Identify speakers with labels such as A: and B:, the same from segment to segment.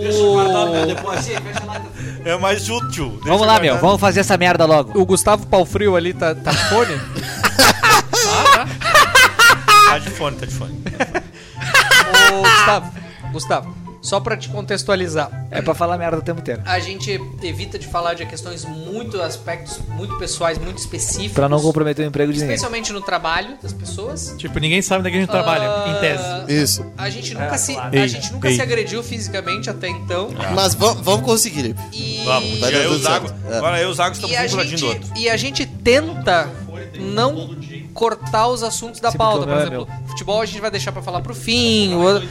A: Deixa guardado pra depois. Assim, fecha lá.
B: É mais útil. tá Deixa
C: Vamos lá, meu.
B: guardado.
C: Vamos fazer essa merda logo.
D: O Gustavo Pau Frio ali tá, tá fone?
B: Tá de fone, tá de fone.
D: Ô, Gustavo, Gustavo, só pra te contextualizar.
C: É pra falar merda o tempo inteiro.
D: A gente evita de falar de questões muito aspectos, muito pessoais, muito específicos.
C: Pra não comprometer o emprego de ninguém.
D: Especialmente no trabalho das pessoas.
E: Tipo, ninguém sabe onde é que a gente
D: Ah.
E: trabalha, em tese.
F: Isso.
D: A gente nunca, se, a
E: Ei,
D: gente nunca
E: ei.
D: se agrediu fisicamente até então.
F: Mas vamos vamos conseguir.
D: E...
B: Vamos,
F: Vai
B: já eu
F: dar
B: e o
F: tudo
B: Zago.
F: certo. É.
B: Agora eu e o Zago
D: E
B: estamos
D: a,
B: um do ladinho do
D: gente,
B: outro.
D: e a gente tenta não cortar os assuntos da
C: Esse
D: pauta. Por
C: programa é
D: exemplo, futebol a gente vai deixar pra falar pro fim. O, outro-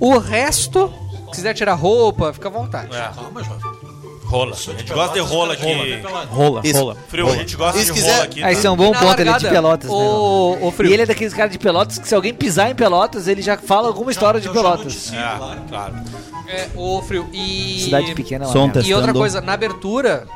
D: o resto, se quiser tirar roupa, fica à vontade.
A: Calma, jovem.
B: Rola. A gente gosta de rola aqui.
E: Rola,
F: Isso.
E: rola.
B: Frio, a gente gosta
F: E se
B: de
F: quiser-
B: rola aqui.
C: Ah,
B: tá?
C: esse é um bom
D: Na
C: ponto, ele é de
D: largada,
C: Pelotas,
D: o-
C: né? meu?
D: o Frio.
C: E ele é daqueles caras de Pelotas que se alguém pisar em Pelotas, ele já fala alguma história de Pelotas.
B: É, claro.
D: É, ô, Frio, e.
C: Cidade pequena lá.
G: Som
C: né?
G: test-
D: E outra
G: Testando.
D: coisa, na abertura,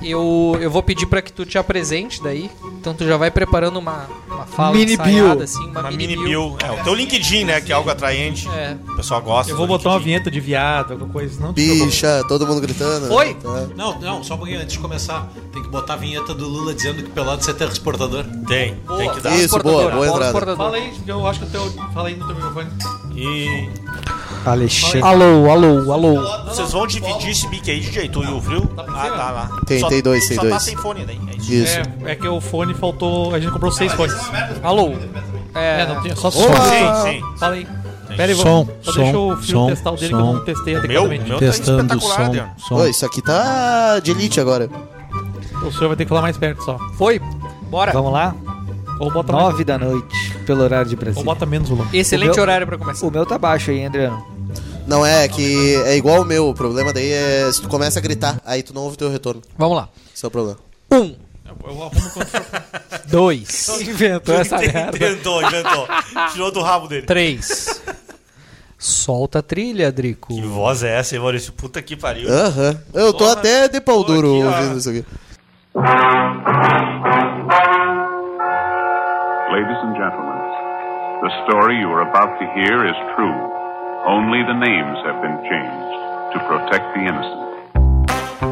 D: eu, eu vou pedir pra que tu te apresente daí. Então tu já vai preparando uma, uma fala
C: Mini
D: ensaiada,
C: bio.
D: assim, uma,
B: Uma
D: mini,
B: mini
D: bio.
B: bill. É, o teu LinkedIn, né? Que é algo atraente.
D: É.
B: O pessoal gosta.
E: Eu vou
B: do
E: botar uma
B: LinkedIn.
E: vinheta de viado, alguma coisa. Não te preocupe.
F: Bicha, todo mundo gritando.
D: Oi?
F: Tá.
A: Não, não, só um pouquinho antes de começar. Tem que botar a vinheta do Lula dizendo que Pelotas é transportador.
B: Tem, tem que dar.
F: Isso,
D: Exportadora,
F: boa, boa
D: bola
F: entrada.
D: exportadora.
E: Fala aí, eu acho que o teu. Fala aí no teu microfone.
B: E
C: Alexandre. Alô, alô, alô.
B: vocês vão dividir esse mic aí, DJ, tu e o Frio? Ah, tá lá.
F: Tem-
B: Só-
F: tem dois, tem
B: só
F: dois.
B: tá sem fone daí. É isso.
F: Isso.
E: É, é que o fone faltou. A gente comprou
D: Ah,
E: seis fones.
D: Alô.
E: É,
D: É,
E: não tinha. Só som.
B: Sim, sim.
E: Fala aí. Pera aí,
G: Som,
E: vou, só
G: som,
E: deixa o filho
G: som,
E: testar o dele que eu
G: som.
E: não testei
B: Meu,
E: adequadamente.
B: meu tá
G: Testando o
B: espetacular, Adriano.
G: som. som.
F: Oi, isso aqui tá de elite agora.
E: O senhor vai ter que falar mais perto só.
D: foi. Bora.
C: Vamos lá?
E: Ou bota, mais,
C: Nove da noite, pelo horário de
E: ou
C: Brasília.
E: bota menos volume.
D: Excelente
C: O meu-
D: horário pra começar.
C: O meu tá baixo aí, Adriano.
F: Não é, é que é igual o meu. O problema daí é se tu começa a gritar, aí tu não ouve teu retorno.
D: Vamos lá.
F: Esse é o problema.
D: Um,
E: Eu arrumo quando for.
D: dois,
C: Inventou essa merda.
B: Inventou, inventou. Tirou do rabo dele.
D: três. Solta a trilha, Drico.
B: Que voz é essa, hein, Maurício? Puta que pariu.
F: Aham. Eu tô
B: Porra,
F: até de pau
B: tô
F: duro
B: aqui, ó.
F: ouvindo isso aqui.
H: Ladies and gentlemen, the story you are about to hear is true. Only the names have been changed to protect the innocent.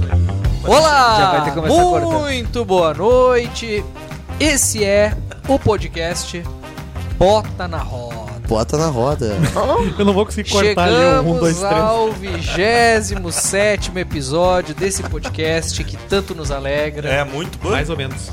C: Já vai
D: Olá!
C: ter que começar cortando.
D: Muito boa noite. Esse é o podcast Bota na Roda.
F: Bota na roda.
E: Eu não vou conseguir cortar ali um, um, dois,
D: Chegamos
E: três.
D: ao 27 episódio desse podcast que tanto nos alegra.
B: É muito bom.
E: Mais ou menos.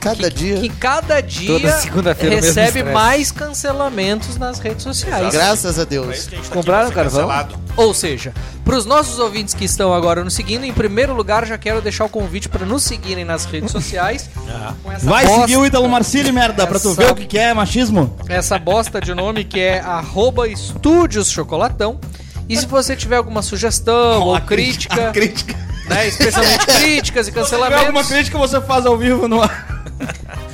F: Cada dia.
D: Que cada dia
C: Toda segunda-feira o mesmo
D: recebe
C: estresse.
D: mais cancelamentos nas redes sociais.
F: Graças a
B: Pra
F: Deus.
B: isso que a gente tá
C: Compraram
B: aqui, pra ser
C: carvão?
B: cancelado.
D: Ou seja, para os nossos ouvintes que estão agora nos seguindo, em primeiro lugar já quero deixar o convite para nos seguirem nas redes sociais.
F: Ah.
D: Com essa
G: Vai
D: bosta,
G: seguir o Ítalo Marcílio, merda, pra tu
D: Essa-
G: ver o que, que é machismo.
D: Essa bosta de nome que é arroba Estúdios Chocolatão. E se você tiver alguma sugestão ou crítica,
G: Crítica.
D: né, especialmente críticas e
G: Se tiver alguma
D: cancelamentos,
G: crítica, você faz ao vivo no ar.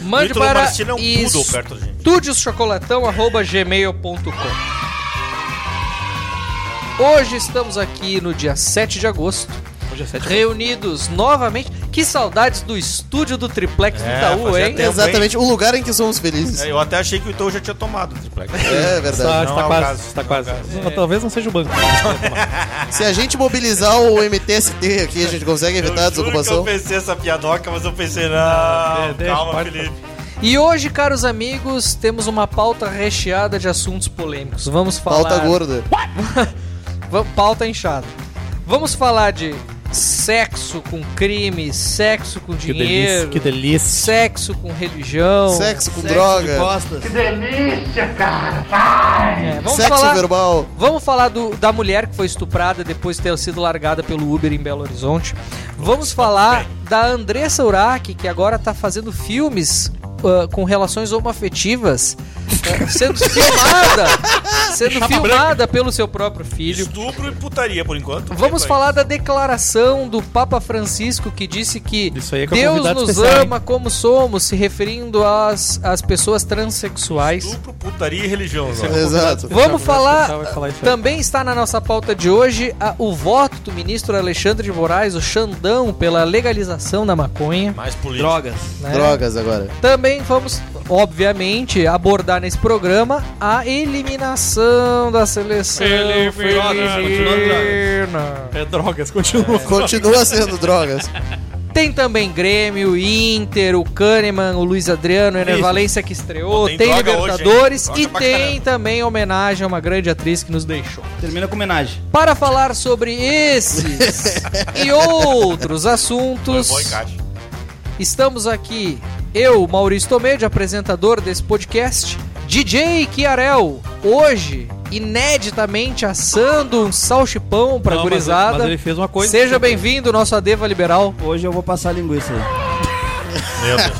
B: O
D: mande
B: Ítalo
D: para
B: Marcílio é um poodle perto da gente.
D: estúdioschocolatão.gmail.com Hoje estamos aqui no dia 7 de agosto,
E: Hoje é sete.
D: reunidos novamente. Que saudades do estúdio do Triplex do
B: É,
D: Itaú,
B: fazia
D: hein?
B: tempo.
F: Exatamente, o lugar em que somos felizes.
B: É, eu até achei que o Itaú já tinha tomado o triplex.
F: É verdade.
B: Não é
E: está
B: o
E: Tá, quase,
B: caso, não
E: está
B: é
E: quase.
B: o caso.
E: Não, Talvez não seja o banco.
F: Se a gente mobilizar o MTST aqui, a gente consegue
B: Eu
F: evitar a
B: juro que eu
F: desocupação.
B: pensei essa piadoca, mas eu pensei, não,
E: É, deixa,
B: calma,
E: pode-
B: Felipe.
D: E hoje, caros amigos, temos uma pauta recheada de assuntos polêmicos. Vamos falar.
F: Falta gorda.
D: Va- Pauta inchada. Vamos falar de sexo com crime, sexo com
E: Que
D: dinheiro,
E: delícia, que delícia.
D: sexo com religião.
F: Sexo com
G: De
F: droga.
G: costas.
D: É, vamos
F: Sexo
D: falar.
F: verbal.
D: Vamos falar do- da mulher que foi estuprada depois de ter sido largada pelo Uber em Belo Horizonte. Vamos falar da Andressa Urach, que agora tá fazendo filmes ah, com relações homoafetivas, ah, sendo eh, filmada, sendo
E: Chapa
D: filmada pelo seu próprio filho.
B: Estupro e putaria por enquanto.
D: Vamos
E: É
B: Epa,
D: falar da declaração do Papa Francisco que disse que
E: Isso aí é que é
D: Deus
E: convidado
D: nos
E: especial,
D: ama como somos, se referindo às, às pessoas transexuais.
B: Estupro, putaria e religião.
F: é
B: agora.
F: Exato.
D: Vamos falar.
E: vai falar isso aí.
D: Também está na nossa pauta de hoje a- o voto do ministro Alexandre de Moraes, o Xandão, pela legalização da maconha.
B: Mais político.
E: Drogas.
D: né?
F: Drogas agora.
B: É.
D: Também vamos, obviamente, abordar nesse programa a eliminação da seleção
E: né?
D: feminina.
E: É drogas, continua.
F: Continua sendo drogas.
D: Tem também Grêmio, Inter, o Kahneman, o Luiz Adriano, o Ener
E: Isso.
D: Valência que estreou,
B: Pô,
D: tem,
B: tem droga
D: Libertadores
B: hoje, hein?
D: e
B: Droga pra
D: tem
B: caramba.
D: também homenagem a uma grande atriz que nos deixou.
G: Termina com homenagem.
D: Para falar sobre esses e outros assuntos,
B: Bom encaixe.
D: estamos aqui eu, Maurício Tomedi, apresentador desse podcast, DJ Kiarel, hoje ineditamente assando um salchipão pra
E: Não, mas-
D: gurizada.
E: mas ele fez uma coisa-
D: Seja bem-vindo, nosso Adeva Liberal.
G: Hoje eu vou passar a linguiça aí.
B: Meu Deus.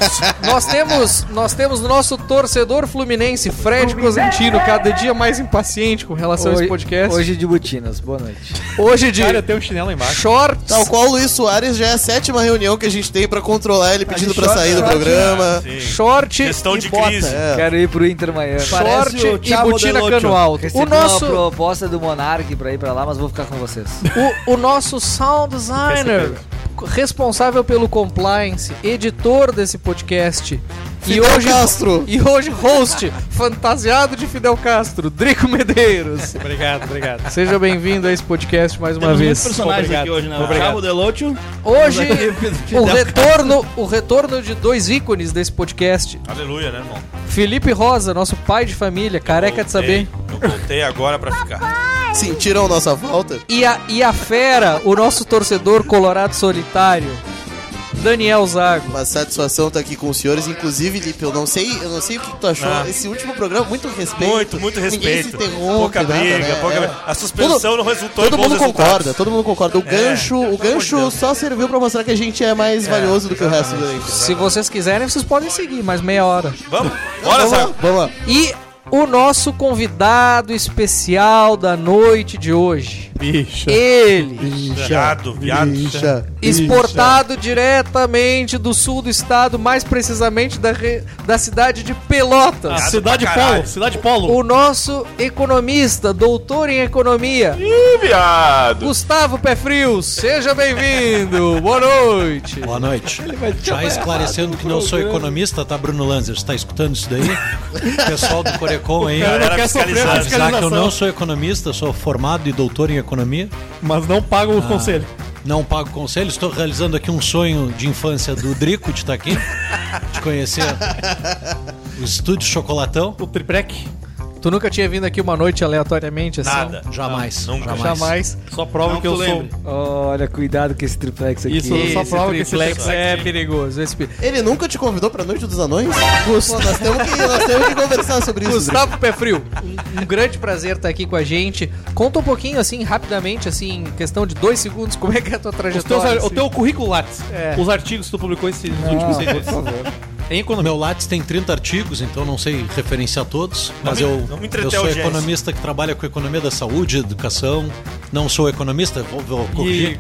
D: Nós temos, nós temos nosso torcedor fluminense, Fred Cosentino, cada dia mais impaciente com
C: é
D: relação a esse podcast.
C: Hoje de Butinas, boa noite.
D: hoje de
E: Cara, tem um chinelo aí embaixo.
D: shorts.
F: Tal qual Tá, o Luiz Soares já é a sétima reunião que a gente tem pra controlar ele pedindo pra sair do programa.
B: Sim.
D: Short
B: Questão
D: e
B: de
D: bota.
B: crise.
F: É.
C: Quero ir pro Inter Miami.
G: Parece
D: Short
G: o
D: e
G: Thiago
D: botina
G: Delotto.
D: cano alto. O
C: Recebi
D: nosso,
C: é uma proposta do Monark pra ir pra lá, mas vou ficar com vocês.
D: o, o nosso sound designer, responsável pelo compliance, editor desse podcast. E
F: Fidel
D: hoje,
F: Castro.
D: e hoje host, fantasiado de Fidel Castro, Drico Medeiros.
E: Obrigado, obrigado.
D: Seja bem-vindo a esse podcast mais uma
G: Temos muitos
D: vez.
G: personagens
E: Obrigado.
G: aqui hoje, né? O
E: Obrigado.
G: Cabo Delotio.
D: Hoje, o
G: Fidel
D: retorno, o retorno de dois ícones desse podcast.
B: Aleluia, né, irmão?
D: Felipe Rosa, nosso pai de família, careca de saber.
B: Eu voltei agora pra ficar.
F: Sentiram nossa falta?
D: E a, e a fera, o nosso torcedor colorado solitário, Daniel Zago.
F: Uma satisfação estar aqui com os senhores, inclusive, Lipe, eu não sei, eu não sei o que tu achou.
B: Ah.
F: Esse último programa, muito respeito.
B: Muito, muito
F: Ninguém se
B: respeito.
F: interrompe,
B: pouca
F: nada,
B: briga,
F: né?
B: pouca
F: É.
B: briga. A suspensão
F: Todo-
B: não resultou
F: Todo
B: em bons
F: mundo concorda,
B: resultados. É, tá
F: todo mundo concorda. O gancho, o
B: então.
F: gancho só serviu pra mostrar que a gente é mais valioso do que o resto do elenco.
D: Se vocês quiserem, vocês podem seguir mais meia hora.
B: Vamos? Bora,
F: Vamos lá,
B: Zago.
F: vamos lá.
D: E o nosso convidado especial da noite de hoje.
E: Bicha.
D: Ele,
B: Viado, viado.
F: Bicha.
D: exportado diretamente do sul do estado, mais precisamente da, re- da cidade de Pelotas.
E: Cidade
B: pra
E: Polo,
B: caralho.
E: Cidade Polo.
D: O nosso economista, doutor em economia,
H: Viado!
D: Gustavo Pé Frio, seja bem-vindo. Boa noite.
A: Boa noite. Já
B: "Ah,
A: esclarecendo que não sou economista, tá, Bruno Lanzer? Você tá escutando isso daí? Pessoal do Corecon aí.
E: cara não
B: Galera
E: quer sofrer
B: fiscalizada.
E: a
A: Avisar que eu não
E: fiscalização,
A: sou economista, sou formado e doutor em economia.
E: mas não pagam os conselhos.
A: Não pago conselho, estou realizando aqui um sonho de infância do Drico de estar aqui, de conhecer o estúdio Chocolatão.
E: O Triprec
D: Tu nunca tinha vindo aqui uma noite aleatoriamente assim?
B: Nada.
A: Jamais.
B: Não, nunca.
D: Jamais.
E: só prova
G: Não
E: que eu
G: que eu
E: sou.
G: lembre.
C: Olha, cuidado com esse triplex aqui.
E: Isso, só prova que esse
D: triplex
E: triplex
D: é
B: aqui.
D: perigoso. Esse pe-
F: Ele nunca te convidou pra Noite dos Anões? Pô, nós, temos que, nós temos que conversar sobre isso. Drico.
D: Gustavo Pé Frio, um, um grande prazer estar aqui com a gente. Conta um pouquinho, assim, rapidamente, assim, em questão de dois segundos, como é que é a tua
E: Os teus,
D: trajetória.
E: ar- o
D: assim?
E: teu currículo Lattes, os artigos que tu publicou esses últimos seis meses. Em economia.
A: Meu Lattes tem 30 artigos, então não sei referenciar todos, mas
B: me-
A: eu,
B: não me entreter
A: eu sou
B: a audiência.
A: economista que trabalha com economia da saúde, educação. Não sou economista, vou, vou corrigir.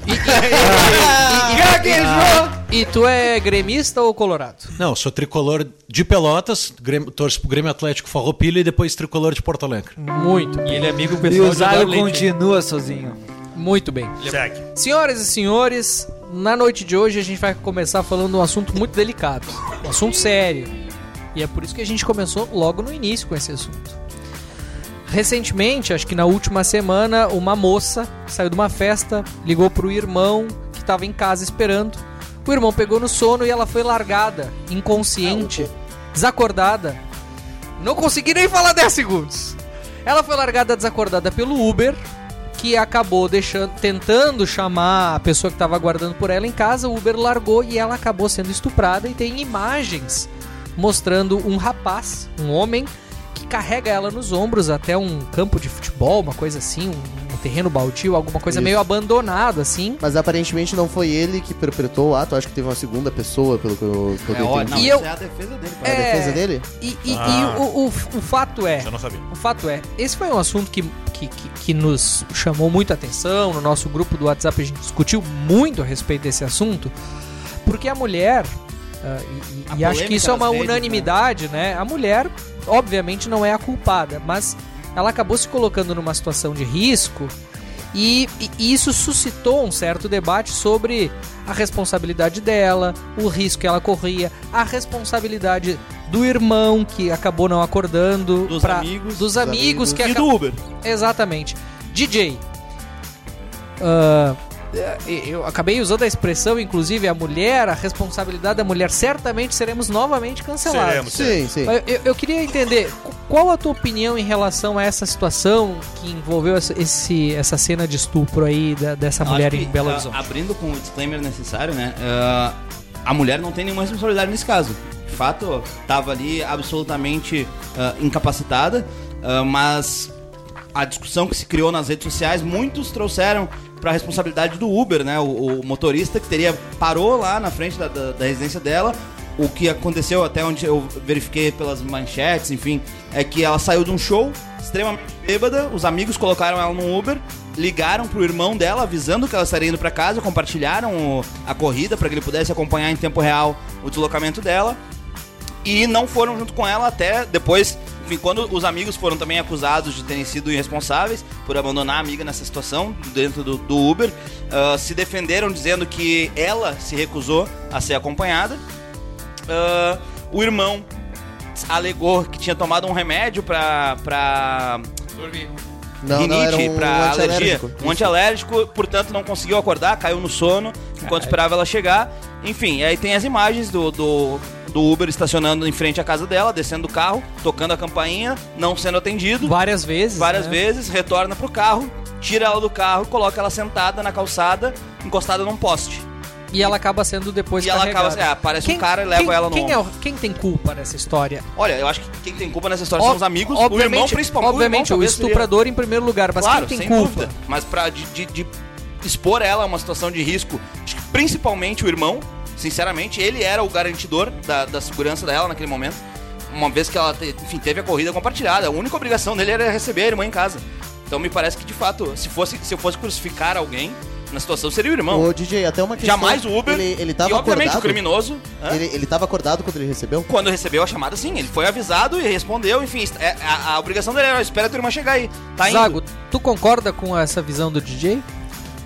D: E tu é gremista ou colorado?
A: Não, sou tricolor de Pelotas, Grêmio, torço pro Grêmio Atlético Farroupilha e depois tricolor de Porto Alegre.
D: Muito,
E: E ele é amigo
C: E
E: pessoal
C: o
E: de Eduardo
C: Zago
E: Leite.
C: continua sozinho.
D: muito bem.
B: Segue.
D: Senhoras e senhores, na noite de hoje a gente vai começar falando de um assunto muito delicado, um assunto sério. E é por isso que a gente começou logo no início com esse assunto. Recentemente, acho que na última semana, uma moça saiu de uma festa, ligou pro irmão que estava em casa esperando. O irmão pegou no sono e ela foi largada, inconsciente, desacordada. Não consegui nem falar 10 segundos. Ela foi largada desacordada pelo Uber, que acabou deixando, tentando chamar a pessoa que estava aguardando por ela em casa. O Uber largou e ela acabou sendo estuprada. E tem imagens mostrando um rapaz, um homem, que carrega ela nos ombros até um campo de futebol, uma coisa assim, um terreno baldio, alguma coisa meio abandonada, assim.
F: Mas aparentemente não foi ele que perpetrou o ato, acho que teve uma segunda pessoa, pelo que eu, pelo que eu entendi.
D: não, E eu-
G: é a defesa dele.
F: É a defesa dele?
D: E, e- e
B: Ah.
D: o, o- o fato é.
B: Eu não sabia.
D: O fato é, esse foi um assunto que, que, que, que nos chamou muita atenção. No nosso grupo do WhatsApp a gente discutiu muito a respeito desse assunto, porque a mulher, ah, e-
G: A
D: e, e acho que
G: polêmica
D: isso é uma
G: nas redes,
D: unanimidade, né? A mulher, obviamente, não é a culpada, mas ela acabou se colocando numa situação de risco. E, e- e isso suscitou um certo debate sobre a responsabilidade dela, o risco que ela corria, a responsabilidade do irmão que acabou não acordando,
E: Dos
D: pra-
E: amigos.
D: dos amigos, que
E: E
D: aca-
E: do Uber.
D: Exatamente. DJ. Ah, eu acabei usando a expressão, inclusive, a mulher, a responsabilidade da mulher. Certamente seremos novamente cancelados.
B: Seremos.
F: Sim, sim.
D: Eu, eu- eu queria entender qu- qual a tua opinião em relação a essa situação que envolveu essa- esse, essa cena de estupro aí da- dessa mulher em Belo
G: ah,
D: Horizonte.
G: Abrindo com o disclaimer necessário, né? ah, a mulher não tem nenhuma responsabilidade nesse caso. De fato, estava ali absolutamente ah, incapacitada, ah, mas a discussão que se criou nas redes sociais, muitos trouxeram para a responsabilidade do Uber, né? O, o motorista que teria parou lá na frente da, da- da residência dela. O que aconteceu até onde eu verifiquei pelas manchetes, enfim, é que ela saiu de um show extremamente bêbada, os amigos colocaram ela no Uber, ligaram pro irmão dela avisando que ela estaria indo para casa, compartilharam o- a corrida para que ele pudesse acompanhar em tempo real o deslocamento dela e não foram junto com ela até depois. Enfim, quando os amigos foram também acusados de terem sido irresponsáveis por abandonar a amiga nessa situação, dentro do, do Uber, ah, se defenderam dizendo que ela se recusou a ser acompanhada. Ah, o irmão alegou que tinha tomado um remédio pra. pra
F: Não, não, era
G: rinite,
F: um
G: pra alergia,
F: antialérgico.
G: um antialérgico, portanto não conseguiu acordar, caiu no sono enquanto esperava ela chegar. Enfim, aí tem as imagens do, do, do Uber estacionando em frente à casa dela, descendo do carro, tocando a campainha, não sendo atendido.
D: Várias vezes.
G: Várias
D: né?
G: vezes, retorna pro carro, tira ela do carro, coloca ela sentada na calçada, encostada num poste.
D: E ela acaba sendo depois
G: e ela acaba assim,
D: carregada.
G: ah, parece um cara e leva
D: quem-
G: ela no.
D: quem, é
G: ombro.
D: o- quem tem culpa nessa história?
G: Olha, eu acho que quem tem culpa nessa história são
D: Ob-
G: os amigos, o
D: obviamente,
G: irmão principalmente.
D: Obviamente, o,
G: irmão talvez seria-
D: estuprador em primeiro lugar, mas
G: claro,
D: quem tem
G: sem
D: culpa?
G: dúvida. Mas pra de, de- de expor ela a uma situação de risco, acho que principalmente o irmão, sinceramente, ele era o garantidor da, da segurança dela naquele momento. Uma vez que ela te- enfim, teve a corrida compartilhada, a única obrigação dele era receber a irmã em casa. Então me parece que de fato, se fosse se eu fosse crucificar alguém na situação seria o irmão.
F: Ô, DJ, até uma questão.
G: Jamais o Uber.
F: Ele, ele tava
G: e obviamente
F: acordado.
G: o criminoso. hã?
F: Ele, ele tava acordado quando ele recebeu?
G: Quando recebeu a chamada, sim, ele foi avisado e respondeu. Enfim, é- a, a obrigação dele era: espera a tua irmã chegar aí. Tá indo.
D: Zago, tu concorda com essa visão do DJ?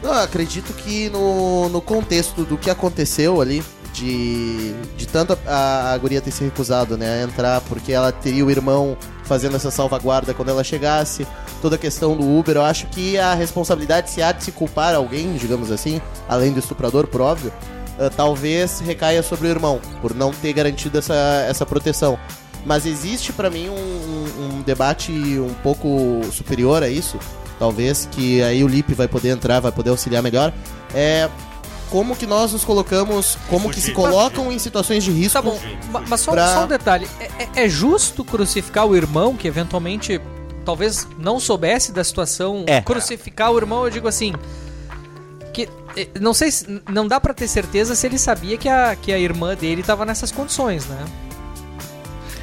F: Não, eu acredito que no, no contexto do que aconteceu ali, de, de tanto a, a, a guria ter se recusado, né, a entrar, porque ela teria o irmão fazendo essa salvaguarda quando ela chegasse, toda a questão do Uber, eu acho que a responsabilidade, se há de se culpar alguém, digamos assim, além do estuprador, por óbvio, ah, talvez recaia sobre o irmão, por não ter garantido essa, essa proteção. Mas existe pra mim um, um- um debate um pouco superior a isso, talvez, que aí o Lipe vai poder entrar, vai poder auxiliar melhor. É como que nós nos colocamos, como que se
B: Fugir.
F: colocam em situações de risco.
D: Tá bom, ma- mas só,
F: Pra-
D: só um detalhe. É, é- é justo crucificar o irmão que eventualmente talvez não soubesse da situação?
G: É.
D: Crucificar o irmão, eu digo assim. Que, eh, não sei se. Não dá pra ter certeza se ele sabia que a, que a irmã dele tava nessas condições, né?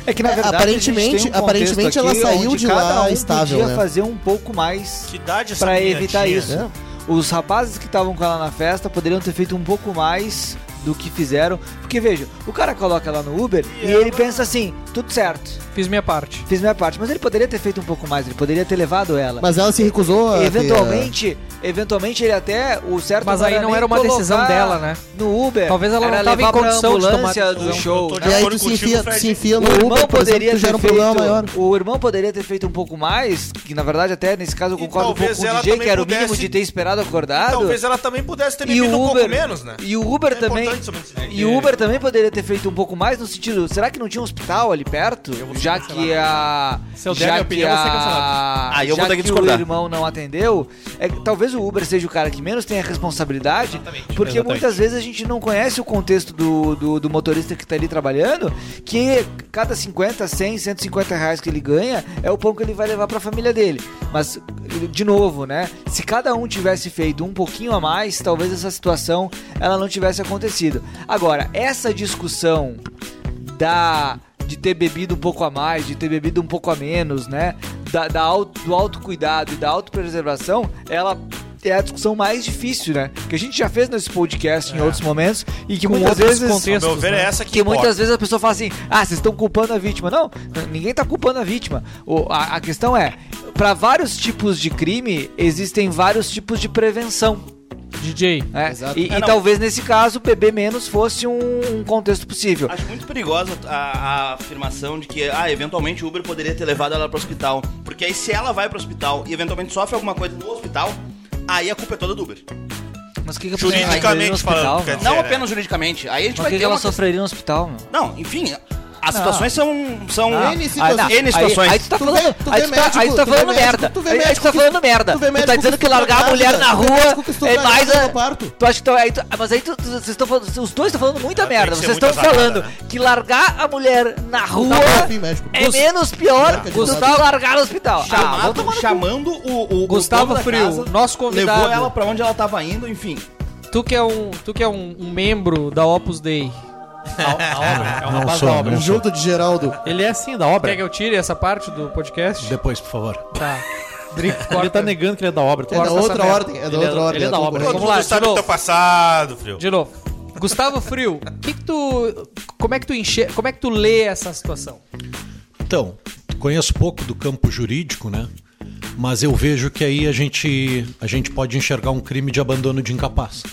C: É que na
F: É,
C: verdade
F: aparentemente-
C: a gente tem um
F: aparentemente
C: contexto
F: ela
C: aqui
F: saiu
C: onde
F: de
C: cada
F: lá
C: um
F: estável,
C: podia
F: né?
C: fazer um pouco mais
B: Que idade essa
C: pra
B: menina
C: evitar
B: tinha?
C: isso. Os rapazes que estavam com ela na festa poderiam ter feito um pouco mais do que fizeram, porque veja, o cara coloca ela no Uber e, ele pensa assim, tudo certo,
D: Fiz minha parte.
C: fiz minha parte, mas ele poderia ter feito um pouco mais, ele poderia ter levado ela.
F: Mas é ela se recusou a ter-
C: eventualmente, eventualmente ele até o certo
D: Mas aí não era uma
C: colocar
D: decisão dela, né?
C: No Uber,
D: Talvez ela
C: era
D: não tava em
C: levar pra
D: condição de tomar um
C: ambulância
D: decisão.
C: do
D: Eu
C: show.
B: tô de
F: E aí
B: acordo
F: tu se
B: contigo,
F: enfia,
B: Fred.
F: se enfia
C: Então, O
F: no
C: irmão
F: Uber, por exemplo,
C: poderia
F: que gera um
C: ter feito,
F: problema maior.
C: O irmão poderia ter feito um pouco mais, que na verdade até nesse caso eu
B: E
C: concordo um pouco
B: talvez
C: com o
B: ela
C: DJ, que
B: também
C: era o
B: pudesse-
C: mínimo de ter esperado acordado.
B: Talvez ela também pudesse ter
C: e
B: bebido
C: o
B: um pouco
C: Uber
B: menos, né?
C: E o Uber
B: É
C: também
B: bastante sobre isso.
C: E o Uber também poderia ter feito um pouco mais no sentido, será que não tinha um hospital ali perto? Já que a
E: Se eu der
C: já
E: minha
C: que
E: opinião, eu vou ser
C: a
E: cancelado.
G: Aí eu vou
C: já
G: ter que
C: que
G: discordar.
C: o irmão não atendeu, é que talvez o Uber seja o cara que menos tem a responsabilidade, porque
A: exatamente.
C: muitas vezes a gente não conhece o contexto do, do, do motorista que tá ali trabalhando, que cada 50, 100, 150 reais que ele ganha é o pão que ele vai levar pra família dele. Mas de novo, né? Se cada um tivesse feito um pouquinho a mais, talvez essa situação ela não tivesse acontecido. Agora, essa discussão da de ter bebido um pouco a mais, de ter bebido um pouco a menos, né? Da, da auto, do autocuidado e da autopreservação, ela é a discussão mais difícil, né? Que a gente já fez nesse podcast em outros momentos e que
D: Com
C: muitas
D: outros
C: vezes
B: Ao meu
D: contextos,
B: ver,
D: né?
B: é essa que,
C: que
B: importa.
C: muitas vezes a pessoa fala assim: ah, vocês estão culpando a vítima. Não, n- ninguém tá culpando a vítima. O- a, a questão é: para vários tipos de crime, existem vários tipos de prevenção.
D: DJ.
C: Né?
F: Exato.
C: E,
G: É,
C: e
G: não.
C: talvez nesse caso, beber menos fosse um, um contexto possível.
G: Acho muito perigosa a, a afirmação de que, ah, eventualmente o Uber poderia ter levado ela pro hospital. Porque aí se ela vai pro hospital e eventualmente sofre alguma coisa no hospital, aí a culpa é toda do Uber.
C: Mas o que, que a pessoa vai fazer no
B: Juridicamente
C: hospital?
B: falando, quer
C: meu?
B: dizer,
G: Não
B: né?
G: apenas juridicamente. Aí a gente
C: Mas o
G: vai
C: que,
G: ter
C: que ela
G: uma questão-
C: sofreria no hospital, meu?
G: Não, enfim, as situações são... são
F: Ah,
G: N
F: aí não.
G: situações. N
C: Aí,
G: situações.
C: aí tu tá
F: Tu
C: falando,
F: vê- tu
C: aí
F: vê
C: tu tá, aí tu
F: médico,
C: tá
F: tu vê
C: falando
F: médico,
C: merda.
F: tu vê
C: aí, aí tu
F: médico
C: tá
F: que-
C: falando merda.
F: tu vê
C: Tu tá
F: médico
C: dizendo
F: que
C: que largar a
F: estuprou
C: mulher
F: grávida,
C: na
F: tu vê
C: rua
F: médico que
C: é
F: estuprou
C: mais.
F: grávida
C: a-
F: no parto.
C: Tu acha que tu- aí tu- mas aí tu, tu- vocês estão falando, os dois estão falando muita
B: Ah, tem
C: merda.
B: que ser
C: Vocês estão
B: muita zarada,
C: falando
B: né?
C: que largar a mulher na rua
F: bom, fim, médico.
C: é
F: Gus-
C: menos pior do que
F: Gustavo-
C: largar no hospital.
G: tá
C: Ah, vamos
G: chamado,
C: tomar no cu.
G: chamando o, o
D: Gustavo
G: o dono da
D: Frio,
G: casa,
D: nosso convidado.
G: Levou ela pra onde ela tava indo, enfim.
D: Tu que é um, tu que é um, um membro da Opus Dei.
E: É um
A: Não
E: rapaz
A: sou,
E: da obra.
A: não sou.
F: Junto de Geraldo.
E: Ele é assim, da obra.
D: Quer que eu tire essa parte do podcast?
A: Depois, por favor.
D: Tá. Drico,
E: Ele tá
D: corta.
E: negando que ele é da obra.
F: É da
E: Corta essa
F: outra
E: merda.
F: ordem, é da
E: Ele
F: outra ordem,
E: Ele é
F: é
E: da
F: tudo
E: obra.
F: bem.
B: Todo
D: Vamos
B: mundo
D: lá,
B: sabe
D: de
B: o
D: novo.
B: teu passado, Frio.
D: De novo. Gustavo Frio, que que tu, como é que tu enche, como é que tu lê essa situação?
B: Né?
A: Então, conheço pouco do campo jurídico, né? Mas eu vejo que aí a gente, a gente pode enxergar um crime de abandono de incapaz.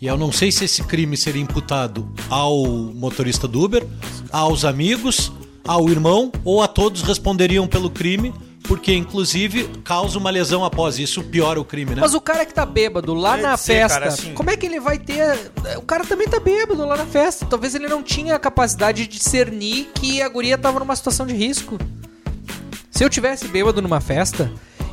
A: E eu não sei se esse crime seria imputado ao motorista do Uber, aos amigos, ao irmão ou a todos responderiam pelo crime, porque inclusive causa uma lesão após isso, piora o crime, né?
D: Mas o cara que tá bêbado lá
B: Eu ia
D: na
B: dizer,
D: festa,
B: cara, assim-
D: como é que ele vai ter. O cara também tá bêbado lá na festa. Talvez ele não tinha a capacidade de discernir que a guria tava numa situação de risco. Se eu tivesse bêbado numa festa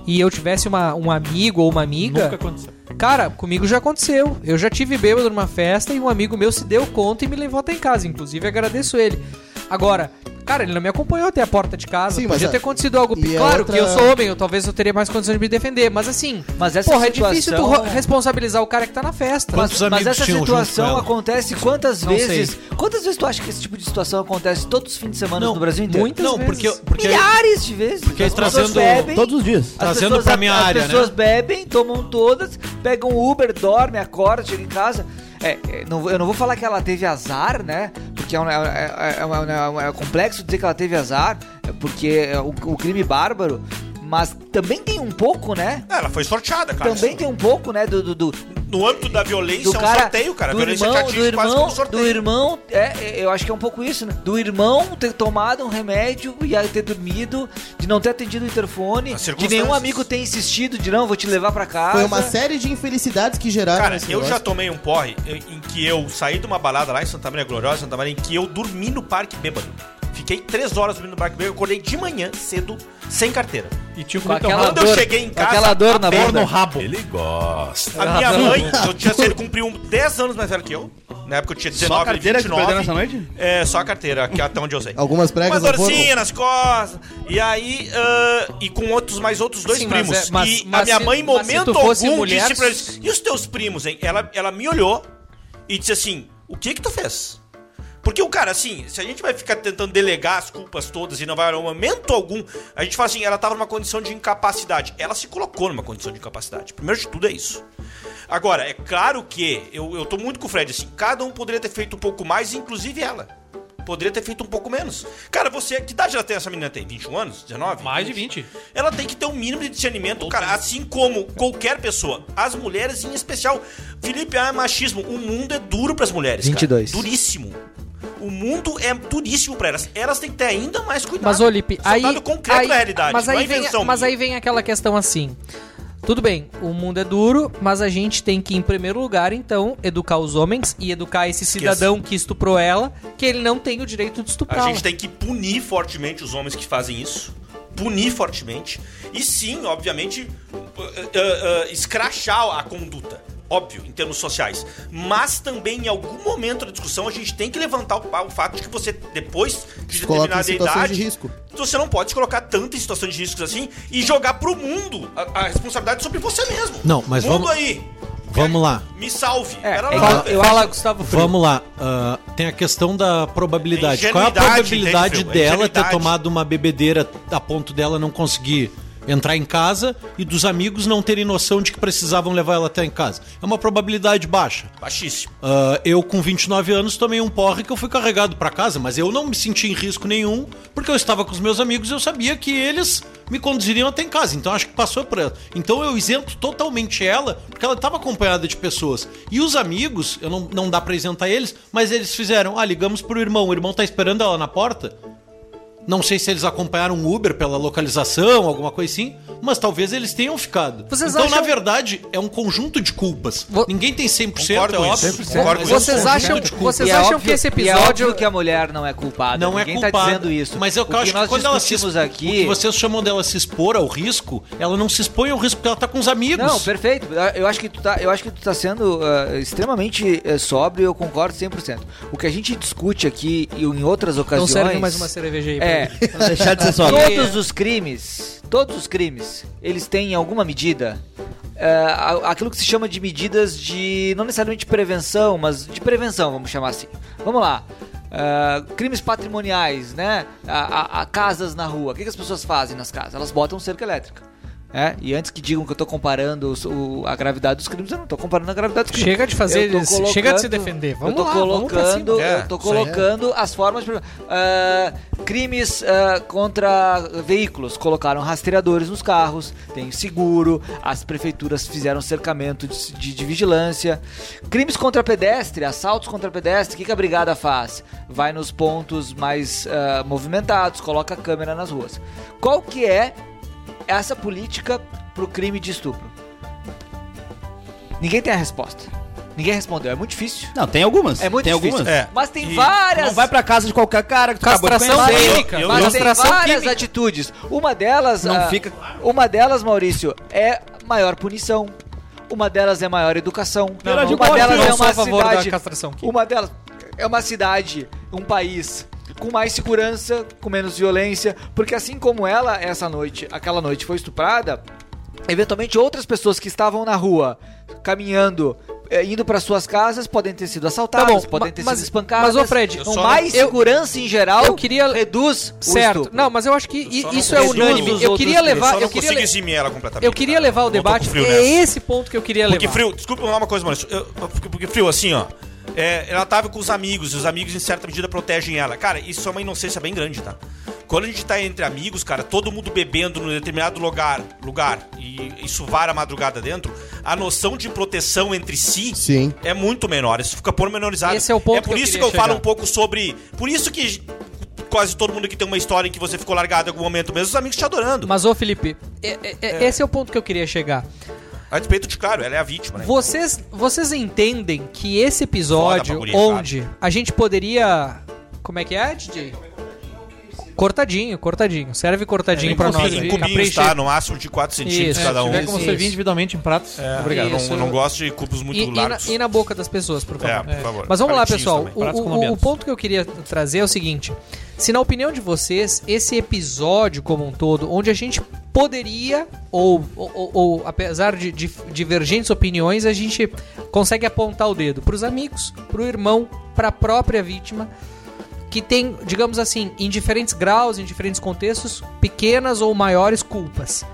D: e eu tivesse uma, um amigo ou uma amiga.
E: Nunca aconteceu.
D: Cara, comigo já aconteceu. Eu já tive bêbado numa festa e um amigo meu se deu conta e me levou até em casa. Inclusive, agradeço ele. Agora, cara, ele não me acompanhou até a porta de casa.
F: Sim, mas
D: Podia
F: a-
D: ter acontecido algo.
F: e a
D: Claro
F: outra-
D: que eu sou homem, eu, talvez eu teria mais condições de me defender. Mas assim,
C: Mas essa
D: porra, é
C: situação-
D: difícil tu ro- responsabilizar o cara que tá na festa.
A: Mas-
C: Mas,
A: Quantos amigos
C: mas essa
A: tinham junto com
C: situação
A: ela?
C: acontece quantas
D: Não
C: vezes? Quantas vezes tu acha que esse tipo de situação acontece todos os fins de semana
A: Não,
C: no Brasil inteiro?
D: muitas
A: não,
D: vezes.
A: porque porque
C: Milhares de vezes.
A: porque
C: as pessoas
A: trazendo-
C: bebem,
F: Todos os dias.
C: as
A: trazendo
C: pessoas-
A: pra minha
C: as
A: área, né?
C: pessoas bebem, tomam todas, pegam Uber, dorme, acorda, chega em casa. É, é, não- eu não vou falar que ela teve azar, né? Porque é, um- é- é- é um- é um- é complexo dizer que ela teve azar, é porque é o, o crime bárbaro. Mas também tem um pouco, né?
B: Ah, Ela foi sorteada, cara.
C: Também tem um pouco, né? do- do- do,
B: No âmbito da violência, é um sorteio, cara. A
C: do
B: violência
C: irmão,
B: te atinge
C: do
A: é
B: quase como um
C: irmão,
B: sorteio.
C: do irmão, é, é, eu acho que é um pouco isso, né? Do irmão ter tomado um remédio e aí ter dormido, de não ter atendido o interfone,
B: As
C: de
B: circunstâncias.
C: nenhum amigo ter insistido de não, vou te levar pra casa.
F: Foi uma série de infelicidades que geraram
B: Cara,
F: esse
B: eu já
F: negócio.
B: tomei um porre em em que eu saí de uma balada lá em Santa Maria Gloriosa, Santa Maria, em que eu dormi no parque bêbado. Fiquei três horas dormindo no parque bêbado, eu acordei de manhã cedo, sem carteira.
E: E tinha
C: com
E: comido teu
C: aquela
E: rabo
B: Então, Quando eu
C: dor,
B: cheguei em
C: com
B: casa,
C: aquela dor na
B: a perna
C: bunda.
E: no rabo.
B: A minha mãe, eu tinha sido cumprir um 10 anos mais velho que eu. Na época eu tinha 19
G: Só a carteira
B: e
G: que tu
B: 29.
G: perdeu nessa noite?
B: É, só a carteira, que é até onde eu sei.
F: Algumas
B: Uma
F: pregas no corpo.
B: dorzinha nas costas. E aí, ah, e com outros, mais outros dois
D: Sim, mas
B: primos.
D: é- mas-
B: e
D: mas
B: a minha
D: se-
B: mãe, em
D: mas se
B: momento
D: tu fosse
B: algum,
D: mulher-
B: disse pra eles: E os teus primos, hein? Ela, ela me olhou e disse assim: O que que tu fez? Porque o cara, assim, se a gente vai ficar tentando delegar as culpas todas e não vai em momento algum, a gente fala assim, ela tava numa condição de incapacidade. Ela se colocou numa condição de incapacidade. Primeiro de tudo é isso. Agora, é claro que eu, eu tô muito com o Fred, assim, cada um poderia ter feito um pouco mais, inclusive ela. Poderia ter feito um pouco menos. Cara, você. Que idade ela tem essa menina? Tem 21 anos? 19?
E: Mais de 20.
B: Ela tem que ter um mínimo de discernimento, cara, assim como qualquer pessoa. As mulheres em especial. Felipe, ah, machismo. O mundo é duro pras mulheres, cara.
C: 22.
B: Duríssimo. O mundo é duríssimo pra elas. Elas têm que ter ainda mais cuidado.
D: Mas, Olipe,
B: Isso é
D: aí.
B: dado concreto
D: aí-
B: na realidade.
D: Mas
B: não é
D: aí, vem,
B: invenção
D: mas
B: minha.
D: aí vem aquela questão assim. Tudo bem, o mundo é duro, mas a gente tem que, em primeiro lugar, então, educar os homens e educar esse cidadão que estuprou ela, que ele não tem o direito de
B: A
D: estuprá-la.
B: gente tem que punir fortemente os homens que fazem isso. Punir fortemente. E sim, obviamente, uh, uh, uh, escrachar a conduta. Óbvio, em termos sociais. Mas também, em algum momento da discussão, a gente tem que levantar o, pa- o fato de que você, depois de
F: Coloca em
B: determinada
F: situações
B: idade,
F: de risco.
B: você não pode se colocar tanto em situações de riscos assim e jogar pro mundo a, a responsabilidade sobre você mesmo.
A: Não, mas
B: mundo
A: vamos-
B: aí.
A: Vamos lá.
B: Me salve.
D: É,
B: Pera
D: é
B: lá,
D: igual-
B: velho.
D: fala, Gustavo Frio.
A: Vamos lá. ah, tem a questão da probabilidade.
B: É
A: Qual é a
B: ingenuidade,
A: probabilidade
B: entende, Phil? É
A: dela ter
B: ingenuidade.
A: tomado uma bebedeira a ponto dela não conseguir entrar em casa e dos amigos não terem noção de que precisavam levar ela até em casa? É uma probabilidade baixa.
B: Baixíssimo.
A: Ah, eu, com 29 anos, tomei um porre que eu fui carregado pra casa, mas eu não me senti em risco nenhum, porque eu estava com os meus amigos e eu sabia que eles me conduziriam até em casa. Então acho que passou por ela. Então eu isento totalmente ela, porque ela estava acompanhada de pessoas. E os amigos, eu não, não dá pra isentar eles, mas eles fizeram: ah, ligamos pro irmão, o irmão tá esperando ela na porta. Não sei se eles acompanharam um Uber pela localização, alguma coisa assim, mas talvez eles tenham ficado.
D: Vocês
A: então, na
D: acham-
A: verdade, é um conjunto de culpas.
D: Vo-
A: Ninguém tem 100%,
B: Concordo
A: é
B: com isso.
A: óbvio.
B: Concordo
A: Mas
B: com
A: é um
D: Vocês
A: conjunto
D: acham,
A: de culpas.
D: vocês
C: E é
D: acham
C: óbvio-
D: que esse
C: e é
D: episódio
C: óbvio que a mulher não é culpada.
A: Não é
C: Ninguém
A: culpada.
C: tá dizendo isso.
A: Mas é o que eu
C: O
A: acho que
C: nós
A: quando ela se
C: discutimos
A: expo- O
C: aqui...
A: que vocês chamam dela se expor ao risco, ela não se expõe ao risco porque ela tá com os amigos.
C: Não, perfeito. Eu acho que tu tá, eu acho que tu tá sendo ah, extremamente eh, sóbrio, eu concordo 100%. O que a gente discute aqui e em outras
D: Então
C: ocasiões...
D: serve mais uma cerveja aí. pra
C: É,
D: mim.
G: Deixar de ser só.
C: todos os crimes, todos os crimes, eles têm em alguma medida é, a- aquilo que se chama de medidas de não necessariamente prevenção, mas de prevenção, vamos chamar assim. Vamos lá. É, crimes patrimoniais, né? A, a- a casas na rua. O que, que as pessoas fazem nas casas? Elas botam cerca elétrica. né? e antes que digam que eu tô comparando os- o- a gravidade dos crimes, eu não tô comparando a gravidade dos crimes.
D: Chega de fazer
C: Eu tô
D: isso, chega de se
C: colocando-
D: defender.
C: eu
D: Vamos
C: tô
D: lá, vamos pra
C: colocando,
D: cima.
B: É,
C: eu tô
B: isso aí é.
C: colocando as formas de- Ah, crimes ah, contra veículos, colocaram rastreadores nos carros, tem seguro, as prefeituras fizeram cercamento de, de- de vigilância. Crimes contra pedestre, assaltos contra pedestre, o que, que a brigada faz? Vai nos pontos mais ah, movimentados, coloca câmera nas ruas. Qual que é essa política pro crime de estupro? Ninguém tem a resposta. Ninguém respondeu, é muito difícil.
G: Não, tem algumas.
C: É muito
G: tem
C: difícil.
G: algumas.
B: É.
C: Mas tem
B: E
C: várias.
G: Não vai pra casa de qualquer cara que tu acabou de
D: Castração
G: conhecer.
D: química.
B: eu-
C: mas tem
D: castração
C: várias
D: química.
C: atitudes. Uma delas.
G: Não
C: ah,
G: fica-
C: Uma delas, Maurício, é maior punição. Uma delas é maior educação.
D: Não, não,
C: uma
D: não,
C: delas
D: eu
C: é
D: sou
C: uma
D: a favor da
C: cidade.
D: castração química.
C: Uma delas é uma cidade, um país com mais segurança, com menos violência, porque assim como ela essa noite, aquela noite foi estuprada, eventualmente outras pessoas que estavam na rua, caminhando, eh, indo para suas casas, podem ter sido assaltadas,
D: Tá bom,
C: podem
D: ma-
C: ter
D: mas-
C: sido espancadas.
D: mas, ô, Fred, eu
C: então,
B: só não-
C: mais
D: eu-
C: segurança em geral
D: eu queria-
C: reduz o
D: Certo.
C: estupro.
D: Não, mas eu acho que
B: só
D: i-
B: não
D: isso é
B: consigo-
D: unânime.
C: Todos os
D: Eu
C: outros
D: queria
B: Eu
C: três,
B: só
D: levar, eu
B: não
D: queria,
B: consigo
D: le-
B: eximir ela completamente.
D: eu queria
B: cara.
D: levar o
B: Não tô com
D: debate.
B: frio
D: É
B: nessa.
D: esse ponto que eu queria levar.
B: Porque frio, desculpa falar uma coisa, Maurício. Eu- porque, porque frio, assim, ó. é, ela tava com os amigos, e os amigos, em certa medida, protegem ela. Cara, isso é uma inocência bem grande, tá? Quando a gente tá entre amigos, cara, todo mundo bebendo num determinado lugar, lugar e, e suvar a madrugada dentro, a noção de proteção entre si
F: Sim.
B: é muito menor. Isso fica pormenorizado.
D: Esse é o ponto
B: É por
D: que eu
B: isso que
D: queria
B: eu falo
D: chegar.
B: um pouco sobre. Por isso que quase todo mundo que tem uma história em que você ficou largado em algum momento mesmo, os amigos te adorando.
D: Mas, ô Felipe, é- é- é- esse é o ponto que eu queria chegar.
B: Tá A despeito de, claro, ela é a vítima, né?
D: Vocês, vocês entendem que esse
B: Foda pra
D: episódio,
B: guria,
D: onde a gente poderia. Como é que é, DJ? Cortadinho, cortadinho. Serve cortadinho pra nós.
B: É, Em
D: aí,
B: cubinhos,
D: capricha.
B: tá? No máximo de 4 centímetros
D: Isso.
B: cada um.
E: Tiver como
D: Isso.
E: servir individualmente em pratos.
B: Obrigado.
D: Isso.
B: Não, não gosto de cubos muito
D: E, e na,
B: largos.
D: e na boca das pessoas, por
B: É,
D: favor.
B: por favor.
D: Mas vamos lá,
B: Palitinhos
D: pessoal.
B: também.
D: O,
E: Pratos
D: o-
E: colombianos.
D: o ponto que eu queria trazer é o seguinte: se na opinião de vocês, esse episódio como um todo, onde a gente poderia, ou, ou- ou- ou, apesar de, de divergentes opiniões, a gente consegue apontar o dedo pros amigos, pro irmão, pra própria vítima, que tem, digamos assim, em diferentes graus, em diferentes contextos, pequenas ou maiores culpas.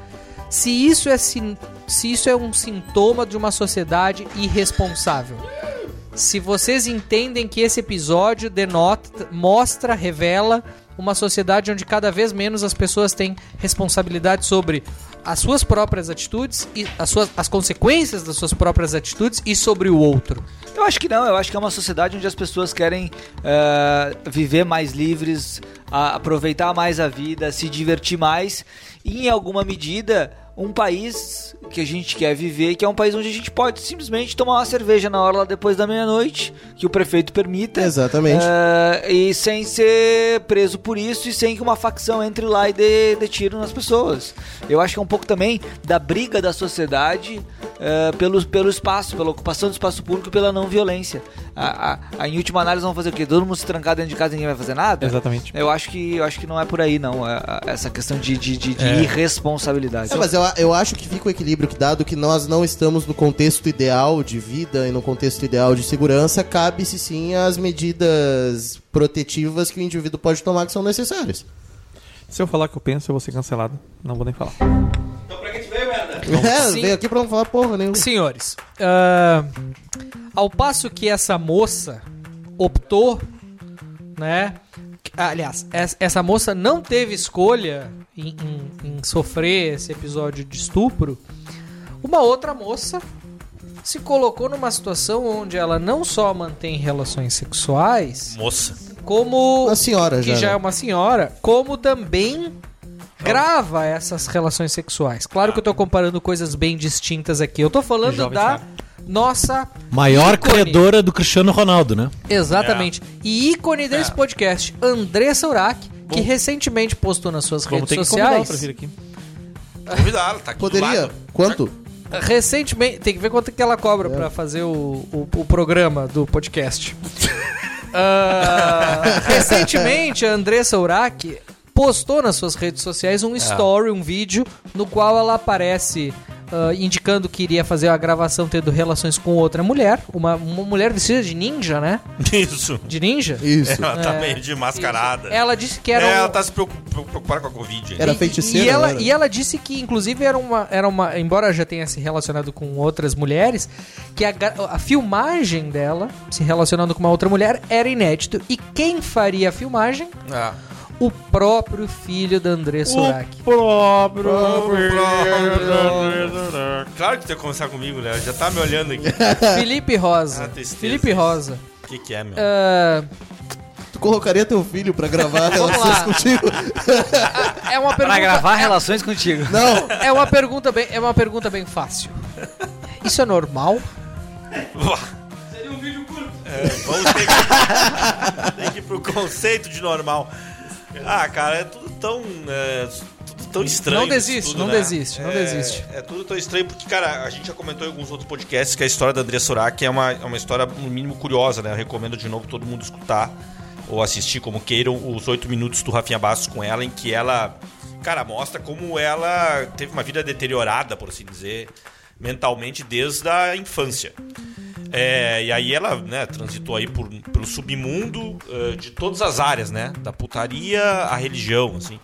D: Se isso é, sin- se isso é um sintoma de uma sociedade irresponsável. Se vocês entendem que esse episódio denota, mostra, revela uma sociedade onde cada vez menos as pessoas têm responsabilidade sobre as suas próprias atitudes e as, suas, as consequências das suas próprias atitudes e sobre o outro.
C: Eu acho que não, eu acho que é uma sociedade onde as pessoas querem eh, viver mais livres, a- aproveitar mais a vida, se divertir mais e, em alguma medida, um país que a gente quer viver, que é um país onde a gente pode simplesmente tomar uma cerveja na hora lá depois da meia-noite, que o prefeito permita.
F: Exatamente.
C: Ah, e sem ser preso por isso e sem que uma facção entre lá e dê, dê tiro nas pessoas. Eu acho que é um pouco também da briga da sociedade ah, pelo, pelo espaço, pela ocupação do espaço público e pela não violência. A, a- a- em última análise, vão fazer o quê? Todo mundo se trancar dentro de casa e ninguém vai fazer nada?
E: Exatamente.
C: Eu acho que, eu acho que não é por aí, não. é, é, Essa questão de, de, de- de irresponsabilidade.
F: É, mas eu, a- eu acho que fica o equilíbrio que, dado que nós não estamos no contexto ideal de vida e no contexto ideal de segurança, cabe-se sim as medidas protetivas que o indivíduo pode tomar que são necessárias.
E: Se eu falar que eu penso, eu vou ser cancelado. Não vou nem falar.
G: Então pra que te veio, merda?
F: É,
D: Sim.
F: veio aqui pra não falar porra nenhuma.
D: Senhores, ah, ao passo que essa moça optou, né? que- Aliás, es- essa moça não teve escolha em, em- em sofrer esse episódio de estupro. Uma outra moça se colocou numa situação onde ela não só mantém relações sexuais,
B: Moça.
D: como
F: Uma senhora
D: que
F: já.
D: já é
F: né?
D: uma senhora, como também grava essas relações sexuais. Claro que eu tô comparando coisas bem distintas aqui. Eu tô falando
E: Jovem
D: da nossa
A: Maior
D: ícone.
A: credora do Cristiano Ronaldo, né?
D: Exatamente.
E: É.
D: E ícone desse podcast, Andressa Urach, que recentemente postou nas suas
E: Vamos ter
D: redes
E: que convidar
D: sociais.
E: pra vir aqui.
B: Convidá-la, tá aqui do
F: Poderia.
B: lado.
F: Quanto?
D: Recentemente, tem que ver quanto que ela cobra pra fazer o, o, o programa do podcast. Ah, recentemente, a Andressa Urach postou nas suas redes sociais
B: É.
D: um story, um vídeo, no qual ela aparece ah, indicando que iria fazer a gravação tendo relações com outra mulher, uma, uma mulher vestida de ninja, né?
B: Isso.
D: De ninja.
F: Isso.
B: Ela tá
D: É.
B: meio de mascarada.
D: Ela disse que
B: É,
D: era.
B: ela
D: um-
B: tá se preocu- preocupada com a Covid.
F: Era
D: e-
F: feiticeira.
D: E ela,
F: não era?
D: e ela disse que, inclusive, era uma, era uma. Embora já tenha se relacionado com outras mulheres, que a, gra- a filmagem dela, se relacionando com uma outra mulher, era inédito. E quem faria a filmagem?
B: Ah.
D: O próprio filho da André Surak.
E: Próprio.
B: Claro que tem que começar comigo, né? Ela Já tá me olhando aqui.
D: Felipe Rosa.
B: Ah, tristeza
D: Felipe
B: isso.
D: Rosa.
B: O que, que é, meu?
D: Ah,
F: Tu colocaria teu filho pra gravar
D: Vamos
F: relações
D: lá.
F: contigo?
D: é uma pergunta.
C: relações contigo.
F: Não.
D: É uma pergunta bem, é uma pergunta bem fácil. Isso é normal?
G: Seria um vídeo curto.
B: É, Vamos ter que, tem que ir pro conceito de normal. Ah, cara, é tudo tão. é, tudo tão estranho.
D: Não desiste,
B: isso
D: não desiste, não
B: é,
D: desiste.
B: É tudo tão estranho, porque, cara, a gente já comentou em alguns outros podcasts que a história da Andrea Surak é uma, é uma história, no mínimo, curiosa, né? Eu recomendo de novo todo mundo escutar ou assistir, como queiram, os oito minutos do Rafinha Bastos com ela, em que ela, cara, mostra como ela teve uma vida deteriorada, por assim dizer, mentalmente desde a infância. É, e aí ela né, transitou aí por- pelo submundo eh, de todas as áreas, né? Da putaria à religião, assim.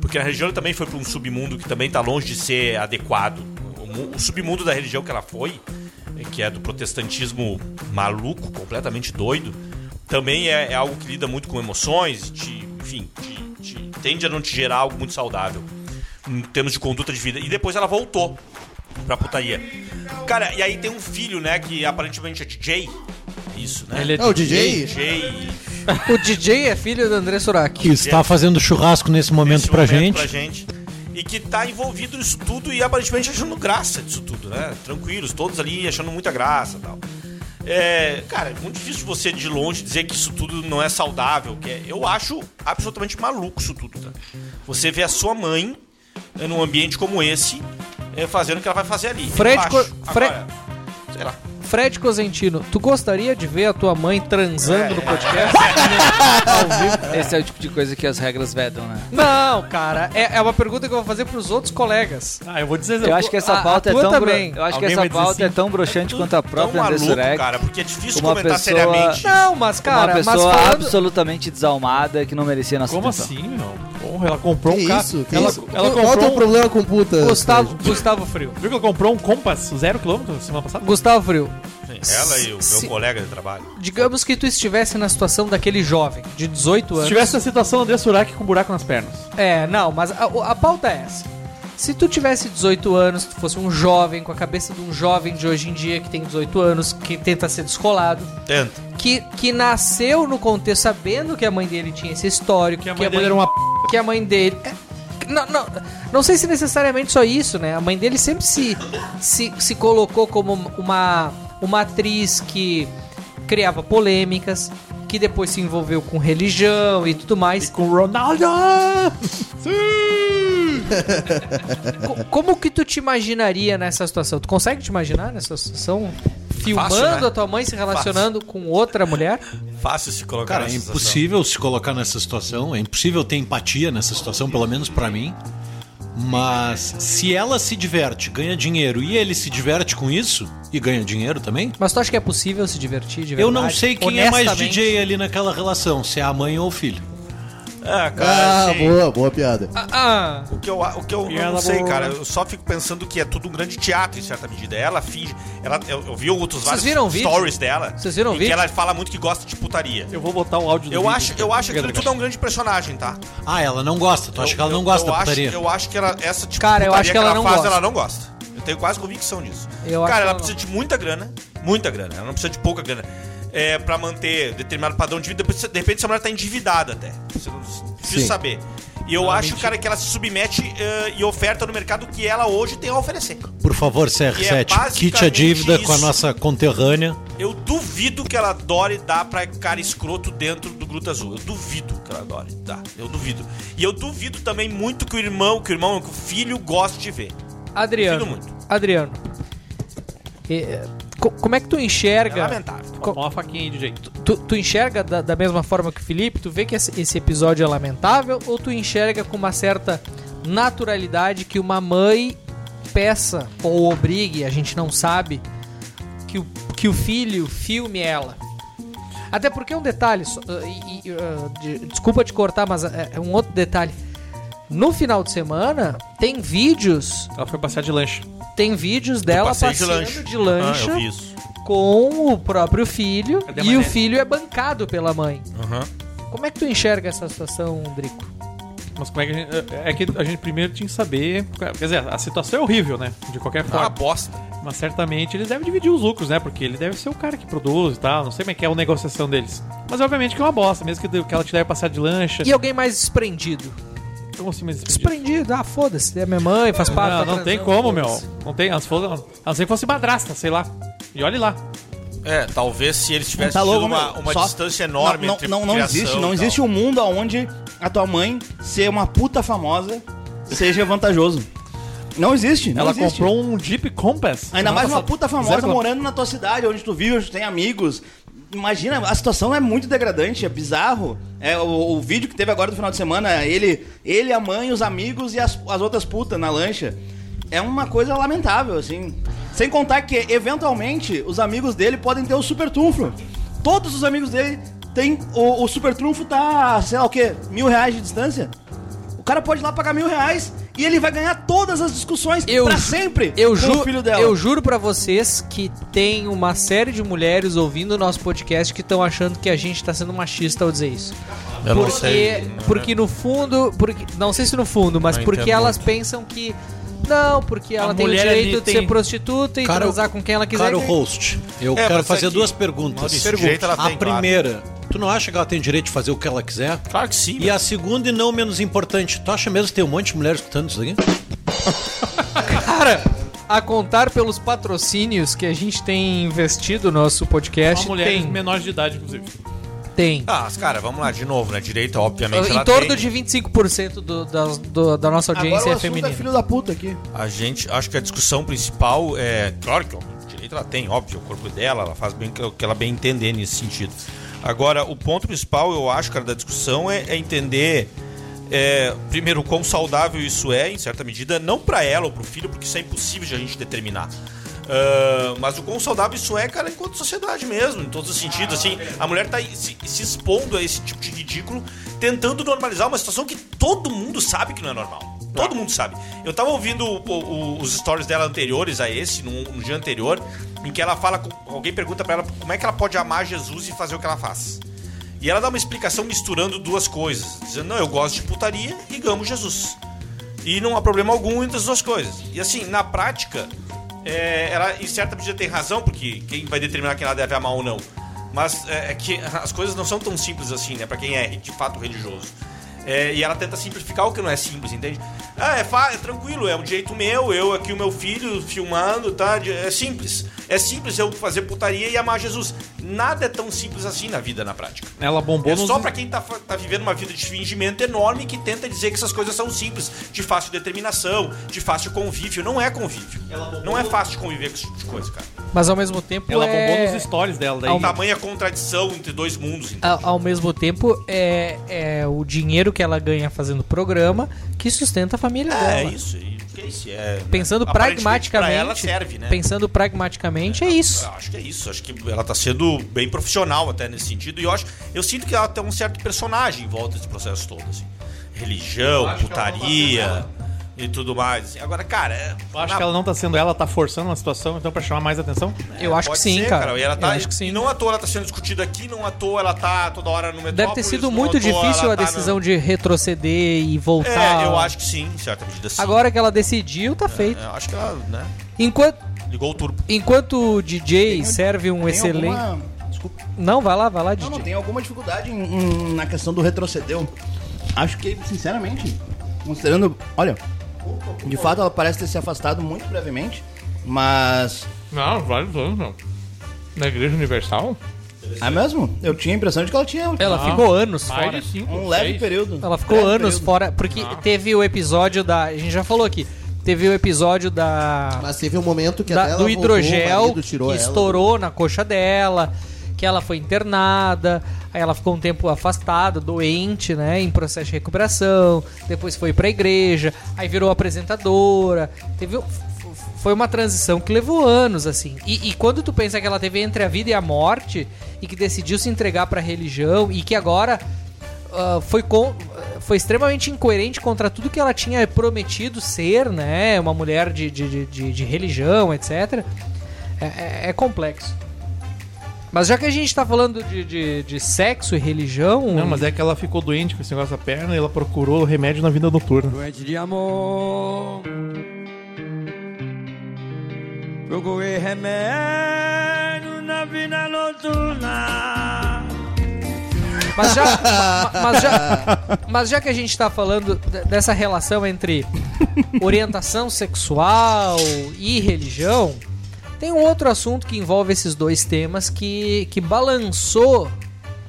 B: Porque a religião ela também foi para um submundo que também tá longe de ser adequado. O, mu- o submundo da religião que ela foi, eh, que é do protestantismo maluco, completamente doido, também é, é algo que lida muito com emoções, te, enfim, te- te- tende a não te gerar algo muito saudável em termos de conduta de vida. E depois ela voltou pra putaria. Cara, e aí tem um filho, né, que aparentemente é DJ. Isso, né?
E: Ele é
F: É o DJ?
B: DJ.
D: O DJ é filho do André Surak.
A: Que está fazendo churrasco nesse momento
B: nesse
A: pra
B: momento
A: gente.
B: pra gente. E que tá envolvido nisso tudo e aparentemente achando graça disso tudo, né? Tranquilos, todos ali achando muita graça e tal. É, cara, é muito difícil você de longe dizer que isso tudo não é saudável. Que é- eu acho absolutamente maluco isso tudo, tá? Você vê a sua mãe é, num ambiente como esse é, fazendo o que ela vai fazer ali. Eu
D: Fred
B: acho.
D: Co- Fre-
B: Agora, sei lá.
D: Fred Cosentino, tu gostaria de ver a tua mãe transando no podcast?
C: Esse é o tipo de coisa que as regras vedam, né?
D: Não, cara, é, é uma pergunta que eu vou fazer pros outros colegas.
E: Ah, eu vou dizer.
C: Eu acho que
D: A-
C: essa
D: a
C: pauta
D: tua
C: é tão bro-
D: também.
C: Eu acho que
E: Alguém vai
C: essa
E: dizer
C: pauta é
I: assim,
E: sim?
C: tão broxante quanto
I: tá
C: a própria
I: um
B: Tão
C: André
B: maluco,
C: Surek.
B: cara, porque é difícil
C: Uma
B: comentar
C: pessoa-
B: seriamente.
D: Não, mas cara,
C: uma pessoa
D: mas falando...
C: absolutamente desalmada que não merecia nossa
E: Como
C: atenção.
E: assim, meu? Porra, ela comprou
F: Que
E: um carro.
F: isso? Que
E: ela
F: isso?
E: ela
F: Qual o teu
E: comprou. Um...
F: problema com puta?
D: Gustavo, Gustavo Frio.
E: Viu que ela comprou um Compass zero quilômetro semana passada?
D: Gustavo Frio,
B: Ela e o meu
D: Se-
B: colega de trabalho.
D: digamos que tu estivesse na situação daquele jovem de 18 anos.
E: Se tivesse a situação André Surak com buraco nas pernas.
D: É, não, mas a, a pauta é essa. Se tu tivesse 18 anos, tu fosse um jovem, com a cabeça de um jovem de hoje em dia que tem 18 anos, que tenta ser descolado,
B: Tenta.
D: que, que nasceu no contexto sabendo que a mãe dele tinha esse histórico,
E: Que a mãe dele era uma p.
D: que a mãe dele. é, Não, não, não sei se necessariamente só isso, né? A mãe dele sempre se, se, se colocou como uma, uma atriz que criava polêmicas, que depois se envolveu com religião e tudo mais.
E: Com Ronaldo!
D: Co- Como que tu te imaginaria nessa situação? Tu consegue te imaginar nessa situação? Filmando
B: né?
D: a tua mãe se relacionando com outra mulher?
B: Fácil se colocar
A: Cara, é
B: nessa situação.
A: impossível se colocar nessa situação, é impossível ter empatia nessa situação, pelo menos pra mim. Mas se ela se diverte, ganha dinheiro e ele se diverte com isso e ganha dinheiro também,
D: Mas tu acha que é possível se divertir de verdade?
A: eu não sei quem é mais
D: Honestamente?
A: DJ ali naquela relação, se é a mãe ou o filho.
B: Ah, cara,
F: Ah,
B: sim.
F: boa, boa piada.
D: Ah, ah.
B: O que eu, o que eu
E: E
B: não
E: ela
B: sei,
E: boa,
B: cara,
E: né?
B: eu só fico pensando que é tudo um grande teatro, em certa medida. Ela finge. Ela, eu, eu vi outros
D: Vocês
B: vários
D: viram o vídeo?
B: stories dela.
D: Vocês viram o
B: em que
D: vídeo?
B: ela fala muito que gosta de putaria.
E: Eu vou botar um áudio do
B: Eu
E: vídeo.
B: acho, eu acho que
E: Obrigado,
B: tudo é um grande personagem, tá?
A: Ah, ela não gosta, tu acha
B: Eu-
A: que ela não
B: eu- eu
A: gosta da
B: acho-
A: putaria?
B: eu acho que ela, essa tipo
D: Cara, eu
B: putaria
D: acho que ela não
B: faz,
D: gosta.
B: ela não gosta. Eu tenho quase convicção disso.
D: Eu acho
B: cara,
D: que
B: ela
D: ela
B: precisa de muita grana, muita grana. Ela não precisa de pouca grana. É, pra manter determinado padrão de vida. Depois, De repente, essa mulher tá endividada até. Você não precisa
F: Sim.
B: saber. E eu acho, cara, que ela se submete eh, e oferta no mercado o que ela hoje tem a oferecer.
A: Por favor, CR7,
B: basicamente
A: quite a dívida com a
B: isso.
A: nossa conterrânea.
B: Eu duvido que ela adore dar pra cara escroto dentro do Gruta Azul. Eu duvido que ela adore, tá? Eu duvido. E eu duvido também muito que o irmão, que o irmão, que o filho goste de ver.
D: Adriano.
B: Duvido muito.
D: Adriano. E, eh, co- como é que tu
B: É
D: enxerga?
B: lamentável.
E: Botar uma faquinha aí, DJ.
D: Tu, tu enxerga da, da mesma forma que o Felipe? Tu vê que esse, esse episódio é lamentável ou tu enxerga com uma certa naturalidade que uma mãe peça ou obrigue, a gente não sabe, que o, que o filho filme ela? Até porque um detalhe, só- ah, e- e, ah, de- desculpa te cortar, mas é, é um outro detalhe. No final de semana, tem vídeos,
B: um-
E: Ela foi passear de lanche.
D: tem vídeos dela
B: Passeio
D: passeando de lancha,
B: Ah, eu vi isso.
D: com o próprio filho
E: Cadê a
D: e o
E: mané?
D: filho é bancado pela mãe. Como é que tu enxerga essa situação, Drico?
E: Mas como é que a gente. É que a gente primeiro tinha que saber. Quer dizer, a situação é horrível, né? De qualquer
B: Tá uma
E: forma.
B: bosta.
E: Mas certamente eles devem dividir os lucros, né? Porque ele deve ser o cara que produz e tal. Não sei como é que é a negociação deles. Mas obviamente que é uma bosta, mesmo que, que ela te deve passar de lancha.
D: E alguém mais desprendido?
E: Como assim, mas
D: Desprendido, ah, foda-se, é minha mãe, faz parte.
E: Não,
D: tá
E: não tem
D: transando,
E: como, meu.
D: foda-se.
E: Não tem. As foda- A não ser que fosse madrasta, sei lá. E olhe lá.
B: É, talvez se eles tivessem
G: Tá louco,
B: tido uma,
G: meu.
B: uma
G: Só-
B: distância enorme
G: Não,
B: entre
G: não, não, não
B: criação
G: existe,
B: e
G: não
B: tal.
G: existe um mundo onde a tua mãe ser uma puta famosa seja vantajoso. Não existe, não
E: Ela
G: existe.
E: comprou um Jeep Compass.
G: Ainda mais uma
E: Nossa,
G: puta famosa
E: zero conta.
G: morando na tua cidade, onde tu vive, onde tu tem amigos. Imagina, a situação é muito degradante, é bizarro. É o, o vídeo que teve agora do final de semana, é ele, ele, a mãe, os amigos e as, as outras putas na lancha. É uma coisa lamentável, assim. Sem contar que, eventualmente, os amigos dele podem ter o super trunfo. Todos os amigos dele têm. O, o super trunfo tá, sei lá o quê, mil reais de distância. O cara pode ir lá pagar mil reais e ele vai ganhar todas as discussões
D: Eu
G: pra
D: ju-
G: sempre
D: Eu,
G: com
D: ju
G: o filho dela.
D: eu juro pra vocês que tem uma série de mulheres ouvindo o nosso podcast que estão achando que a gente tá sendo machista ao dizer isso.
B: Eu não
D: porque,
B: sei, né?
D: porque no fundo, porque, não sei se no fundo, mas
B: Não
D: porque
B: entendo
D: elas pensam que não, porque ela tem o
E: mulher
D: direito
E: ali
D: de
E: tem-
D: ser prostituta e
A: Cara,
D: transar com quem ela quiser.
A: Caro
D: E-
A: host, eu
B: É,
A: quero
B: mas
A: fazer
B: aqui,
A: duas perguntas.
B: Maurício,
A: Pergunta.
B: direito ela
A: a
B: tem, claro.
A: primeira, tu não acha que ela tem direito de fazer o que ela quiser?
B: Claro que sim.
A: E a segunda e não menos importante, tu acha mesmo que tem um monte de mulheres escutando isso aqui?
D: Cara, a contar pelos patrocínios que a gente tem investido no nosso podcast,
E: Só mulheres
D: tem.
E: menores de idade, inclusive.
D: tem.
B: Ah, mas, cara, vamos lá, de novo, né? Direita, obviamente,
D: em
B: ela
D: torno
B: tem.
D: de 25% do, das- do- da nossa
F: Agora o
D: audiência é
F: assunto é
D: feminina.
F: filho da puta aqui.
B: A gente, acho que a discussão principal é... Claro que o direito ela tem, óbvio, o corpo dela, ela faz bem o que ela bem entender nesse sentido. Agora, o ponto principal, eu acho, cara, da discussão é, é entender... é, primeiro, quão saudável isso é, em certa medida, não pra ela ou pro filho, porque isso é impossível de a gente determinar. Ah, mas o quão saudável isso é, cara, enquanto sociedade mesmo, em todos os sentidos. Assim, a mulher tá se, se expondo a esse tipo de ridículo, tentando normalizar uma situação que todo mundo sabe que não é normal. Todo mundo sabe. Eu tava ouvindo o- o- os stories dela anteriores a esse, no, no dia anterior, em que ela fala. com- Alguém pergunta pra ela como é que ela pode amar Jesus e fazer o que ela faz. E ela dá uma explicação misturando duas coisas, dizendo: não, eu gosto de putaria e amo Jesus. E não há problema algum entre as duas coisas. E assim, na prática, é, ela em certa medida tem razão, porque quem vai determinar quem ela deve amar ou não. Mas é, é que as coisas não são tão simples assim, né? Pra quem é de fato religioso. É, É, e ela tenta simplificar o que não é simples, entende? Ah, é, fa- é tranquilo, é um jeito meu, eu aqui o meu filho filmando, tá? De- É simples. É simples eu fazer putaria e amar Jesus. Nada é tão simples assim na vida, na prática.
E: Ela bombou
B: É
E: nos-
B: só pra quem tá, fa- tá vivendo uma vida de fingimento enorme que tenta dizer que essas coisas são simples, de fácil determinação, de fácil convívio. Não é convívio. Não é fácil de conviver com esse tipo de coisa, cara.
D: Mas ao mesmo tempo
E: Ela
D: é...
E: bombou nos stories dela daí.
B: Tamanha contradição entre dois mundos. então.
D: ao, ao mesmo tempo é, é o dinheiro que ela ganha fazendo programa que sustenta a família dela.
B: É, isso. e- que isso, é, né?
D: Ah, Pensando
B: Aparentemente,
D: pragmaticamente,
B: Pra ela serve, né?
D: pensando pragmaticamente é
B: Eu
D: isso.
B: Acho que é isso. Acho que ela tá sendo bem profissional até nesse sentido. E eu acho. Eu sinto que ela tem um certo personagem em volta desse processo todo, assim. Religião,
E: tá
B: putaria e tudo mais. assim. Agora, cara, é-
E: Eu acho
B: na-
E: que ela não tá sendo ela, tá forçando uma situação, então pra chamar mais atenção.
D: eu acho que
B: é, Pode
D: sim,
B: ser,
D: cara.
B: E ela tá,
D: eu acho que sim.
B: E não à toa ela tá sendo discutida aqui, não à toa ela tá toda hora no metrópole.
D: Deve ter sido muito difícil a decisão de retroceder e voltar.
B: tá É, eu acho que sim, em certa medida sim.
D: Agora que ela decidiu, tá feito.
B: É, eu acho que ela, né,
D: Enquanto,
B: ligou o turbo.
D: enquanto o DJ serve um
G: Tem
D: excelente.
G: alguma- Desculpa.
D: Não, vai lá, vai lá,
G: Não,
D: DJ.
G: não, tem alguma dificuldade em- em- na questão do retrocedeu. Acho que, sinceramente, considerando. Olha, de fato ela parece ter se afastado muito brevemente, mas.
E: Não, vários anos não. Na Igreja Universal?
G: É mesmo? Eu tinha a impressão de que ela tinha um
D: Ela
E: Ah,
D: ficou anos fora.
E: Mais de cinco,
G: um leve
E: seis.
G: período.
D: Ela ficou
G: Leve
D: anos
G: período.
D: fora, porque teve o episódio da. A gente já falou aqui. Teve o episódio da.
F: Mas teve um momento que
D: da-
F: a dela
D: do
F: voltou, o
D: hidrogel
F: marido tirou
D: que
F: ela.
D: estourou na coxa dela, que ela foi internada, aí ela ficou um tempo afastada, doente, né, em processo de recuperação, depois foi pra igreja, aí virou apresentadora, teve um- f- foi uma transição que levou anos assim. E, e quando tu pensa que ela teve entre a vida e a morte e que decidiu se entregar pra religião e que agora ah, foi com- foi extremamente incoerente contra tudo que ela tinha prometido ser, né? Uma mulher de, de, de- de- de religião, etc. É, é- é complexo. Mas já que a gente tá falando de, de- de sexo e religião.
E: Não, mas é que ela ficou doente com esse negócio da perna e ela procurou remédio na vida noturna.
I: Doente de amor. Procurei remédio na vida noturna.
D: Mas já, ma- mas, já, mas já que a gente tá falando de- dessa relação entre orientação sexual e religião, tem um outro assunto que envolve esses dois temas que, que balançou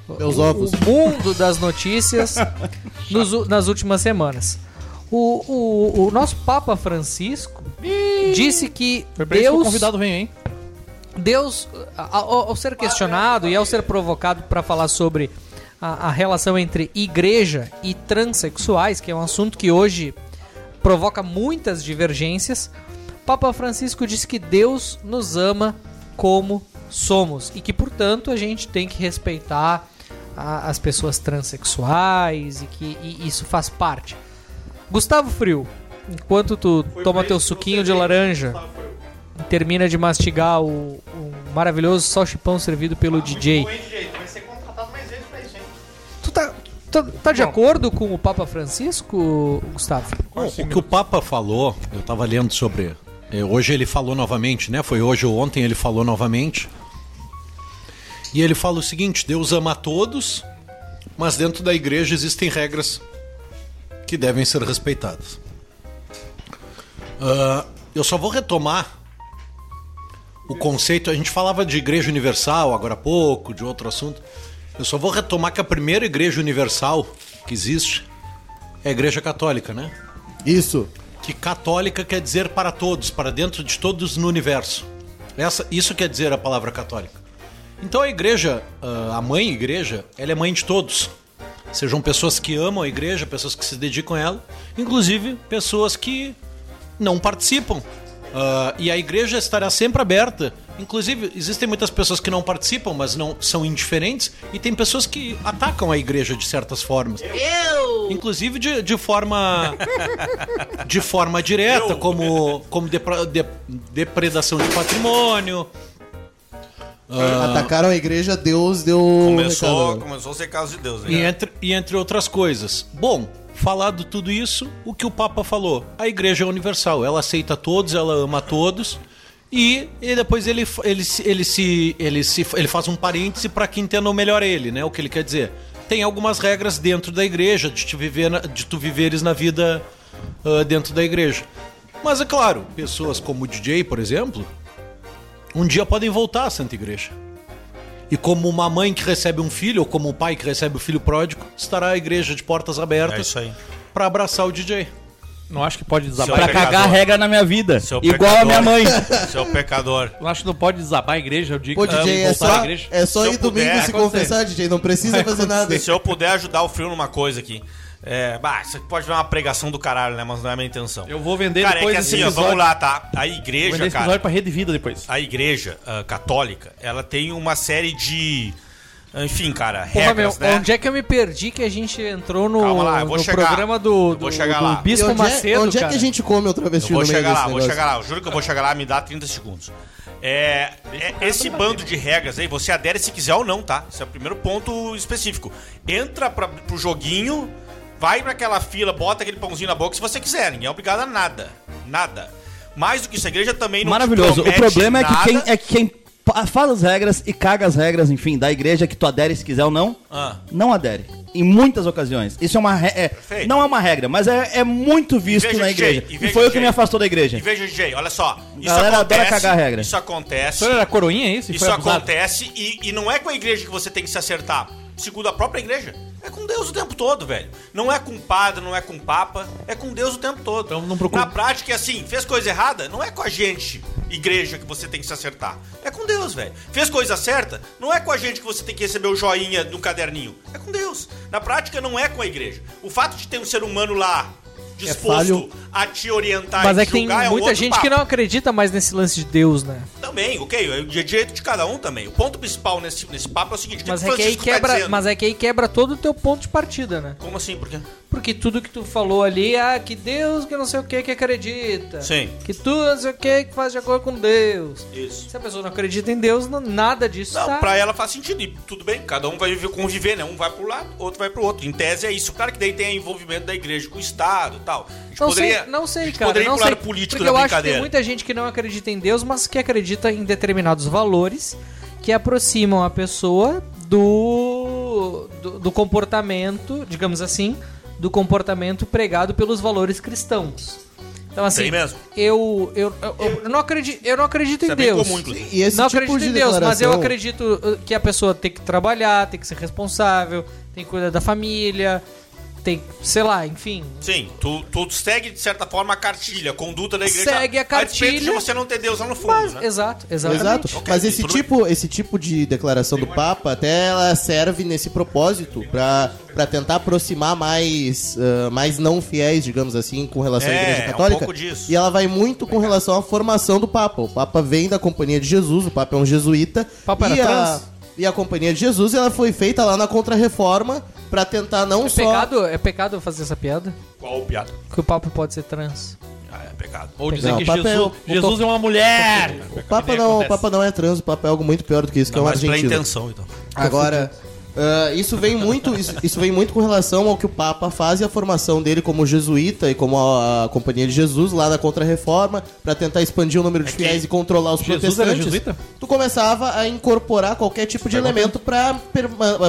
F: Meus
D: o,
F: ovos.
D: o mundo das notícias nos u- nas últimas semanas. O, o, o nosso Papa Francisco disse que
E: Foi pra isso que o
D: Deus
E: convidado veio, hein?
D: Deus, ao, ao ser questionado e ao ser provocado para falar sobre a, a relação entre igreja e transexuais, que é um assunto que hoje provoca muitas divergências, Papa Francisco disse que Deus nos ama como somos e que, portanto, a gente tem que respeitar a- as pessoas transexuais e que e isso faz parte. Gustavo Frio, enquanto tu toma teu suquinho de laranja termina de mastigar o, o maravilhoso salchipão servido pelo DJ. Tu tá, tá, tá de acordo com o Papa Francisco, Gustavo?
A: Bom, o que o Papa falou, eu tava lendo sobre. eh, Hoje ele falou novamente, né? Foi hoje ou ontem ele falou novamente. E ele fala o seguinte: Deus ama a todos, mas dentro da igreja existem regras que devem ser respeitadas. Ah, eu só vou retomar o conceito. A gente falava de igreja universal agora há pouco, de outro assunto. Eu só vou retomar que a primeira igreja universal que existe é a igreja católica, né?
F: Isso.
A: que católica quer dizer para todos, para dentro de todos no universo. Essa, isso quer dizer a palavra católica. Então a igreja, ah, a mãe igreja, ela é mãe de todos. Sejam pessoas que amam a igreja, pessoas que se dedicam a ela, inclusive pessoas que não participam. Ah, e a igreja estará sempre aberta. Inclusive, existem muitas pessoas que não participam, mas não são indiferentes, e tem pessoas que atacam a igreja de certas formas. Inclusive de, de forma de forma direta, como, como depra- de- depredação de patrimônio.
F: Atacaram a igreja, Deus deu.
B: Ah. Começou,
F: recado.
B: começou a ser caso de Deus, né?
A: E entre, e entre outras coisas. Bom, falado tudo isso, o que o Papa falou? A igreja é universal, ela aceita todos, ela ama todos. E, e depois ele, fa- ele, se- ele, se, ele, se, ele faz um parêntese para que entendam melhor ele, né? O que ele quer dizer. tem algumas regras dentro da igreja, de, te viver na- de tu viveres na vida ah, dentro da igreja. Mas é claro, pessoas como o DJ, por exemplo, um dia podem voltar à Santa Igreja. E como uma mãe que recebe um filho, ou como um pai que recebe o filho pródigo, estará a igreja de portas abertas
B: É isso aí.
A: para abraçar o DJ.
E: Não acho que pode
B: Seu
E: desabar.
G: Pra
B: pecador.
G: cagar a regra na minha vida.
B: Seu
G: Igual a minha mãe.
B: Seu pecador.
E: Não acho que não pode desabar a igreja. Eu digo
F: Pô,
E: que
F: DJ, é
E: voltar à
F: só,
E: igreja.
F: é só
B: Se eu
F: ir domingo
B: puder,
F: e se
E: acontece.
F: confessar, DJ. Não precisa fazer nada.
B: Se eu puder ajudar o frio numa coisa aqui. É, bah, isso aqui pode ver uma pregação do caralho, né? Mas não é a minha intenção.
E: Eu vou vender
B: cara,
E: depois
B: é que
E: esse
B: assim, ó,
E: episódio.
B: vamos lá, tá? A
E: Vou vender
B: igreja,
E: esse
B: cara.
E: episódio pra Rede Vida depois.
B: A igreja ah, católica, ela tem uma série de. Enfim, cara,
D: Porra, meu,
B: regras, né?
D: onde é que eu me perdi que a gente entrou no,
B: Calma lá, eu vou
D: no
B: chegar.
D: programa do,
B: Eu vou
D: do-
B: chegar
D: do
B: lá.
F: E
D: Bispo
F: onde
D: Macedo,
F: é, onde é
D: cara?
F: que a gente come o travesti
B: Eu vou
F: no meio
B: chegar
F: desse
B: lá, vou
F: negócio?
B: chegar lá. Eu juro que eu vou chegar lá, me dá 30 segundos. É, é, esse bando de regras aí, você adere se quiser ou não, tá? Esse é o primeiro ponto específico. Entra pra, pro joguinho, vai pra aquela fila, bota aquele pãozinho na boca se você quiser. Ninguém é obrigado a nada. Nada. Mais do que isso, a igreja também não te
G: Maravilhoso. O
B: promete
G: problema é que
B: nada.
G: quem, é que quem pa- fala as regras e caga as regras, enfim, da igreja que tu adere se quiser ou não,
B: Ah.
G: não adere. Em muitas ocasiões. Isso é uma re- é-
B: Perfeito.
G: Não é uma regra, mas é, é muito visto
B: veja,
G: na
B: DJ,
G: igreja.
B: e
G: E,
B: veja,
G: foi o que
B: DJ.
G: me afastou da igreja.
B: E veja, DJ, olha só.
G: Galera adora cagar a regra.
B: Isso acontece.
E: O senhor era coroinha é isso? E
B: Isso
E: foi acusado?
B: acontece e, e não é com a igreja que você tem que se acertar. Segundo a própria igreja, é com Deus o tempo todo, velho. Não é com padre, não é com papa, é com Deus o tempo todo.
E: Então não procura-
B: Na prática é assim, fez coisa errada, não é com a gente, igreja, que você tem que se acertar. É com Deus, velho. Fez coisa certa, não é com a gente que você tem que receber o joinha no caderninho. É com Deus. Na prática não é com a igreja. O fato de ter um ser humano lá disposto
F: falho.
B: a te orientar
D: É Mas
B: e
D: é que tem
B: julgar um
D: muita
B: outro
D: gente
B: papo.
D: que não acredita mais nesse lance de Deus, né?
B: Também, ok, é o direito de cada um também. O ponto principal nesse, nesse papo é o seguinte: o
D: Mas
B: que
D: é,
B: o
D: que aí
B: Francisco tá
D: quebra,
B: dizendo?
D: mas é que aí quebra todo o teu ponto de partida, né?
B: Como assim? Por quê?
D: Porque tudo que tu falou ali, ah, que Deus que não sei o que que acredita.
B: Sim.
D: Que tu não sei o que que faz de acordo com Deus.
B: Isso.
D: Se a pessoa não acredita em Deus, não- nada disso
B: Não,
D: tá.
B: pra ela faz sentido. E tudo bem, cada um vai viver- conviver, né? Um vai pro lado, outro vai pro outro. Em tese é isso. Claro que daí tem envolvimento da igreja com o Estado e tal. A gente
D: Não
B: poderia-
D: sei, não
B: a
D: sei,
B: gente
D: cara.
B: Poderia
D: Não
B: ir pro
D: sei.
B: lado político
D: Porque
B: da
D: eu acho que
B: brincadeira.
D: tem muita gente que não acredita em Deus, mas que acredita em determinados valores que aproximam a pessoa do, do, do comportamento, digamos assim, do comportamento pregado pelos valores cristãos. Então, assim,
B: Tem mesmo.
D: Eu, eu, eu, eu não acredito, eu não acredito
B: Isso
D: em
B: é bem
D: Deus.
B: comum, inclusive.
F: E esse
D: não
F: tipo
D: acredito
F: de
D: em Deus, mas eu
F: declaração-
D: acredito uh, que a pessoa tem que trabalhar, tem que ser responsável, tem que cuidar da família, tem, sei lá, enfim,
B: Sim, tu, tu segue de certa forma a cartilha, a conduta da igreja.
D: Segue a
B: A despeito de
D: cartilha.
B: você não ter Deus lá no fundo,
D: Mas-
B: né?
D: Exato, exatamente.
F: Exato.
B: Ok,
F: Mas esse
B: tudo
F: tipo, esse tipo de declaração do Papa até ela serve nesse propósito pra pra tentar aproximar mais ah, mais não fiéis, digamos assim, com relação à
B: É,
F: Igreja
B: é um
F: Católica.
B: pouco disso.
F: E ela vai muito com relação à formação do Papa. O Papa vem da Companhia de Jesus, o Papa é um jesuíta.
D: Papa
F: e
D: era
F: a,
D: trans?
F: E a Companhia de Jesus ela foi feita lá na Contra-Reforma pra tentar não
D: É
F: só
D: pecado, é pecado eu fazer essa piada?
B: Qual piada?
D: Que o papo pode ser trans.
B: Ah, é pecado.
E: Ou dizer
F: Não,
E: que
F: o Papa é
E: Jesus,
F: o- o
E: Jesus é uma mulher.
F: O Papa não, o Papa não é trans, o Papa é algo muito pior do que isso, que é um
B: mas pela
F: argentino.
B: intenção, então.
F: Agora, ah, isso vem muito, isso, isso vem muito com relação ao que o Papa faz e a formação dele como jesuíta e como a, a Companhia de Jesus lá na Contra-Reforma para tentar expandir o número de fiéis e controlar os
E: É Jesus era
F: protestantes.
E: jesuíta?
F: Tu começava a incorporar qualquer tipo de elemento para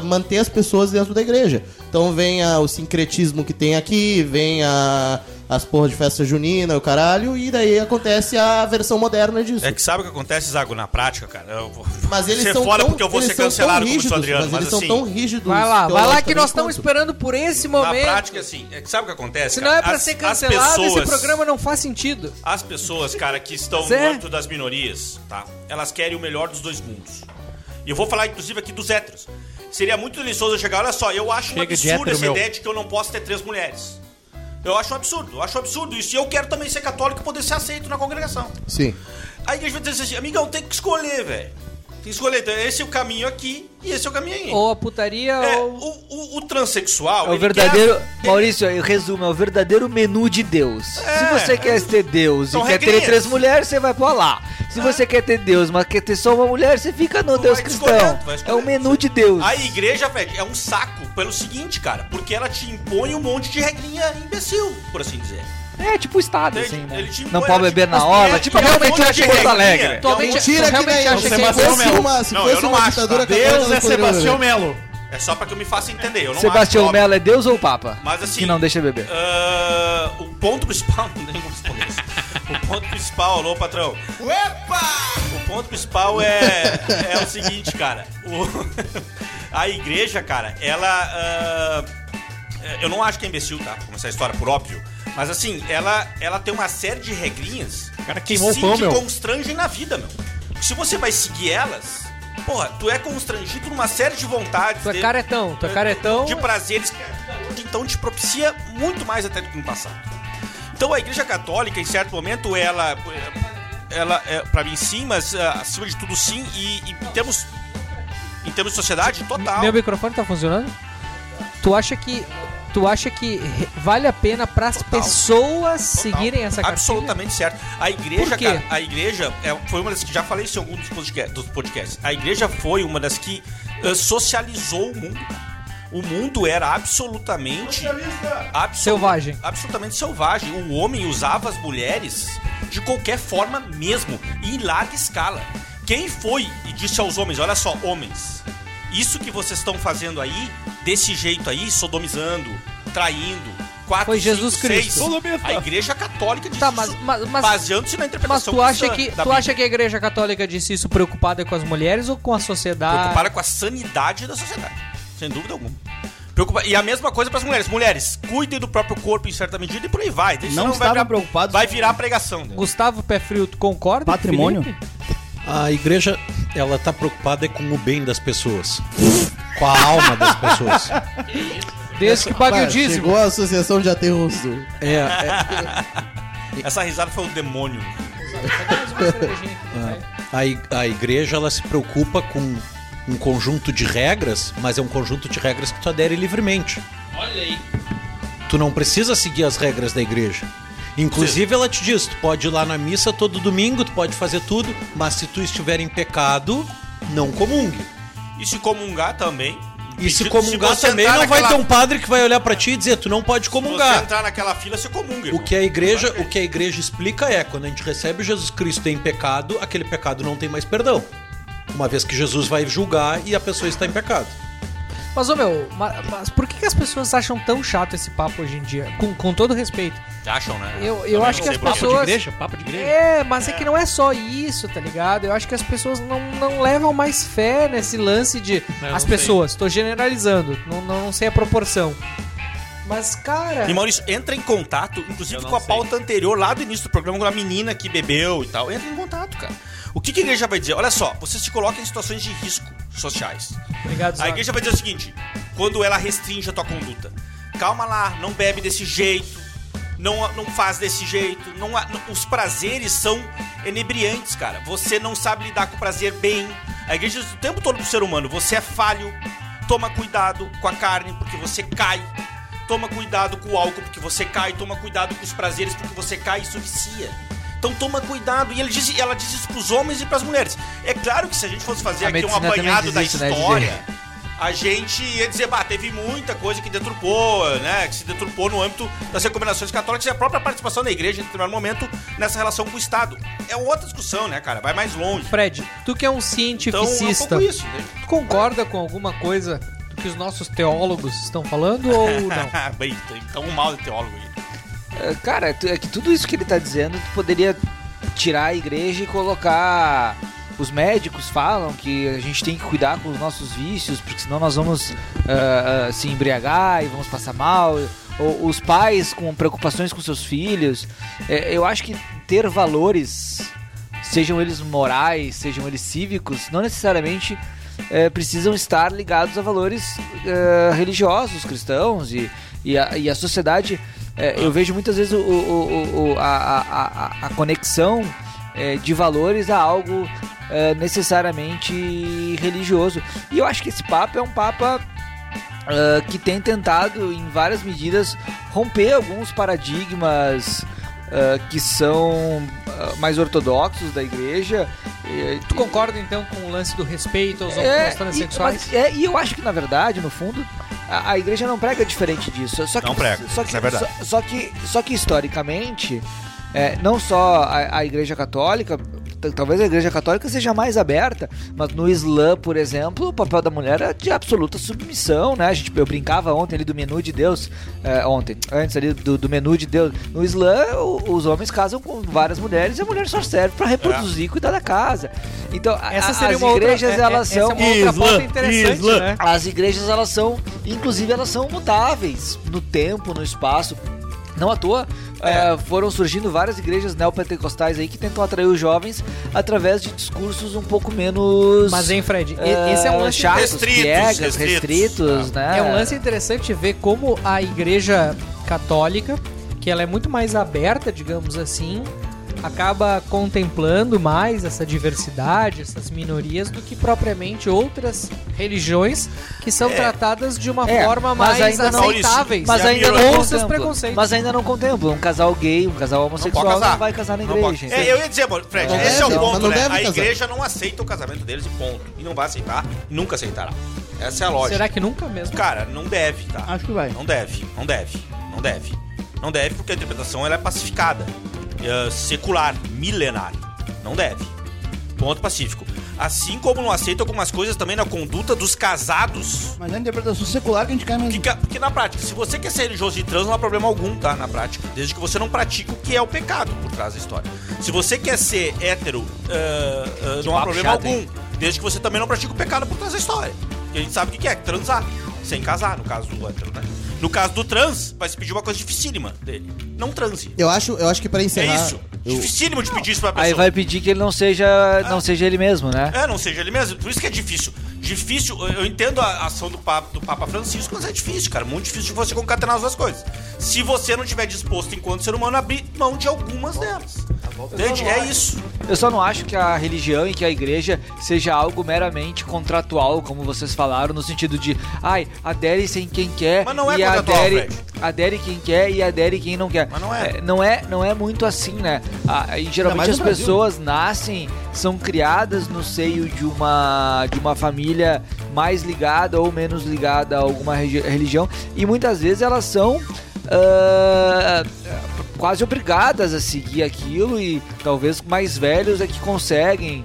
F: manter as pessoas dentro da igreja. Então vem ah, o sincretismo que tem aqui, vem a, as porras de festa junina, o caralho, e daí acontece a versão moderna disso.
B: É que sabe o que acontece, Zago, na prática, cara? Eu vou
F: Mas eles
B: ser
F: são
B: fora
F: tão,
B: porque eu vou ser
F: eles são tão
B: cancelado como
F: rígidos,
B: isso, Adriano.
F: mas
B: Mas,
F: eles
B: assim,
F: são tão rígidos.
D: Vai lá, vai lá que
F: teologicamente
D: nós estamos
F: quanto.
D: esperando por esse
B: na
D: momento.
B: prática, assim, é que sabe o que acontece?
D: Se
B: cara?
D: não é pra
B: As-
D: ser
B: as
D: cancelado,
B: pessoas-
D: esse programa não faz sentido.
B: As pessoas, cara, que estão no
D: Zé.
B: âmbito das minorias, tá? Elas querem o melhor dos dois mundos. E eu vou falar, inclusive, aqui dos héteros. Seria muito delicioso eu chegar, olha só, eu acho um
E: Chega de
B: absurdo
E: hétero,
B: essa
E: meu.
B: ideia de que eu não posso ter três mulheres. Eu acho um absurdo, eu acho um absurdo isso. E eu quero também ser católico e poder ser aceito na congregação.
F: Sim.
B: A igreja vai dizer assim, amigão, tem que escolher, velho. Tem que escolher. Então, esse é o caminho aqui e esse é o caminho aí.
D: Ou a putaria
B: É, o,
D: ou.
B: o- o transexual.
C: É o
B: ele
C: verdadeiro.
B: quer- ele-
C: Maurício, eu resumo, é o verdadeiro menu de Deus. Se você quer ter Deus
B: É. São
C: e quer ter
B: regrinhas.
C: três mulheres, você vai pra lá. Se você quer ter Deus, mas quer ter só uma mulher, você fica no
B: Tu
C: Deus
B: vai
C: cristão.
B: escolhendo, vai
C: É o
B: escolhendo.
C: menu de Deus.
B: A igreja, velho, é um saco pelo seguinte, cara. Porque ela te impõe um monte de regrinha imbecil, por assim dizer.
C: É tipo o Estado,
B: Ele-
C: assim, né?
B: ele te
C: Não
B: impõe,
C: pode
B: ela te
C: beber na
B: impõe,
C: hora.
B: é,
C: Tipo,
B: é um
C: realmente
B: monte
C: eu
B: de
C: achei Porto
B: regrinha.
C: Alegre.
D: Tu realmente-
F: Mentira
D: tu
F: que daí
D: realmente
F: é
D: acha que é
F: Se fosse
E: Melo.
F: uma, se
B: Não, eu
F: fosse
B: não
F: uma
B: acho, tá?
F: ditadura
B: Deus
F: católica,
E: Deus é
F: nós poderíamos-
E: Sebastião Melo.
B: É só pra que eu me faça entender. Eu não
C: Sebastião
B: acho que-
C: Mello é Deus ou Papa?
B: Mas assim.
C: Que não deixa beber.
B: ah, o ponto principal. Não tem como responder isso. O ponto principal, alô, patrão. O ponto principal é, é o seguinte, cara. O- a igreja, cara, ela. ah, eu não acho que é imbecil, tá? Vou Começar a história por óbvio. Mas assim, ela, ela tem uma série de regrinhas
E: cara
B: que
E: queimou o
B: sim,
E: pão,
B: que
E: meu.
B: constrangem na vida, meu. Se você vai seguir elas, porra, tu é constrangido numa série de vontades.
D: Tu é
B: de-
D: caretão, tu é caretão.
B: de prazeres que então te propicia muito mais até do que no passado. Então a Igreja Católica, em certo momento, ela, ela é, para mim sim, mas ah, acima de tudo sim, e, e em termos em termos de sociedade total.
D: Meu microfone tá funcionando? Tu acha que tu acha que re- vale a pena pras
B: Total.
D: pessoas
B: Total.
D: seguirem essa cartilha?
B: Absolutamente certo. A igreja,
D: Por quê?
B: cara, a igreja é, foi uma das que já falei isso em algum dos, podca- dos podcasts. A igreja foi uma das que eh, socializou o mundo. O mundo era absolutamente absolu-
D: Selvagem.
B: Absolutamente selvagem. O homem usava as mulheres de qualquer forma mesmo, e em larga escala. Quem foi e disse aos homens, olha só, homens, isso que vocês estão fazendo aí, desse jeito aí, sodomizando, traindo, quatro,
D: Foi Jesus
B: cinco, seis,
D: Cristo.
E: Sodomita.
B: a Igreja Católica disse
D: Tá, mas,
B: isso,
D: mas, mas,
B: baseando-se na
D: mas
B: interpretação
D: tu acha
B: cristã
D: que
B: da
D: tu
B: Bíblia.
D: acha que a igreja católica disse isso preocupada com as mulheres ou com a
A: Ah.
D: sociedade?
B: Preocupada com a sanidade da sociedade, sem dúvida alguma. Preocupa... E a mesma coisa para as mulheres. Mulheres, cuidem do próprio corpo em certa medida e por aí vai. Daí senão
G: Não
B: vai
G: estavam
B: virar,
G: preocupados
B: vai virar pregação. né?
D: Gustavo Pé Frio, tu concorda?
G: Patrimônio?
D: Felipe?
A: A igreja, ela tá preocupada é com o bem das pessoas. Com a alma das pessoas.
D: Desde que pague o dízimo.
F: Chegou a associação de aterros do...
A: É, é,
B: Essa risada foi o demônio.
A: a, i- a igreja, ela se preocupa com um conjunto de regras, mas é um conjunto de regras que tu adere livremente.
G: Olha aí.
A: Tu não precisa seguir as regras da igreja. Inclusive, ela te diz: tu pode ir lá na missa todo domingo, tu pode fazer tudo, mas se tu estiver em pecado, não comungue.
B: E se comungar também.
A: E se
B: Pedido-
A: comungar
B: você
A: também,
B: entrar
A: não vai
B: naquela-
A: ter um padre que vai olhar pra ti e dizer: tu não pode
B: Se
A: comungar.
B: você entrar naquela fila, você comunga.
A: O
B: irmão.
A: que a igreja, o que a igreja explica é, quando a gente recebe Jesus Cristo em pecado, aquele pecado não tem mais perdão. Uma vez que Jesus vai julgar e a pessoa está em pecado.
D: Mas, ô meu, ma- mas, por que, que as pessoas acham tão chato esse papo hoje em dia? Com, com todo respeito.
B: Acham, né?
D: Eu,
B: Também
D: eu acho
B: não
D: que as
B: sei por quê.
D: pessoas.
E: papo de
D: É, mas é que não é só isso, tá ligado? Eu acho que as pessoas não, não levam mais fé nesse lance de.
E: Não,
D: as
E: não
D: pessoas, tô generalizando, não, não sei a proporção. Mas, cara.
B: E Maurício, entra em contato,
E: Eu
B: inclusive
E: não
B: com a
E: sei.
B: pauta anterior lá do início do programa, com a menina que bebeu e tal. Entra em contato, cara. O que, que a igreja vai dizer? Olha só, você se coloca em situações de risco sociais.
D: Obrigado,
B: A
D: Zago.
B: igreja vai dizer o seguinte: quando ela restringe a tua conduta, calma lá, não bebe desse jeito, não, não faz desse jeito. Não, há- não- os prazeres são enebriantes, cara. Você não sabe lidar com o prazer bem. A igreja diz o tempo todo pro ser humano: você é falho, toma cuidado com a carne, porque você cai. Toma cuidado com o álcool, porque você cai. Toma cuidado com os prazeres, porque você cai. Isso vicia. Então toma cuidado. E ele diz, ela diz isso pros homens e pras mulheres. É claro que se a gente fosse fazer
C: A
B: aqui um
C: medicina também
B: apanhado
C: diz
B: da
C: isso, né, Didi?
B: história, a gente ia dizer, bah, teve muita coisa que deturpou, né? Que se deturpou no âmbito das recomendações católicas e a própria participação da igreja em determinado momento nessa relação com o Estado. É outra discussão, né, cara? Vai mais longe.
D: Fred, tu que é um
B: Então é um
D: cientificista,
B: pouco isso, né?
D: tu concorda com alguma coisa do que os nossos teólogos estão falando ou não?
B: Bem, então um mal de teólogo aí.
C: É, Cara, tu- é que tudo isso que ele tá dizendo, tu poderia tirar a igreja e colocar. Os médicos falam que a gente tem que cuidar com os nossos vícios, porque senão nós vamos ah, ah, se embriagar e vamos passar mal. Ou os pais com preocupações com seus filhos. É, eu acho que ter valores, sejam eles morais, sejam eles cívicos, não necessariamente é, precisam estar ligados a valores é, religiosos, cristãos e, e, a, e a sociedade. é, eu vejo muitas vezes o, o- o- o- a, a- a- a conexão é, de valores a algo é, necessariamente religioso. E eu acho que esse papo é um papa ah, que tem tentado, em várias medidas, romper alguns paradigmas ah, que são ah, mais ortodoxos da igreja. Eh,
D: Tu concorda então com o lance do respeito aos
C: é,
D: homens transexuais?
C: mas- é, e eu acho que, na verdade, no fundo, a, a igreja não prega diferente disso. Só que,
B: Não prega,
C: só que,
B: isso é verdade.
C: Só, só que, só que historicamente, é, não só a, a igreja católica, t- talvez a igreja católica seja mais aberta, mas no Islã, por exemplo, o papel da mulher é de absoluta submissão, né? A gente, eu brincava ontem ali do menu de Deus, é, ontem, antes ali do, do menu de Deus. No Islã, o- os homens casam com várias mulheres e a mulher só serve para reproduzir e cuidar da casa. Então, a-
D: Essa
C: a-
D: seria
C: as
D: uma outra-
C: igrejas,
D: é- é-
C: elas
D: essa é
C: são...
D: uma outra pauta
E: Islã,
D: interessante,
E: Islã.
D: né?
C: As igrejas, elas são, inclusive, elas são mutáveis no tempo, no espaço. Não à toa,
D: É.
C: eh, foram surgindo várias igrejas neopentecostais aí que tentam atrair os jovens através de discursos um pouco menos.
D: Mas, hein, Fred, e-
C: eh,
D: esse é um lance
C: chatos,
B: Restritos,
C: piegas,
B: restritos.
C: restritos, né?
D: É um lance interessante ver como a igreja católica, que ela é muito mais aberta, digamos assim, acaba contemplando mais essa diversidade, essas minorias, do que propriamente outras religiões que são tratadas de uma
C: É,
D: forma
C: mas
D: mais
C: ainda não-
D: aceitáveis.
C: Mas
B: É a
C: ainda,
B: minoria.
C: não
D: Com seus
C: contempla,
D: preconceitos.
C: mas ainda não contempla. Um casal gay, um casal homossexual não,
B: casar.
C: vai casar na
B: Não pode-
C: igreja.
B: É, eu ia dizer, amor, Fred,
F: Não
B: esse é
F: deve,
B: o
F: não,
B: ponto,
F: não
B: né?
F: deve
B: A
F: casar.
B: igreja não aceita o casamento deles e ponto. E não vai aceitar, nunca aceitará. Essa é a lógica.
D: Será que nunca mesmo?
B: Cara, não deve, tá?
G: Acho que vai.
B: Não deve, não deve, não deve. Não deve porque a interpretação ela é pacificada, é secular, milenar. Não deve. Ponto pacífico. Assim como não aceita algumas coisas também na conduta dos casados.
G: Mas é a interpretação secular que a gente cai
B: Que
G: mesmo.
B: ca- Porque na prática, se você quer ser religioso de trans, não há problema algum, tá? Na prática. Desde que você não pratique o que é o pecado por trás da história. Se você quer ser hétero, ah, ah, não há
C: papo
B: problema
C: chato,
B: algum. Desde que você também não pratique o pecado por trás da história. Porque a gente sabe o que que é, transar. Sem casar, no caso do hétero, né? No caso do trans, vai se pedir uma coisa dificílima dele. Não transe.
F: Eu acho, eu acho que pra
B: É
F: encerrar.
B: isso.
F: eu-
B: Dificílimo de pedir isso pra pessoa.
C: Aí vai pedir que ele não seja,
B: Ah.
C: não seja ele mesmo, né?
B: É, não seja ele mesmo. Por isso que é difícil. Difícil, eu- eu entendo a ação do Papa, do Papa Francisco, mas é difícil, cara. Muito difícil de você concatenar as duas coisas. Se você não tiver disposto, enquanto ser humano, a abrir mão de algumas delas. Entende? É isso.
C: Eu só não acho que a religião e que a igreja seja algo meramente contratual, como vocês falaram, no sentido de, ai, adere-se em quem quer
B: Mas não é
C: e
B: contratual,
C: adere,
B: Fred.
C: adere quem quer e adere quem não quer.
B: Mas não é.
C: não é, não é muito assim, né? Ah, e geralmente
G: mais no
C: as
G: Brasil.
C: pessoas nascem, são criadas no seio de uma de uma família mais ligada ou menos ligada a alguma regi- religião e muitas vezes elas são ah, quase obrigadas a seguir aquilo e talvez mais velhos é que conseguem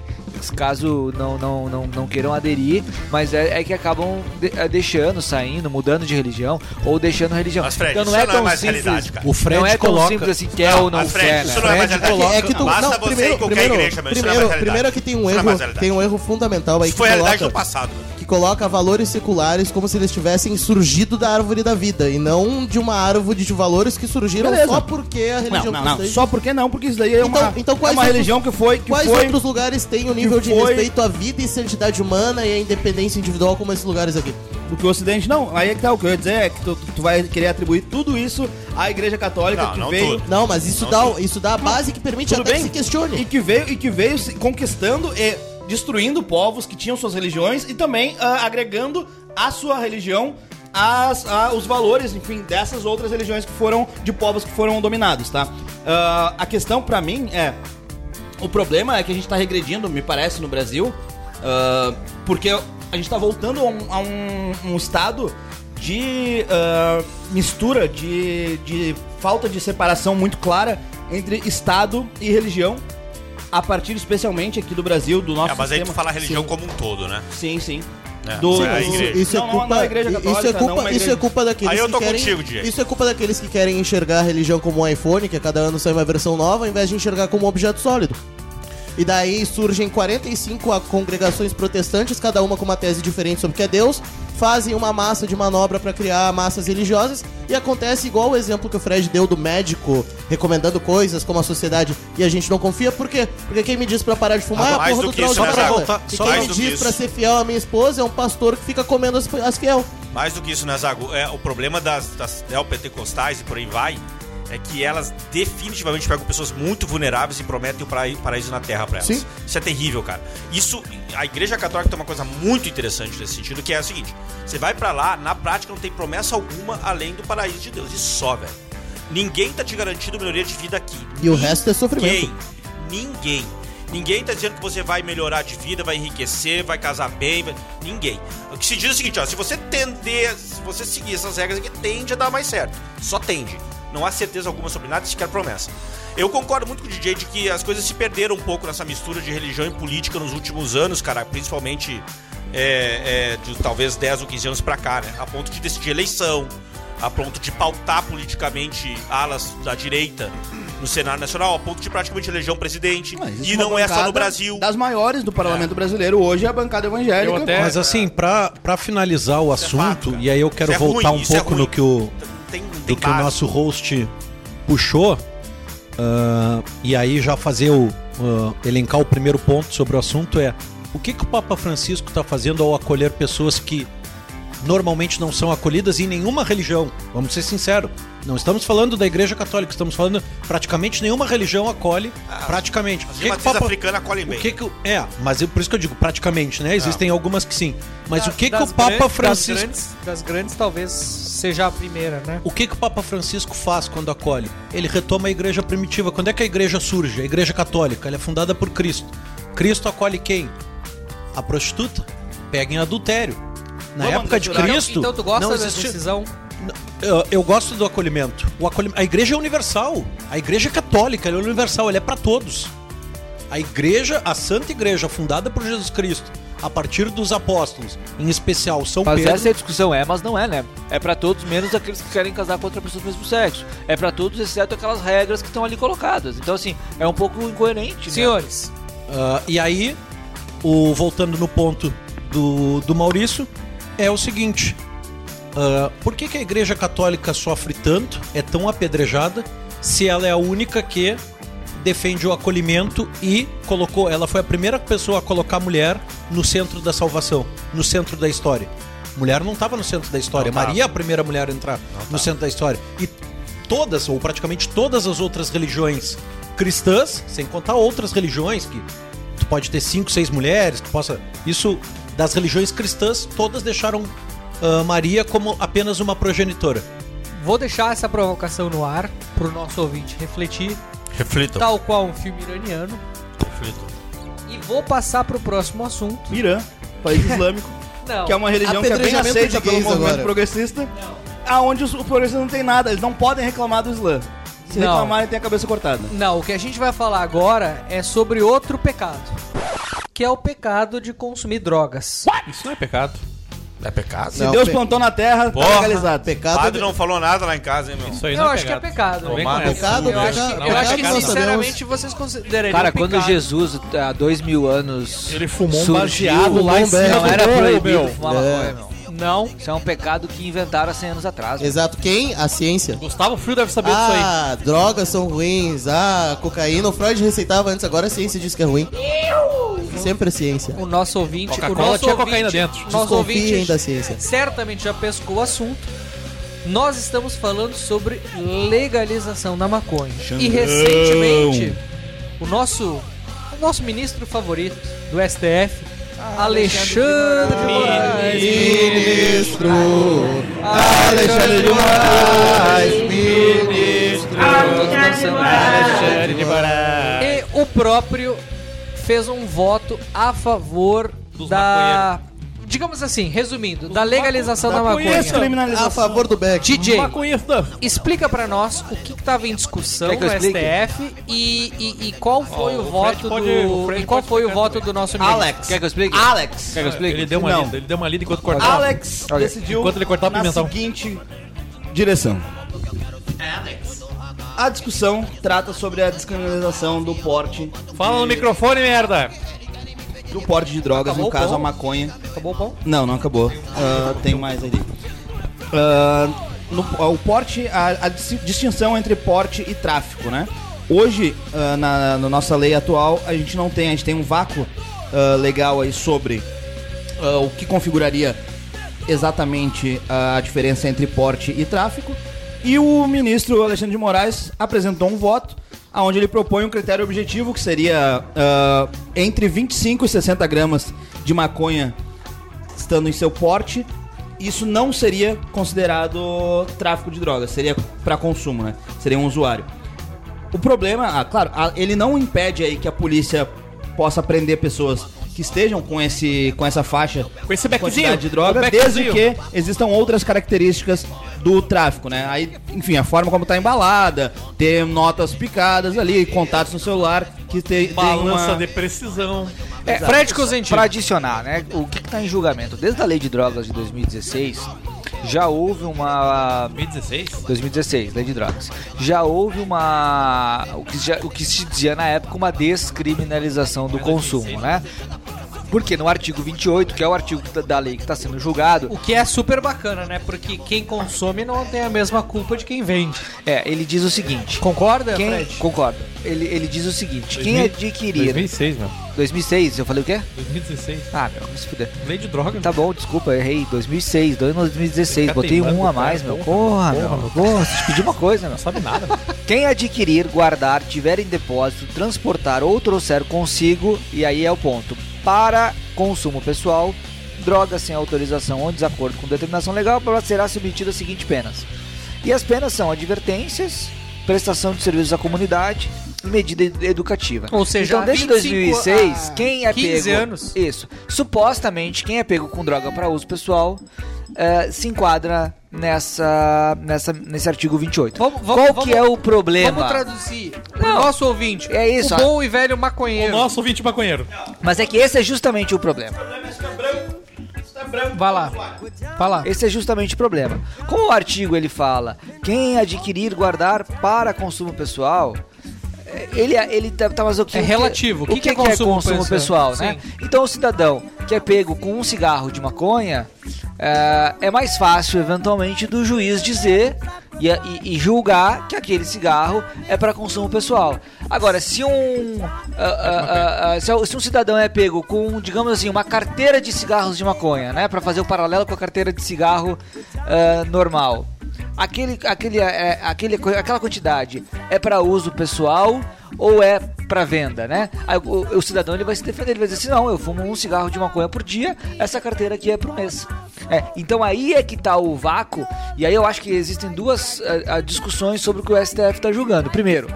C: caso não não, não, não queiram aderir mas é, é que acabam de- eh, deixando saindo mudando de religião ou deixando religião
B: Mas, Fred,
C: então não
B: isso
C: é
B: não é
C: tão
B: mais
C: simples
B: realidade, cara.
A: O Fred
C: não é tão
A: coloca.
C: simples assim quer ou não
B: mas, Fred,
C: quer né?
B: isso não é mais
A: Fred
B: realidade.
A: coloca-
F: É que tu,
B: Basta
F: não,
B: você
F: primeiro,
B: em qualquer
F: primeiro,
B: igreja, mas isso não é mais
F: primeiro,
B: realidade.
F: primeiro é que tem um
B: Isso não é
F: erro,
B: mais realidade.
F: tem um erro fundamental aí
B: Isso
F: que
B: foi a realidade do
F: coloca,
B: passado. né?
F: que coloca valores seculares como se eles tivessem surgido da árvore da vida e não de uma árvore de valores que surgiram
G: Beleza.
F: só porque a religião
G: Não, não, não.
F: cristã-
G: Só porque não, porque isso daí é uma,
F: Então- então
G: é
F: quais
G: uma
F: outros-
G: religião que foi. Que
F: Quais
G: foi
F: outros lugares têm o nível de
G: foi-
F: respeito à vida e santidade humana e à independência individual como esses lugares aqui?
G: do que o Ocidente. Não, aí é que tá. O que eu ia dizer é que tu, tu vai querer atribuir tudo isso à Igreja Católica
B: Não,
G: que
B: não
G: veio.
B: tudo.
F: Não, mas isso,
B: Não,
F: dá,
B: tudo-
F: isso dá a base que permite
G: Tudo
F: até
G: bem?
F: que se questione.
G: E que veio, e que veio se conquistando e destruindo povos que tinham suas religiões e também ah, agregando à sua religião as, a- os valores, enfim, dessas outras religiões que foram, de povos que foram dominados, tá? Ah, a questão pra mim é, o problema é que a gente tá regredindo, me parece, no Brasil, ah, porque a gente tá voltando a um, a um- um estado de ah, mistura, de, de falta de separação muito clara entre Estado e religião, a partir especialmente aqui do Brasil, do nosso
B: É, mas aí tu
G: sistema.
B: fala a religião como um todo, né?
G: Sim, sim.
B: É,
G: Do-
B: não é a
G: Sim,
B: igreja.
F: Isso
G: Não,
F: é
G: não, não é a
F: culpa,
G: igreja
F: isso
G: católica,
F: é
G: não é
F: culpa,
G: uma
F: isso é
G: igreja.
F: culpa daqueles
B: Aí eu tô
F: que querem,
B: contigo, Diego.
F: isso é culpa daqueles que querem enxergar a religião como um iPhone, que a cada ano sai uma versão nova, ao invés de enxergar como um objeto sólido. E daí surgem 45 a- congregações protestantes, cada uma com uma tese diferente sobre o que é Deus, fazem uma massa de manobra pra criar massas religiosas e acontece igual o exemplo que o Fred deu do médico recomendando coisas como a sociedade e a gente não confia, por quê? Porque quem me diz pra parar de fumar
B: Ah,
F: é
B: mais
F: a porra
B: do
F: do
B: que
F: troll
B: isso,
F: de
B: né,
F: Baranda.
B: Zago? Mais
F: E quem me
B: do que
F: diz pra
B: isso.
F: ser fiel à minha esposa é um pastor que fica comendo as, as fiel.
B: Mais do que isso, né, Zago? É, o problema das, das né, neopentecostais e por aí vai é que elas definitivamente pegam pessoas muito vulneráveis e prometem o prai- paraíso na terra pra elas.
F: Sim.
B: Isso é terrível, cara. Isso, a Igreja Católica tem uma coisa muito interessante nesse sentido, que é o seguinte: você vai pra lá, na prática não tem promessa alguma além do paraíso de Deus. Isso só, velho. Ninguém tá te garantindo melhoria de vida aqui.
F: E o resto é sofrimento.
B: Ninguém. Ninguém. Ninguém tá dizendo que você vai melhorar de vida, vai enriquecer, vai casar bem. vai- Ninguém. O que se diz é o seguinte, ó, se você tender, se você seguir essas regras aqui, tende a dar mais certo. Só tende. Não há certeza alguma sobre nada, sequer é promessa. Eu concordo muito com o DJ de que as coisas se perderam um pouco nessa mistura de religião e política nos últimos anos, cara. Principalmente é, é, de talvez 10 ou 15 anos pra cá, né? A ponto de decidir eleição, a ponto de pautar politicamente alas da direita no cenário nacional, a ponto de praticamente eleger um presidente.
G: Mas existe
B: e
G: uma
B: não é só
G: bancada
B: no Brasil.
G: Das maiores do parlamento brasileiro hoje é a bancada evangélica.
E: Eu até-
G: pô.
A: Mas assim, pra, pra finalizar o
B: É. Isso é fato,
A: assunto,
B: cara.
A: e aí eu quero
B: Isso é
A: voltar
B: ruim,
A: um
B: isso é
A: pouco
B: ruim.
A: no que o,
B: Tem,
A: do
B: tem
A: que o
B: base.
A: nosso host puxou. ah, e aí já fazer o. ah, elencar o primeiro ponto sobre o assunto é o que, que o Papa Francisco está fazendo ao acolher pessoas que normalmente não são acolhidas em nenhuma religião. Vamos ser sinceros. Não estamos falando da Igreja Católica, estamos falando praticamente nenhuma religião acolhe. praticamente.
B: Ah, As
A: O que que o
B: matrizes africanas acolhem
A: o
B: bem. Ah.
A: que que o- é, mas eu- por isso que eu digo praticamente, né? Existem algumas que sim. Mas o que que o
D: Das
A: Papa
D: grandes- das
A: Francisco
D: grandes- das grandes talvez seja a primeira, né?
A: o que, que o Papa Francisco faz quando acolhe? Ele retoma a igreja primitiva. Quando é que a igreja surge? A igreja católica. Ela é fundada por Cristo. Cristo acolhe quem? A prostituta. Pega em adultério. Na
G: Vamos
A: época de
G: censurar.
A: Cristo.
D: então tu gosta
A: não
D: da
A: existia-
D: decisão?
A: eu, eu gosto do acolhimento. O acolhi- A igreja é universal. A igreja é católica, ela é universal, ela é para todos. A igreja, a santa igreja fundada por Jesus Cristo, a partir dos apóstolos, em especial São
C: Mas
A: Pedro.
C: essa é a discussão, é, mas não é, né? É pra todos, menos aqueles que querem casar com outra pessoa do mesmo sexo. É pra todos, exceto aquelas regras que estão ali colocadas. Então, assim, é um pouco incoerente, né?
D: Senhores,
A: Ah, e aí, o, voltando no ponto do, do Maurício, é o seguinte: ah, por que, que a Igreja Católica sofre tanto, é tão apedrejada, se ela é a única que defende o acolhimento e colocou, ela foi a primeira pessoa a colocar a mulher no centro da salvação, no centro da história. Mulher não estava no centro da história, Maria é a primeira mulher a entrar no centro da história. E todas, ou praticamente todas as outras religiões cristãs, sem contar outras religiões que tu pode ter cinco, seis mulheres, tu possa. Isso das religiões cristãs, todas deixaram ah, Maria como apenas uma progenitora.
D: vou deixar essa provocação no ar pro nosso ouvinte refletir,
B: Reflitam.
D: tal qual um filme iraniano. E vou passar pro próximo assunto.
G: Irã, país islâmico,
D: Não.
G: que é uma religião que é bem
F: Apedrejamento
G: aceita
F: de
G: pelo
F: gays
G: movimento
F: agora.
G: progressista, aonde os, o progressista não tem nada, eles não podem reclamar do Islã. Se
D: Não.
G: reclamarem, tem a cabeça cortada.
D: Não, o que a gente vai falar agora é sobre outro pecado. Que é o pecado de consumir drogas.
E: Isso não é pecado.
B: É pecado?
G: ah, Se
F: Não,
G: Deus
F: pe-
G: plantou na terra,
B: Porra.
G: tá legalizado.
B: O
F: Pecado é
B: padre não falou nada lá em casa, hein, meu?
E: Isso aí
D: Eu
E: não
D: acho que é pecado.
E: Não vem com
B: Tomar
E: essa.
F: pecado,
D: Eu acho,
F: pecado,
E: é
D: que, é eu acho que,
F: pecado, nossa
D: sinceramente, vocês considerariam
C: Cara, quando
D: pecado.
C: Jesus, há dois mil anos.
E: Ele fumou um
C: surgiu,
E: baseado lá em cima
C: Não
E: do
C: era
E: bolo,
C: proibido
E: meu.
C: fumar maconha, meu.
D: Não,
C: Isso é um pecado que inventaram há 100 anos atrás. meu.
F: Exato. Quem? A ciência.
E: Gustavo Frio deve saber disso aí.
F: Ah, drogas são ruins. Ah, cocaína. O Freud receitava antes, agora a ciência diz que é ruim. Sempre a ciência.
D: o nosso ouvinte.
E: Coca-Cola
D: o nosso
E: tinha
D: ouvinte,
E: cocaína dentro.
D: Nosso
F: Desconfiem
D: ouvinte
F: da ciência.
D: certamente já pescou o assunto. Nós estamos falando sobre legalização da maconha. E recentemente, o nosso, o nosso ministro favorito do STF, Alexandre de Moraes.
F: Ministro Alexandre de Moraes, ministro
D: Todos dançando.
F: Alexandre de Moraes.
D: E o próprio fez um voto a favor
E: Dos
D: da. Digamos assim, resumindo, da legalização da maconha.
C: então.
F: A favor do Beck.
D: DJ,
E: Maconha, não.
D: explica pra nós o que, que tava em discussão
C: Quer que eu
D: no
C: explique?
D: STF e, e- e qual foi o,
E: Ó, o
D: voto
E: Fred pode- o
D: do.
E: Fred
D: E qual
E: pode
D: foi o
E: explicar
D: voto do nosso ministro?
C: Quer que eu explique?
G: Alex.
C: Quer que eu explique?
E: Ele deu uma
G: Não.
E: lida, ele deu uma lida enquanto cortava.
G: Alex
C: Ok.
G: decidiu
E: Enquanto ele
D: tá
E: cortava o
G: na
E: pimentão.
G: seguinte direção. A discussão trata sobre a descriminalização do porte,
E: Fala no microfone, merda.
G: do porte de drogas,
D: Acabou
G: no caso
D: o pão?
G: a maconha.
D: Acabou o pão?
G: Não, não acabou. Ah, tem mais ali. Ah, no- ah, o porte, a, a dis- distinção entre porte e tráfico, né? Hoje, ah, na, na nossa lei atual, a gente não tem, a gente tem um vácuo ah, legal aí sobre ah, o que configuraria exatamente ah, a diferença entre porte e tráfico. E o ministro Alexandre de Moraes apresentou um voto onde ele propõe um critério objetivo que seria ah, entre 25 e 60 gramas de maconha estando em seu porte, isso não seria considerado tráfico de drogas, seria para consumo, né? Seria um usuário. O problema, ah, claro, ah, ele não impede aí que a polícia possa prender pessoas que estejam com, esse, com essa faixa
E: Com esse
G: de
E: beckzinho,
G: quantidade de droga,
E: com o
G: desde
E: beckzinho.
G: que existam outras características do tráfico, né? Aí, enfim, a forma como tá embalada, ter notas picadas ali, contatos no celular, que tem, tem
E: Balança
G: uma...
E: de precisão.
C: É,
D: Fred Cosentino.
C: Para adicionar, né? O que está em julgamento? Desde a lei de drogas de 2016, já houve uma
E: 2016?
C: 2016, lei de drogas. Já houve uma. O que, já- o que se dizia na época, uma descriminalização do consumo, né? Porque no artigo 28, que é o artigo da- da lei que está sendo julgado,
D: O que é super bacana, né? Porque quem consome não tem a mesma culpa de quem vende.
C: é, ele diz o seguinte.
D: Concorda,
C: Quem,
D: Fred?
C: concordo. Ele, ele diz o seguinte: quem
E: 2000,
C: adquirir.
E: 2006, meu.
C: 2006, eu falei o quê?
E: 2016.
C: Ah, meu, me se fuder.
E: Lei de droga.
C: Tá bom, desculpa, errei. 2006, 2016. Botei um a mais, meu. Porra, meu. Porra, te pedi uma coisa, meu.
E: Não sabe nada.
C: Quem adquirir, guardar, tiver em depósito, transportar ou trouxer consigo, e aí é o ponto, para consumo pessoal, droga sem autorização ou desacordo com determinação legal, blá, blá, será submetido às seguintes penas. E as penas são advertências, prestação de serviços à comunidade e medida ed- educativa.
D: Ou seja,
C: então desde
D: 25 a
C: 2006, quem é
D: 15
C: pego...
D: anos.
C: Isso. Supostamente, quem é pego com droga para uso pessoal eh, se enquadra nessa, nessa, nesse artigo 28.
D: Vamos- vamos-
C: Qual que
D: vamos-
C: é o problema?
D: Vamos traduzir. O
C: Não.
D: nosso ouvinte.
C: É isso,
D: O
C: ó.
D: bom e velho
E: O
D: maconheiro.
E: nosso ouvinte maconheiro.
C: Mas é que esse é justamente o problema.
D: Vai lá. Vai lá.
C: Esse é justamente o problema. Como o artigo ele fala, quem adquirir, guardar para consumo pessoal, é, ele, ele tá, tá mas o que
D: É
C: o que-
D: relativo.
C: O que, que é consumo, pessoal, né?
D: Sim.
C: Então o cidadão que é pego com um cigarro de maconha é, é mais fácil eventualmente do juiz dizer e, e- e julgar que aquele cigarro é para consumo pessoal. Agora, se um ah, ah, ah, ah, se, se um cidadão é pego com, digamos assim, uma carteira de cigarros de maconha, né, para fazer o paralelo com a carteira de cigarro ah, normal, aquele, aquele, é, aquele, aquela quantidade é para uso pessoal ou é para venda, né? Aí o, o cidadão ele vai se defender, ele vai dizer assim, não, eu fumo um cigarro de maconha por dia, essa carteira aqui é por mês. É, então aí é que tá o vácuo, e aí eu acho que existem duas eh, ah, discussões sobre o que o STF está tá julgando. Primeiro,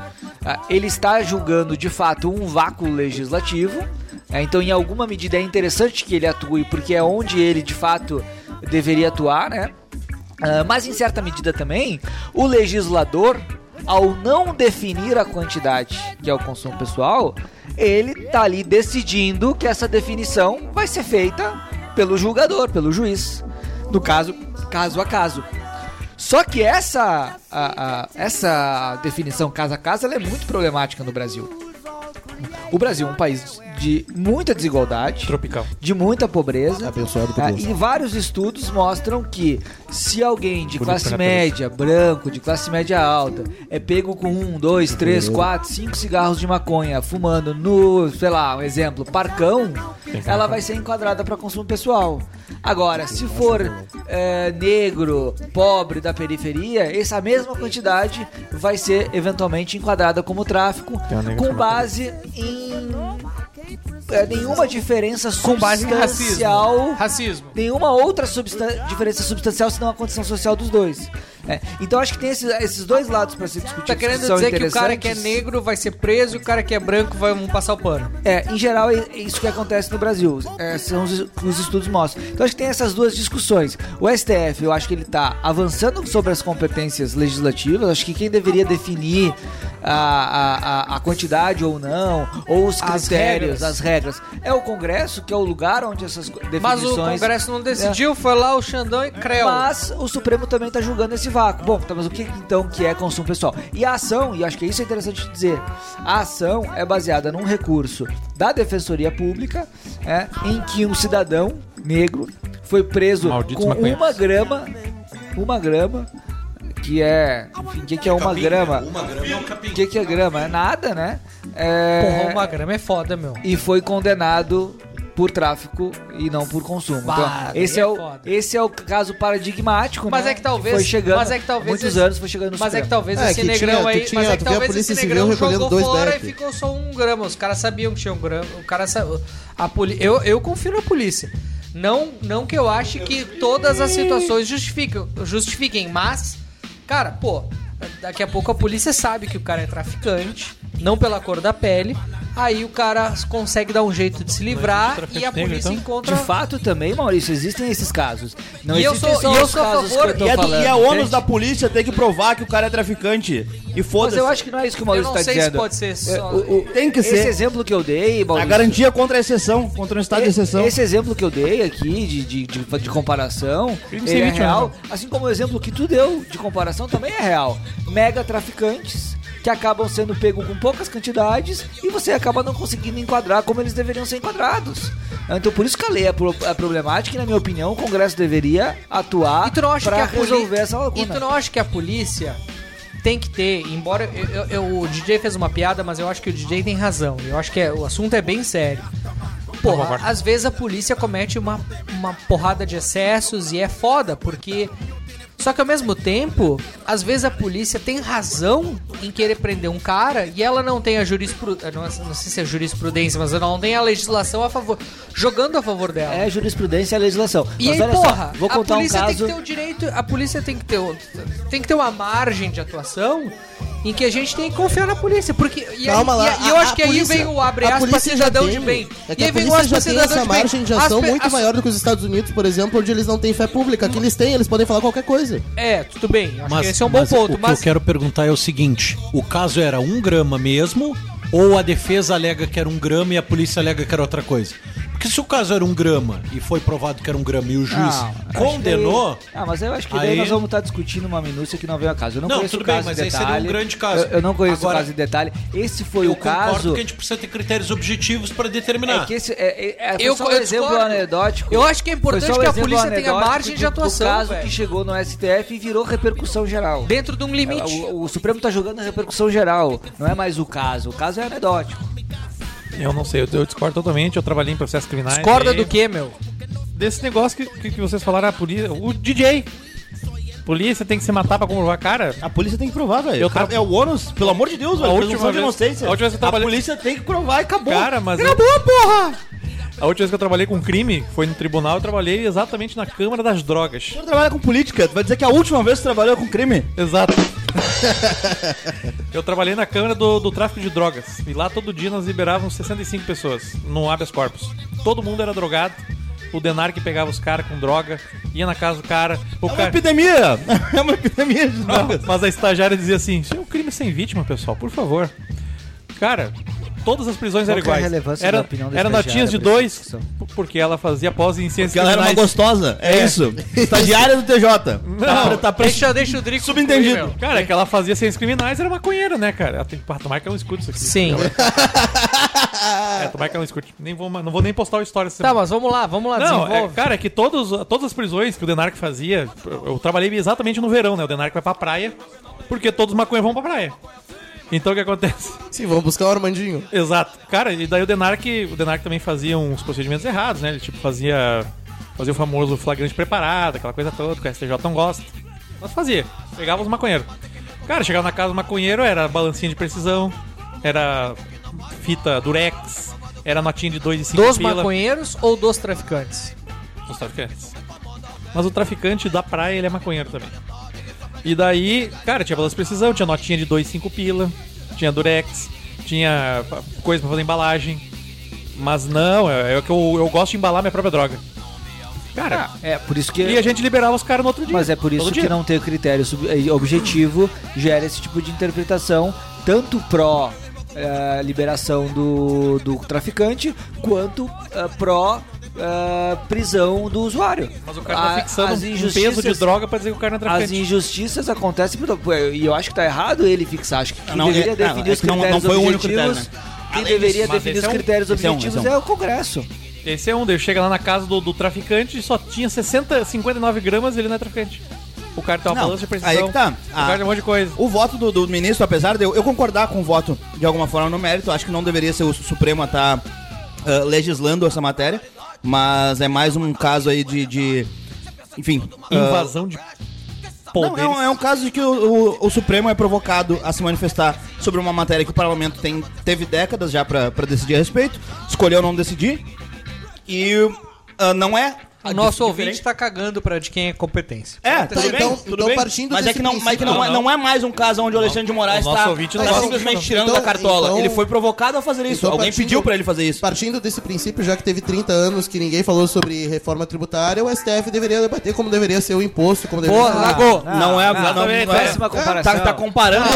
C: ah, ele está julgando de fato um vácuo legislativo, é, então, em alguma medida, é interessante que ele atue, porque é onde ele de fato deveria atuar, né? Ah, mas, em certa medida também, o legislador, ao não definir a quantidade que é o consumo pessoal, ele tá ali decidindo que essa definição vai ser feita pelo julgador, pelo juiz. No caso, caso a caso. Só que essa, a- a- essa definição caso a caso ela é muito problemática no Brasil. O Brasil é um país de muita desigualdade,
E: Tropical.
C: de muita pobreza.
F: Abençoado por
C: Ah,
F: Deus.
C: e vários estudos mostram que se alguém de
E: Bonito
C: classe
E: pra natureza.
C: média, branco, de classe média alta, é pego com um, dois, três, quatro, cinco cigarros de maconha fumando no, sei lá, um exemplo, parcão, ela vai ser enquadrada para consumo pessoal. Agora, se for é, negro, pobre da periferia, essa mesma quantidade vai ser eventualmente enquadrada como tráfico, com base em é, nenhuma diferença
D: Com base em racismo.
C: é um substancial
D: Racismo.
C: nenhuma outra substan- diferença substancial senão a condição social dos dois. É, Então acho que tem esses, esses dois lados para ser discutidos.
D: Tá querendo
C: são
D: dizer que o cara que é
C: interessantes.
D: negro vai ser preso e o cara que é branco vai vamos passar o pano.
C: É, em geral é isso que acontece no Brasil. É, são os, os estudos mostram. Então acho que tem essas duas discussões. O STF, eu acho que ele tá avançando sobre as competências legislativas. Acho que quem deveria definir a, a, a, a quantidade ou não, ou os
D: As
C: critérios,
D: regras.
C: as regras, é o Congresso, que é o lugar onde essas co- definições. é,
D: Mas o Congresso não decidiu, foi lá o Xandão e Creu.
C: Mas o Supremo também tá julgando esse vácuo. Bom, tá, mas o que então que é consumo pessoal? E a ação, e acho que isso é interessante dizer, a ação é baseada num recurso da Defensoria Pública, é, em que um cidadão negro foi preso
E: Malditos
C: com
E: maconheiros.
C: uma grama, uma grama, que é, enfim, o que, que é uma grama?
E: um
C: O que, que é grama? É nada, né? É,
D: Porra, uma grama é foda, meu.
C: e foi condenado por tráfico e não por consumo.
D: Bah,
C: então, esse
D: daí
C: é,
D: é
C: o,
D: foda.
C: esse é o caso paradigmático,
D: Mas
C: né?
D: é que talvez-
C: foi chegando,
D: mas é que talvez
C: muitos
D: esse-
C: anos foi chegando no
D: Mas é que
C: Supremo.
D: talvez
F: É,
D: esse
F: que
D: negrão
F: tinha-
D: aí.
F: que tinha-
D: mas é que
F: tu vê a
D: talvez
F: Polícia
D: esse
F: Civil
D: negrão
F: recolhendo
D: jogou
F: dois
D: fora
F: beck.
D: e ficou só um grama. Os caras sabiam que tinha um grama. O cara sa... a poli... eu, eu confio na polícia. Não, não que eu ache que todas as situações justificam, justifiquem, mas, cara, pô, daqui a pouco a polícia sabe que o cara é traficante, não pela cor da pele, Aí o cara consegue dar um jeito de se livrar
E: Mas
D: e a
E: tráfico negro,
D: polícia
E: então?
D: encontra.
C: De fato também, Maurício, existem esses casos. Não
D: E eu
C: existem
D: sou-
C: só
D: e eu
C: os
D: sou a
C: casos
D: favor-
C: que eu tô
G: E é, do-
C: falando,
G: e é ônus
C: entende?
G: da polícia ter que provar que o cara é traficante. E
C: Mas
G: foda-se.
C: eu acho que não é isso que o Maurício
D: eu não
C: está
D: sei
C: dizendo.
D: se pode ser só.
C: É, o- o-
G: Tem que
C: esse
G: ser.
C: exemplo que eu dei,
G: A
C: Maurício.
G: garantia contra a exceção, contra um estado de exceção.
C: Esse exemplo que eu dei aqui de, de, de, de comparação,
E: Crime sem
C: ele é
D: um,
E: vítima,
C: real.
E: né?
C: Assim como o exemplo que tu deu de comparação também é real. Mega traficantes que acabam sendo pego com poucas quantidades e você acaba não conseguindo enquadrar como eles deveriam ser enquadrados. Então por isso que a lei é, pro- é problemática e, na minha opinião, o Congresso deveria atuar
D: E tu não acha que
C: para
D: a poli-
C: resolver essa
D: E tu
C: lacuna.
D: não acha que a polícia tem que ter, embora eu- eu- eu- o DJ fez uma piada, mas eu acho que o DJ tem razão. Eu acho que é- o assunto é bem sério. Porra, às vezes a polícia comete uma, uma porrada de excessos e é foda, porque. Só que ao mesmo tempo, às vezes a polícia tem razão em querer prender um cara e ela não tem a jurisprudência. Não, não sei se é jurisprudência, mas ela não tem a legislação a favor. jogando a favor dela.
C: É jurisprudência e legislação.
D: E
C: Mas
D: aí,
C: olha
D: porra,
C: só, vou
D: a
C: contar um
D: polícia tem
C: caso.
D: que ter o direito, a polícia tem que ter, o- tem que ter uma margem de atuação em que a gente tem que confiar na polícia, porque e, aí-
F: Calma lá,
D: e aí,
F: a-
D: eu acho
F: a
D: que aí
F: polícia-
D: vem o abre
F: a
D: aspas
F: polícia já
D: cidadão
F: tem-
D: de bem.
F: É que
D: e aí
F: a
D: vem o
F: polícia já
D: aspas
F: tem essa
D: cidadão de bem.
F: margem de
D: As
F: ação
D: pe-
F: muito
D: as-
F: maior do que os Estados Unidos, por exemplo, onde eles não têm fé pública. Aqui eles têm, eles podem falar qualquer coisa.
D: É, tudo bem, acho
A: Mas,
D: que esse é um bom
A: mas
D: ponto,
A: o que
D: mas
A: eu quero perguntar é o seguinte: o caso era um grama mesmo, ou a defesa alega que era um grama e a polícia alega que era outra coisa? Porque se o caso era um grama e foi provado que era um grama e o juiz
C: acho
A: condenou.
C: que daí- Ah, mas eu acho que daí
A: Aí-
C: nós vamos estar discutindo uma minúcia que não veio a caso. Eu não,
A: Não,
C: conheço
A: tudo
C: o caso
A: bem, mas
C: em
A: aí seria um
C: detalhe.
A: grande caso.
C: Eu, eu não conheço
A: Agora-
C: o caso em detalhe. Esse foi
A: Eu
C: o caso.
A: concordo que a gente precisa ter critérios objetivos para
C: É
A: determinar.
C: que esse é, é, é, foi
D: Eu-
C: só um
D: eu
C: exemplo
D: discordo.
C: anedótico.
D: Eu acho que é importante
C: Foi só um
D: que a
C: exemplo
D: polícia tenha
C: anedótico
D: margem de
C: do-
D: atuação,
C: Do caso
D: velho.
C: que chegou no STF e virou repercussão geral.
D: dentro de um limite.
C: O, o Supremo tá jogando a repercussão geral. Não é mais o caso. O caso é anedótico.
E: Eu não sei, eu, eu discordo totalmente, eu trabalhei em processos criminais.
D: Discorda
E: e-
D: do que, meu?
E: Desse negócio que, que, que vocês falaram, a polícia. O DJ. Polícia tem que se matar pra comprovar, cara.
G: A polícia tem que provar, velho.
E: Eu
G: O cara-
E: tra-
G: É o ônus, pelo amor de Deus,
E: A
G: velho.
E: última
G: Presunção de
E: vez-
G: inocência.
E: a última vez que eu trabalhei-
G: polícia tem que provar e acabou.
E: Cara, mas. eu-
G: Acabou, porra!
E: A última vez que eu trabalhei com crime foi no tribunal, eu trabalhei exatamente na Câmara das Drogas.
G: Tu trabalha com política, tu vai dizer que é a última vez que tu trabalhou com crime?
E: Exato. eu trabalhei na Câmara do, do Tráfico de Drogas. E lá todo dia nós liberavam 65 pessoas no habeas corpus. Todo mundo era drogado. O Denar que pegava os caras com droga, ia na casa do cara. O
G: É uma
E: cara...
G: epidemia! É uma epidemia de
E: Não,
G: drogas.
E: mas a estagiária dizia assim: Isso é um crime sem vítima, pessoal, por favor. Cara, todas as prisões
C: Qual
E: eram
C: que é a
E: iguais.
C: relevância
E: Era,
C: da opinião da
E: era notinhas de
C: estagiária pra
E: dois,
C: essa discussão?
E: p- porque ela fazia pós em ciências
G: Porque ela era uma
E: criminais.
G: gostosa, é,
E: É.
G: isso. Estagiária do TJ.
E: Não, é
G: tá, tá pres-
D: Deixa, deixa o Drico.
G: Subentendido.
D: concluir, meu.
E: Cara, é que ela fazia ciências criminais, era maconheira, né, cara? Ela tem que tomar que ela não escuta isso aqui.
D: Sim.
E: É, tomar que ela não escute. Nem vou, ma- não vou nem postar o story essa
D: Tá, mas vamos lá, vamos lá,
E: Não, é,
D: desenvolve.
E: cara, é que todos, todas as prisões que o Denarc fazia, eu, eu trabalhei exatamente no verão, né? O Denarc vai pra praia, porque todos os maconheiros vão pra praia. Então o que acontece?
F: Sim, vamos buscar o Armandinho.
E: Exato. Cara, e daí o Denarc, o Denarc também fazia uns procedimentos errados, né? Ele tipo fazia fazia o famoso flagrante preparado, aquela coisa toda que o STJ não gosta. Mas fazia. Pegava os maconheiros. Cara, chegava na casa do maconheiro, era balancinha de precisão, era fita durex, era notinha de 2,5
D: Dos
E: um pila.
D: maconheiros ou dos traficantes?
E: Os traficantes. é. Mas o traficante da praia, ele é maconheiro também. E daí, cara, tinha balanço de precisão, tinha notinha de 2, 5 pila, tinha durex, tinha pa- coisa pra fazer embalagem. Mas não, é, é que eu, eu gosto de embalar minha própria droga. Cara,
C: É, por isso que.
E: e a gente liberava os caras no outro dia.
C: Mas é por isso
E: todo
C: que
E: dia.
C: não ter critério sub- eh, objetivo gera esse tipo de interpretação, tanto pró eh, liberação do, do traficante, quanto eh, pró eh, prisão do usuário.
E: Mas o cara tá
C: A-
E: fixando
C: Ah, as
E: um peso de
C: injustiças-
E: droga pra dizer que o cara não é
C: As
E: traficante.
C: injustiças acontecem, por- e eu acho que tá errado ele fixar, acho que quem
G: Não,
C: deveria
G: é- não,
C: definir
G: é
C: os
G: que não- não
C: critérios
G: foi o único
C: objetivos...
G: critério, né?
C: Quem
G: Além
C: deveria
G: disso, mas
C: definir
G: esse
C: os
G: é um-
C: critérios
G: esse é um- esse é
C: objetivos
G: um.
C: é o Congresso.
E: Esse é um deles. Chega lá na casa do, do traficante e só tinha 60, 59 gramas ele não é traficante. O cara tem uma
G: Não,
E: balança de precisão.
G: aí é que tá.
E: O
G: Ah.
E: cara tem um monte de coisa.
G: O voto do, do ministro, apesar de eu, eu concordar com o voto de alguma forma no mérito, acho que não deveria ser o Supremo a estar legislando essa matéria, mas é mais um caso aí de. de enfim. ah,
E: Invasão de
G: não, é, um, é um caso de que o, o- o Supremo é provocado a se manifestar sobre uma matéria que o parlamento tem, teve décadas já pra pra decidir a respeito, escolheu não decidir, e ah, não é
D: O nosso
G: dif-
D: ouvinte
G: diferente.
D: tá cagando pra de quem é competência.
G: É,
F: Tá,
G: tudo bem,
F: então,
G: tudo
F: então
G: bem.
F: partindo
G: mas é
F: desse
G: que não, mas é que não,
E: princípio-
G: é- não é mais um caso onde o Alexandre de Moraes
E: O nosso
G: está
E: ouvinte não
G: tá
E: gosta.
G: simplesmente
F: Então,
G: tirando da cartola.
F: então-
G: ele foi provocado a fazer isso.
F: Então,
G: Alguém
F: partindo-
G: pediu pra ele fazer isso.
F: Partindo desse princípio, já que teve 30 anos que ninguém falou sobre reforma tributária, o STF deveria debater como deveria ser o imposto, como deveria
D: Pô,
F: ser...
D: Lago,
G: Não, é, a não, não é.
C: Péssima comparação.
G: Tá, tá comparando.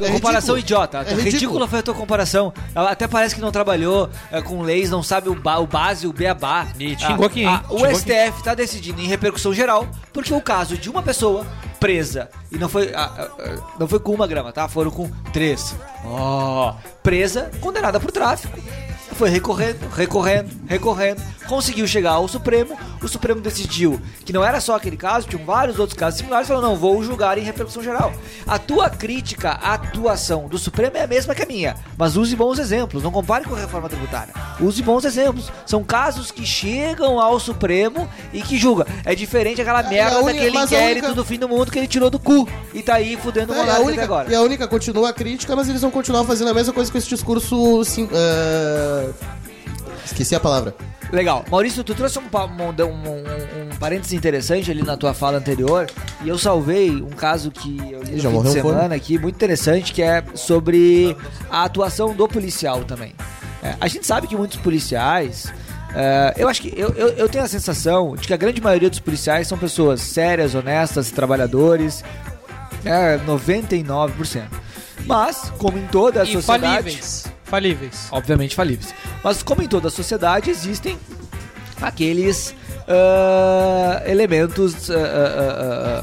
C: É comparação
F: ridículo.
C: idiota.
F: É
C: ridícula
F: ridículo.
C: foi a tua comparação. Ela até parece que não trabalhou é, com leis, não sabe o, ba- o base, o beabá. Ah,
E: E xingou aqui, hein?
C: o
E: Xingou aqui.
C: STF tá decidindo em repercussão geral, porque o caso de uma pessoa presa, e não foi, ah, ah, ah, não foi com uma grama, tá? Foram com três. Ó, presa, condenada por tráfico. Foi recorrendo, recorrendo, recorrendo. Conseguiu chegar ao Supremo. O Supremo decidiu que não era só aquele caso, tinham vários outros casos similares. Falou: não, vou julgar em repercussão geral. A tua crítica à atuação do Supremo é a mesma que a minha, mas use bons exemplos. Não compare com a reforma tributária. Use bons exemplos. São casos que chegam ao Supremo e que julga. É diferente aquela merda
F: única-
C: daquele
F: mas a
C: inquérito
F: única-
C: do fim do mundo que ele tirou do cu e tá aí fudendo o
F: É, e, a
C: monarca até
F: única,
C: agora.
F: e a única continua a crítica, mas eles vão continuar fazendo a mesma coisa com esse discurso. sim- é, Esqueci a palavra.
C: Legal. Maurício, tu trouxe um, pa- um, um- um parênteses interessante ali na tua fala anterior. E eu salvei um caso que eu li
F: Ih, já
C: no fim de
F: morreu, foi?
C: semana aqui, muito interessante, que é sobre a atuação do policial também. É, a gente sabe que muitos policiais. é, eu acho que eu, eu, eu tenho a sensação de que a grande maioria dos policiais são pessoas sérias, honestas, trabalhadores. É, 99%. Mas, como em toda a
D: E
C: sociedade
D: falíveis. Falíveis.
C: obviamente falíveis. Mas como em toda sociedade existem aqueles ah, elementos, ah, ah,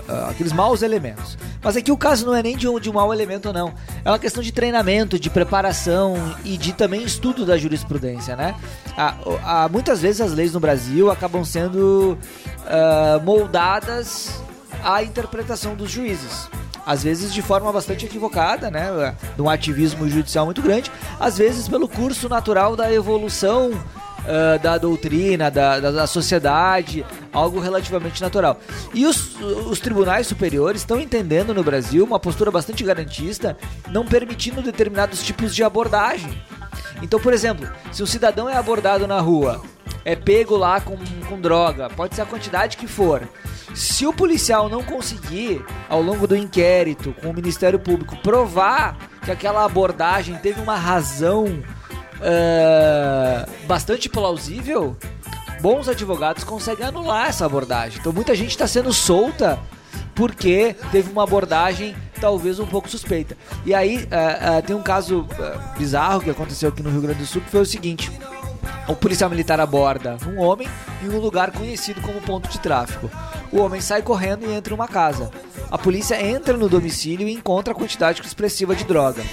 C: ah, ah, ah, aqueles maus elementos. Mas aqui o caso não é nem de um, de um mau elemento não. É uma questão de treinamento, de preparação e de também estudo da jurisprudência, né? Ah, o- ah, muitas vezes as leis no Brasil acabam sendo ah, moldadas à interpretação dos juízes às vezes de forma bastante equivocada, né? De um ativismo judicial muito grande, às vezes pelo curso natural da evolução ah, da doutrina, da, da, da sociedade, algo relativamente natural. E os, os tribunais superiores estão entendendo no Brasil uma postura bastante garantista, não permitindo determinados tipos de abordagem. Então, por exemplo, se um cidadão é abordado na rua é pego lá com, com droga, pode ser a quantidade que for. Se o policial não conseguir, ao longo do inquérito, com o Ministério Público, provar que aquela abordagem teve uma razão eh, bastante plausível, bons advogados conseguem anular essa abordagem. Então muita gente está sendo solta porque teve uma abordagem talvez um pouco suspeita. E aí ah, ah, tem um caso ah, bizarro que aconteceu aqui no Rio Grande do Sul que foi o seguinte. O policial militar aborda um homem em um lugar conhecido como ponto de tráfico. O homem sai correndo e entra em uma casa. A polícia entra no domicílio e encontra a quantidade expressiva de droga.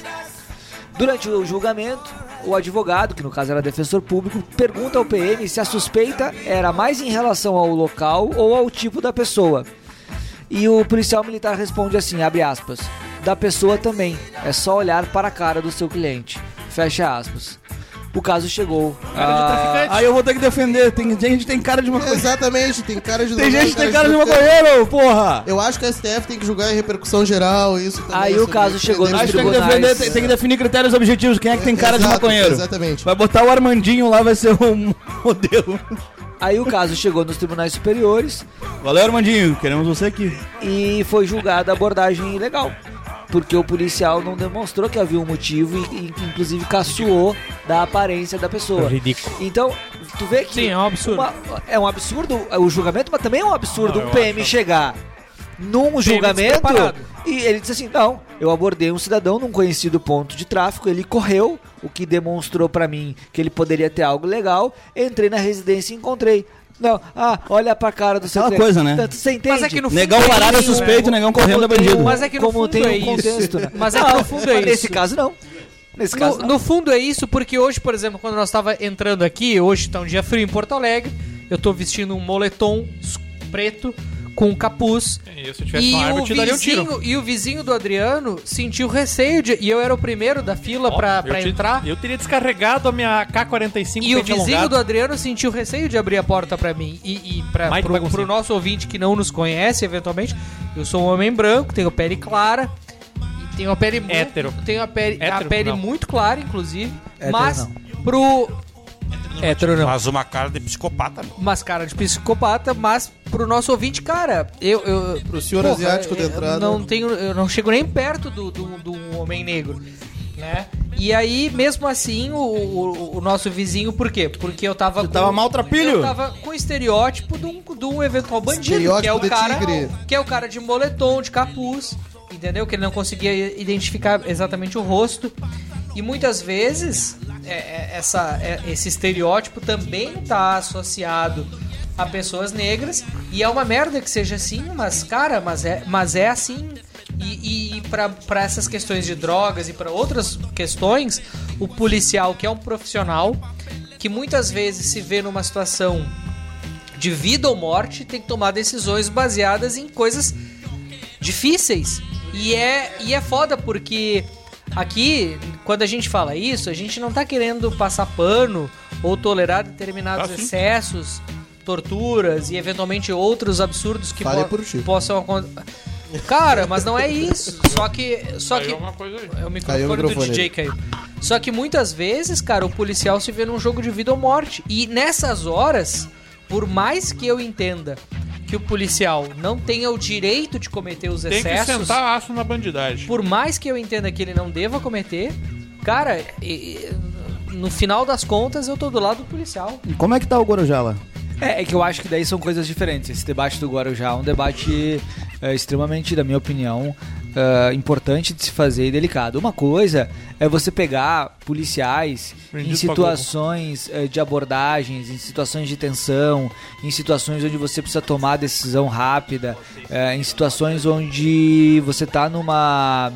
C: Durante o julgamento, o advogado, que no caso era defensor público, pergunta ao PM se a suspeita era mais em relação ao local ou ao tipo da pessoa. E o policial militar responde assim, abre aspas, da pessoa também, é só olhar para a cara do seu cliente, fecha aspas. O caso chegou.
I: Ah, aí eu vou ter que defender. Tem gente que tem cara de maconheiro.
F: Exatamente, tem cara de.
I: Tem gente que tem cara de
F: uma
I: maconheiro, porra!
F: Eu acho que a STF tem que julgar em repercussão geral, isso também. é
C: Aí o
F: sobre
C: caso chegou
F: prender
I: Acho que tem que,
C: tribunais,
I: defender, tem, tem que definir critérios objetivos. Quem é que tem cara de
F: Exato,
I: maconheiro?
F: Exatamente.
I: Vai botar o Armandinho lá, vai ser um modelo.
C: Aí o caso chegou nos tribunais superiores
I: Valeu, Armandinho. Queremos você aqui.
C: e foi julgada a abordagem ilegal. Porque o policial não demonstrou que havia um motivo e, e inclusive, caçoou da aparência da pessoa.
E: Ridículo.
C: Então, tu vê que.
E: Sim, é um absurdo.
C: uma- é um absurdo o julgamento, mas também é um absurdo um PM chegar num julgamento
D: despreparado.
C: e ele diz assim: não, eu abordei um cidadão num conhecido ponto de tráfico, ele correu, o que demonstrou pra mim que ele poderia ter algo legal, entrei na residência e encontrei. Não, ah, olha pra cara do seu
I: Aquela
C: cliente.
I: coisa, né?
C: Tanto, Você entende?
D: Mas é que no
I: Negão
D: fundo
I: varado é
D: isso,
I: suspeito, negão
C: Como
I: correndo é
C: tem
I: bandido.
C: um-
D: Mas é que no
C: como
D: fundo
C: tem um
D: é isso.
C: contexto, né?
D: Mas é que no fundo é
C: Nesse
D: isso.
C: caso, não. Nesse caso,
D: No,
C: não.
D: no fundo é isso, porque hoje, por exemplo, quando nós estava entrando aqui, hoje tá um dia frio em Porto Alegre, eu tô vestindo um moletom es- preto com um capuz.
E: É, E se eu tivesse
D: E
E: uma arma, eu
D: o,
E: te daria um tiro.
D: vizinho, e o vizinho do Adriano sentiu receio de. E eu era o primeiro da fila
E: Ó,
D: pra,
E: eu
D: pra
E: te-
D: entrar.
E: Eu teria descarregado a minha K-45
D: E o
E: pente
D: vizinho
E: alongado.
D: do Adriano sentiu receio de abrir a porta pra mim. E, e pra,
E: Mike
D: pro,
E: Baguncinho.
D: pro nosso ouvinte que não nos conhece, eventualmente, eu sou um homem branco, tenho pele clara. e Tenho a pele muito.
E: Hétero.
D: Tenho a pele, a
E: Hétero,
D: pele
E: não.
D: muito clara, inclusive.
C: Hétero,
D: mas
C: não.
D: pro. hétero não.
B: Faz uma cara de psicopata. meu.
D: Mas cara de psicopata, mas pro nosso ouvinte, cara, eu. eu
F: Pro senhor asiático de
D: eu
F: entrada.
D: um é, Não tenho, eu não chego nem perto do, do, do homem negro. Né? E aí, mesmo assim, o, o, o nosso vizinho, por quê? Porque eu tava.
G: Tu tava maltrapilho?
D: Eu tava com o estereótipo de um, de um eventual bandido, que é
F: Estereótipo
D: o
F: de
D: cara.
F: tigre.
D: Que é o cara de moletom, de capuz. Entendeu? Que ele não conseguia identificar exatamente o rosto. E muitas vezes é, é, essa, é, esse estereótipo também tá associado a pessoas negras. E é uma merda que seja assim, mas, cara, mas é, mas é assim. E, e para essas questões de drogas e para outras questões, o policial, que é um profissional, que muitas vezes se vê numa situação de vida ou morte, tem que tomar decisões baseadas em coisas difíceis. E é, e é foda porque aqui, quando a gente fala isso, a gente não tá querendo passar pano ou tolerar determinados
B: Ah, sim.
D: excessos, torturas e eventualmente outros absurdos que
F: Fale
D: po-
F: por ti.
D: possam acontecer. Cara, mas não é isso. Só que. Só que. É o microfone,
F: Caiu o microfone
D: do DJ caiu. Só que muitas vezes, cara, o policial se vê num jogo de vida ou morte. E nessas horas, por mais que eu entenda que o policial não tenha o direito de cometer os
E: Tem que
D: excessos,
E: sentar aço na bandidagem.
D: por mais que eu entenda que ele não deva cometer, cara, e- e- no final das contas eu tô do lado do policial.
I: E Como é que tá o Gorojala?
C: É, é que eu acho que daí são coisas diferentes. Esse debate do Guarujá é um debate é, extremamente, da minha opinião, é, importante de se fazer e delicado. Uma coisa é você pegar policiais
E: Vendido
C: em
E: pra
C: situações é, de abordagens, em situações de tensão, em situações onde você precisa tomar decisão rápida, é, em situações onde você tá numa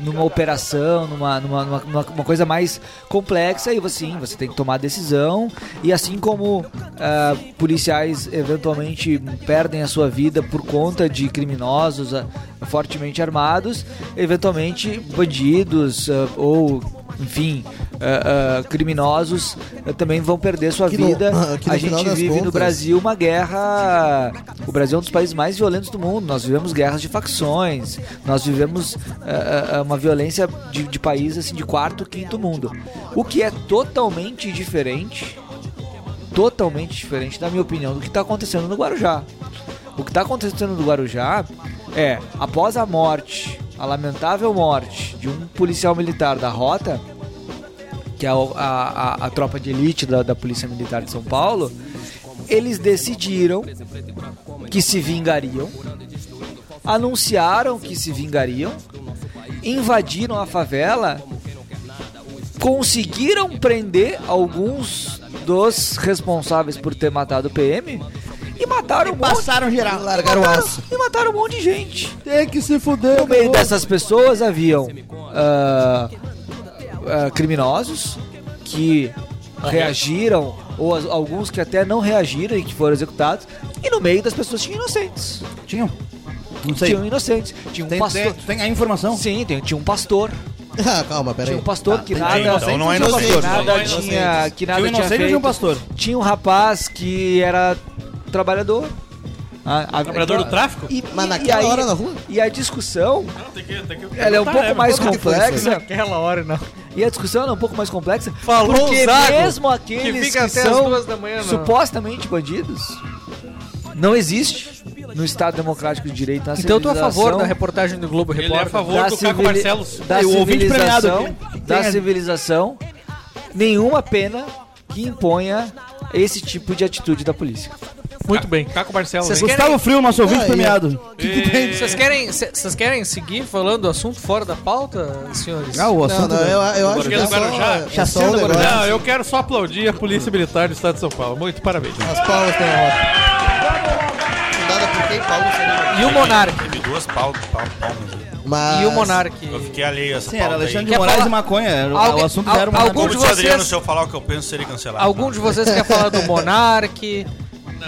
C: numa operação, numa, numa, numa, numa- uma coisa mais complexa e você, sim, você tem que tomar decisão e assim como ah, policiais eventualmente perdem a sua vida por conta de criminosos ah, fortemente armados, eventualmente bandidos ah, ou enfim ah, ah, criminosos ah, também vão perder sua
F: Que no-
C: vida.
F: que no
C: a
F: final
C: gente
F: das
C: vive no
F: contas-
C: Brasil uma guerra. O Brasil é um dos países mais violentos do mundo. Nós vivemos guerras de facções. Nós vivemos ah, ah, uma violência de, de país assim de quarto, quinto mundo. O que é totalmente diferente totalmente diferente, na minha opinião, do que está acontecendo no Guarujá. O que está acontecendo no Guarujá é, após a morte, a lamentável morte de um policial militar da rota, que é o- a, a, a tropa de elite da, da Polícia Militar de São Paulo, eles decidiram que se vingariam, anunciaram que se vingariam, invadiram a favela conseguiram prender alguns dos responsáveis por ter matado o PM e mataram um monte,
I: Passaram geral.
F: Largaram o
C: mataram-
F: aço.
C: e mataram um monte de gente.
F: Tem que se fuder,
C: No meio
F: acabou.
C: dessas pessoas haviam ah, ah, criminosos que reagiram ou as- alguns que até não reagiram e que foram executados e no meio das pessoas tinham inocentes.
I: Tinham? Não sei.
C: Tinham inocentes. Tinha um
I: Tem,
C: pastor.
I: tem, tem a informação? Tá,
C: Sim, tem- tinha um pastor.
F: Ah, calma, peraí.
C: Tinha um pastor que nada.
B: Então não é
C: que
B: inocente.
C: nada
F: inocente.
C: tinha. Que
I: Tinha um
C: nada tinha
I: inocente e
C: feito.
I: tinha um pastor.
C: tinha um rapaz que era trabalhador. Ah, A- a-
E: Trabalhador do tráfico?
C: E,
F: Mas
C: e-
F: naquela
C: e aí-
F: hora na rua?
C: E a discussão,
E: Ah, Não, tem que, tem que
C: ela é um pouco mais
F: quanto que foi isso aí?
C: complexa.
D: Aquela hora não.
C: E a discussão ela é um pouco mais complexa.
D: Falou
C: porque
D: o Zago,
C: mesmo aqueles que,
D: fica até as
C: são
D: duas da manhã, não.
C: supostamente bandidos, não existe no Estado Democrático de Direito na
D: Então eu tô a favor da
C: civilização
D: reportagem do Globo
E: Ele é a
D: Repórter.
E: favor
C: da
E: do Caco
C: civili-
E: Barcelos.
C: Da
I: o ouvinte premiado
C: civilização, da civilização, nenhuma pena que imponha esse tipo de atitude da polícia.
D: Muito bem.
E: Caco Barcelos,
D: Vocês
E: hein?
D: querem-
I: Gustavo Frio, nosso ouvinte
F: Ah, é.
I: premiado.
D: Vocês querem, cê- vocês querem seguir falando do assunto fora da pauta, senhores?
I: Ah, o
F: Não,
I: assunto.
F: não, eu, eu acho que é
E: do Guarujá.
F: só, é só um
I: Chacina do
F: negócio.
I: Guarujá.
E: Não, eu quero só aplaudir a Polícia Militar do Estado de São Paulo. Muito parabéns.
F: As palmas estão ótimas. Fundada por quem? Paulo Serena.
D: E o Monark?
B: Teve duas pau, pau, palmas. aí.
F: Mas...
D: E o Monark?
B: Eu fiquei alheio a essa
I: Sim,
B: pauta
I: era Alexandre
D: Quer
I: de Moraes
D: falar-
I: e maconha. era o-
D: Alguém-
I: o assunto
D: al-
I: era uma
D: algum
B: Como
D: de
B: disse o Adriano,
D: vocês-
B: se eu falar o que eu penso, seria cancelado.
D: Algum de vocês quer falar do Monark?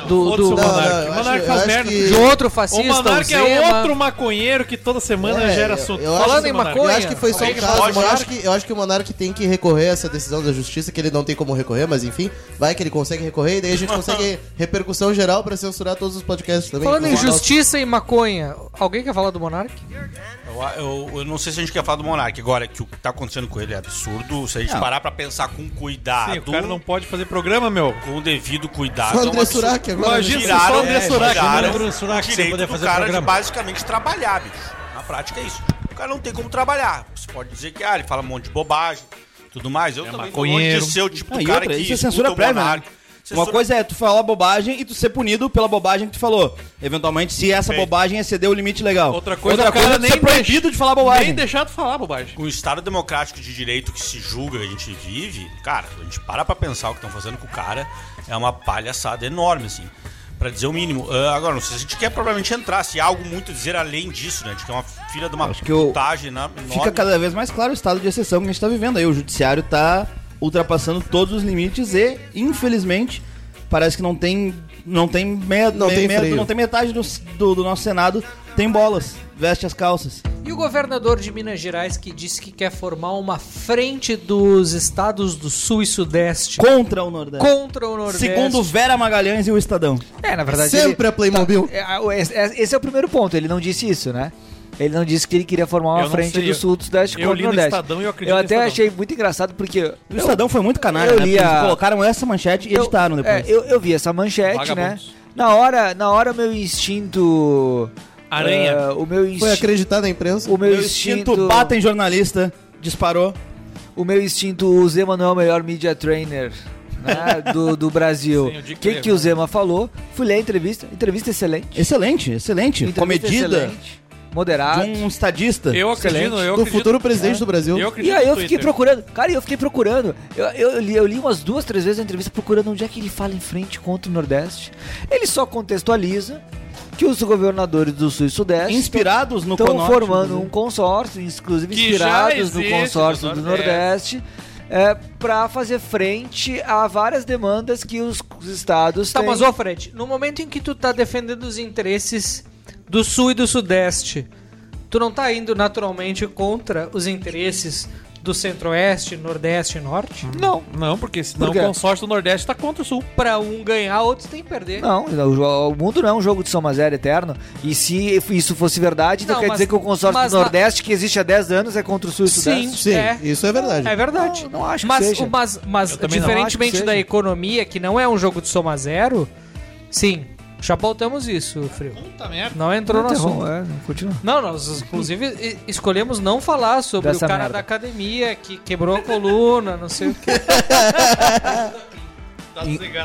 D: do,
E: Foda-se
D: do-
E: o
F: Não,
E: Monark.
F: não, eu
E: o Monark
F: acho-
E: faz
F: eu acho
E: é merda.
F: que-
D: de outro
E: O
D: fascista,
E: Monark é
D: Zema.
E: outro maconheiro que toda semana
F: É,
E: gera
F: eu-
E: assunto.
F: eu acho
E: Foda-se
D: Falando
E: o
D: em
E: Monark.
F: Eu
D: maconha,
F: acho que foi só um
D: Alguém
F: caso.
B: pode,
F: mas eu,
B: né?
F: acho que, eu acho que o Monark tem que recorrer a essa decisão da justiça, que ele não tem como recorrer, mas enfim, vai que ele consegue recorrer e daí a gente consegue repercussão geral pra censurar todos os podcasts também.
D: Falando em
F: Vamos lá.
D: justiça e maconha, alguém quer falar do Monark?
B: Eu, eu- eu não sei se a gente quer falar do Monark. Agora, que o que tá acontecendo com ele é absurdo. Se a gente
G: Não.
B: parar pra pensar com cuidado,
E: Sim, o cara não pode fazer programa, meu.
B: com o devido cuidado...
F: Só
B: é um
F: tá André
B: absurdo.
F: Surak agora. né?
E: Imagina se
B: tiraram,
E: só o André
B: é,
E: Surak,
G: né?
B: tiraram
A: o André Surak
B: o
A: sem
B: direito
A: poder
B: do
A: fazer
B: cara de
A: programa.
B: basicamente trabalhar, bicho. Na prática é isso. O cara não tem como trabalhar. Você pode dizer que ah, ele fala um monte de bobagem, tudo mais.
A: É
B: Eu também tô longe
E: maconheiro.
B: de ser o tipo
G: Não,
B: do
G: e
B: cara
G: outra,
B: que
G: isso é
B: escuta
G: censura
B: o
G: prévia, né?
B: Monark.
G: Uma
B: Censura-
G: coisa é tu falar bobagem e tu ser punido pela bobagem que tu falou. Eventualmente, se essa
B: Perfeito.
G: bobagem exceder o limite legal.
E: Outra coisa,
G: Outra
E: o cara
G: coisa é tu
E: nem
G: ser proibido de falar
E: Nem
G: bobagem.
E: deixar de falar bobagem.
B: Com o Estado Democrático de Direito que se julga, a gente vive, cara, a gente para pra pensar o que estão fazendo com o cara, é uma palhaçada enorme, assim. Pra dizer o mínimo. Ah, agora, não sei se a gente quer provavelmente entrar, se há algo muito a dizer além disso, né? A gente quer uma filha de uma
G: Acho que eu-
B: putagem na- enorme.
G: Fica cada vez mais claro o estado de exceção que a gente tá vivendo aí. O judiciário tá ultrapassando todos os limites e, infelizmente, parece que não tem. Não tem meia,
F: Não
G: me-
F: tem
G: meia-
F: freio.
G: não tem metade do, do- do nosso Senado, tem bolas, veste as calças.
D: E o governador de Minas Gerais que disse que quer formar uma frente dos estados do Sul e Sudeste
G: Contra o Nordeste.
D: contra o Nordeste.
G: Segundo Vera Magalhães e o Estadão.
C: É, na verdade. ele-
F: Sempre a Playmobil.
C: É, a- o- es- es- Esse é o primeiro ponto, ele não disse isso, né? Ele não disse que ele queria formar
E: Eu
C: uma
E: não
C: frente
E: sei,
C: do
E: eu-
C: sul, do sudeste
E: eu
C: contra o
E: li no
C: nordeste.
E: Estadão e eu acredito
C: Eu
E: no
C: até
E: Estadão.
C: achei muito engraçado porque...
G: O Estadão foi muito canalha,
C: eu
G: né?
C: li
G: Porque eles
C: a-
G: colocaram essa manchete e
C: eu-
G: editaram tá, depois.
C: é, eu, eu vi essa manchete, né?
E: Vagabundos.
C: Na hora, na hora, meu instinto...
E: Aranha.
C: ah, o meu
F: Foi
C: instinto...
F: acreditar na imprensa.
C: O meu,
G: Meu
C: instinto...
G: instinto bata em jornalista, disparou.
C: O meu instinto, o Zema não é o melhor media trainer né, do, do Brasil.
E: Sim, eu
C: O
E: digo
C: que,
E: que- é.
C: que o Zema falou? Fui ler a entrevista, entrevista excelente.
G: Excelente, excelente.
C: Entrevista
G: tipo, Comedida
C: excelente, Moderado.
G: de um estadista.
E: Eu acredito,
C: Excelente.
E: eu
F: Do
E: acredito.
F: futuro presidente do Brasil.
E: Eu acredito
C: E aí
E: no
C: eu fiquei
E: Twitter.
C: procurando, cara, eu fiquei procurando. Eu, eu li, eu li umas duas, três vezes a entrevista procurando onde é que ele fala em frente contra o Nordeste. Ele só contextualiza que os governadores do Sul e Sudeste
G: Inspirados no
C: estão
G: Conorte,
C: formando
G: inclusive.
C: um consórcio, inclusive
E: Que já
C: inspirados no
E: existe
C: consórcio
E: no
C: do
E: Nordeste.
C: Nordeste. É, para fazer frente a várias demandas que os estados
D: Tá,
C: têm.
D: mas ô Fred, no momento em que tu tá defendendo os interesses do Sul e do Sudeste, tu não tá indo naturalmente contra os interesses do Centro-Oeste, Nordeste e Norte?
C: Uhum.
D: Não.
E: Não, porque senão
C: Por quê?
E: o consórcio do Nordeste tá contra o Sul.
D: Pra um ganhar, outro tem que perder.
C: Não, o jo- o mundo não é um jogo de soma zero eterno. E se isso fosse verdade, então
D: Não,
C: quer
D: mas-
C: dizer que o consórcio
D: mas
C: do
D: na-
C: Nordeste, que existe há 10 anos, é contra o Sul e o Sudeste?
F: Sim, isso é verdade.
D: É verdade.
C: Não, não acho que
D: mas,
C: seja.
D: o- mas, mas
E: Eu também
C: acho
E: não
C: que
D: diferentemente
C: seja.
D: da economia, que não é um jogo de soma zero, sim, já pautamos isso, Frio.
E: Puta merda.
D: Não entrou no assunto.
C: é, não, continua.
D: Não, nós inclusive e- escolhemos não falar sobre
C: Dessa
D: o cara
C: merda.
D: da academia que quebrou a coluna, não sei o que.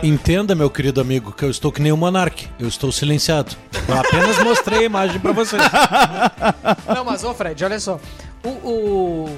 A: Entenda, meu querido amigo, que eu estou que nem o Monark. Eu estou silenciado. Eu apenas mostrei a imagem pra vocês.
D: Não, mas ô Fred, olha só. O. o...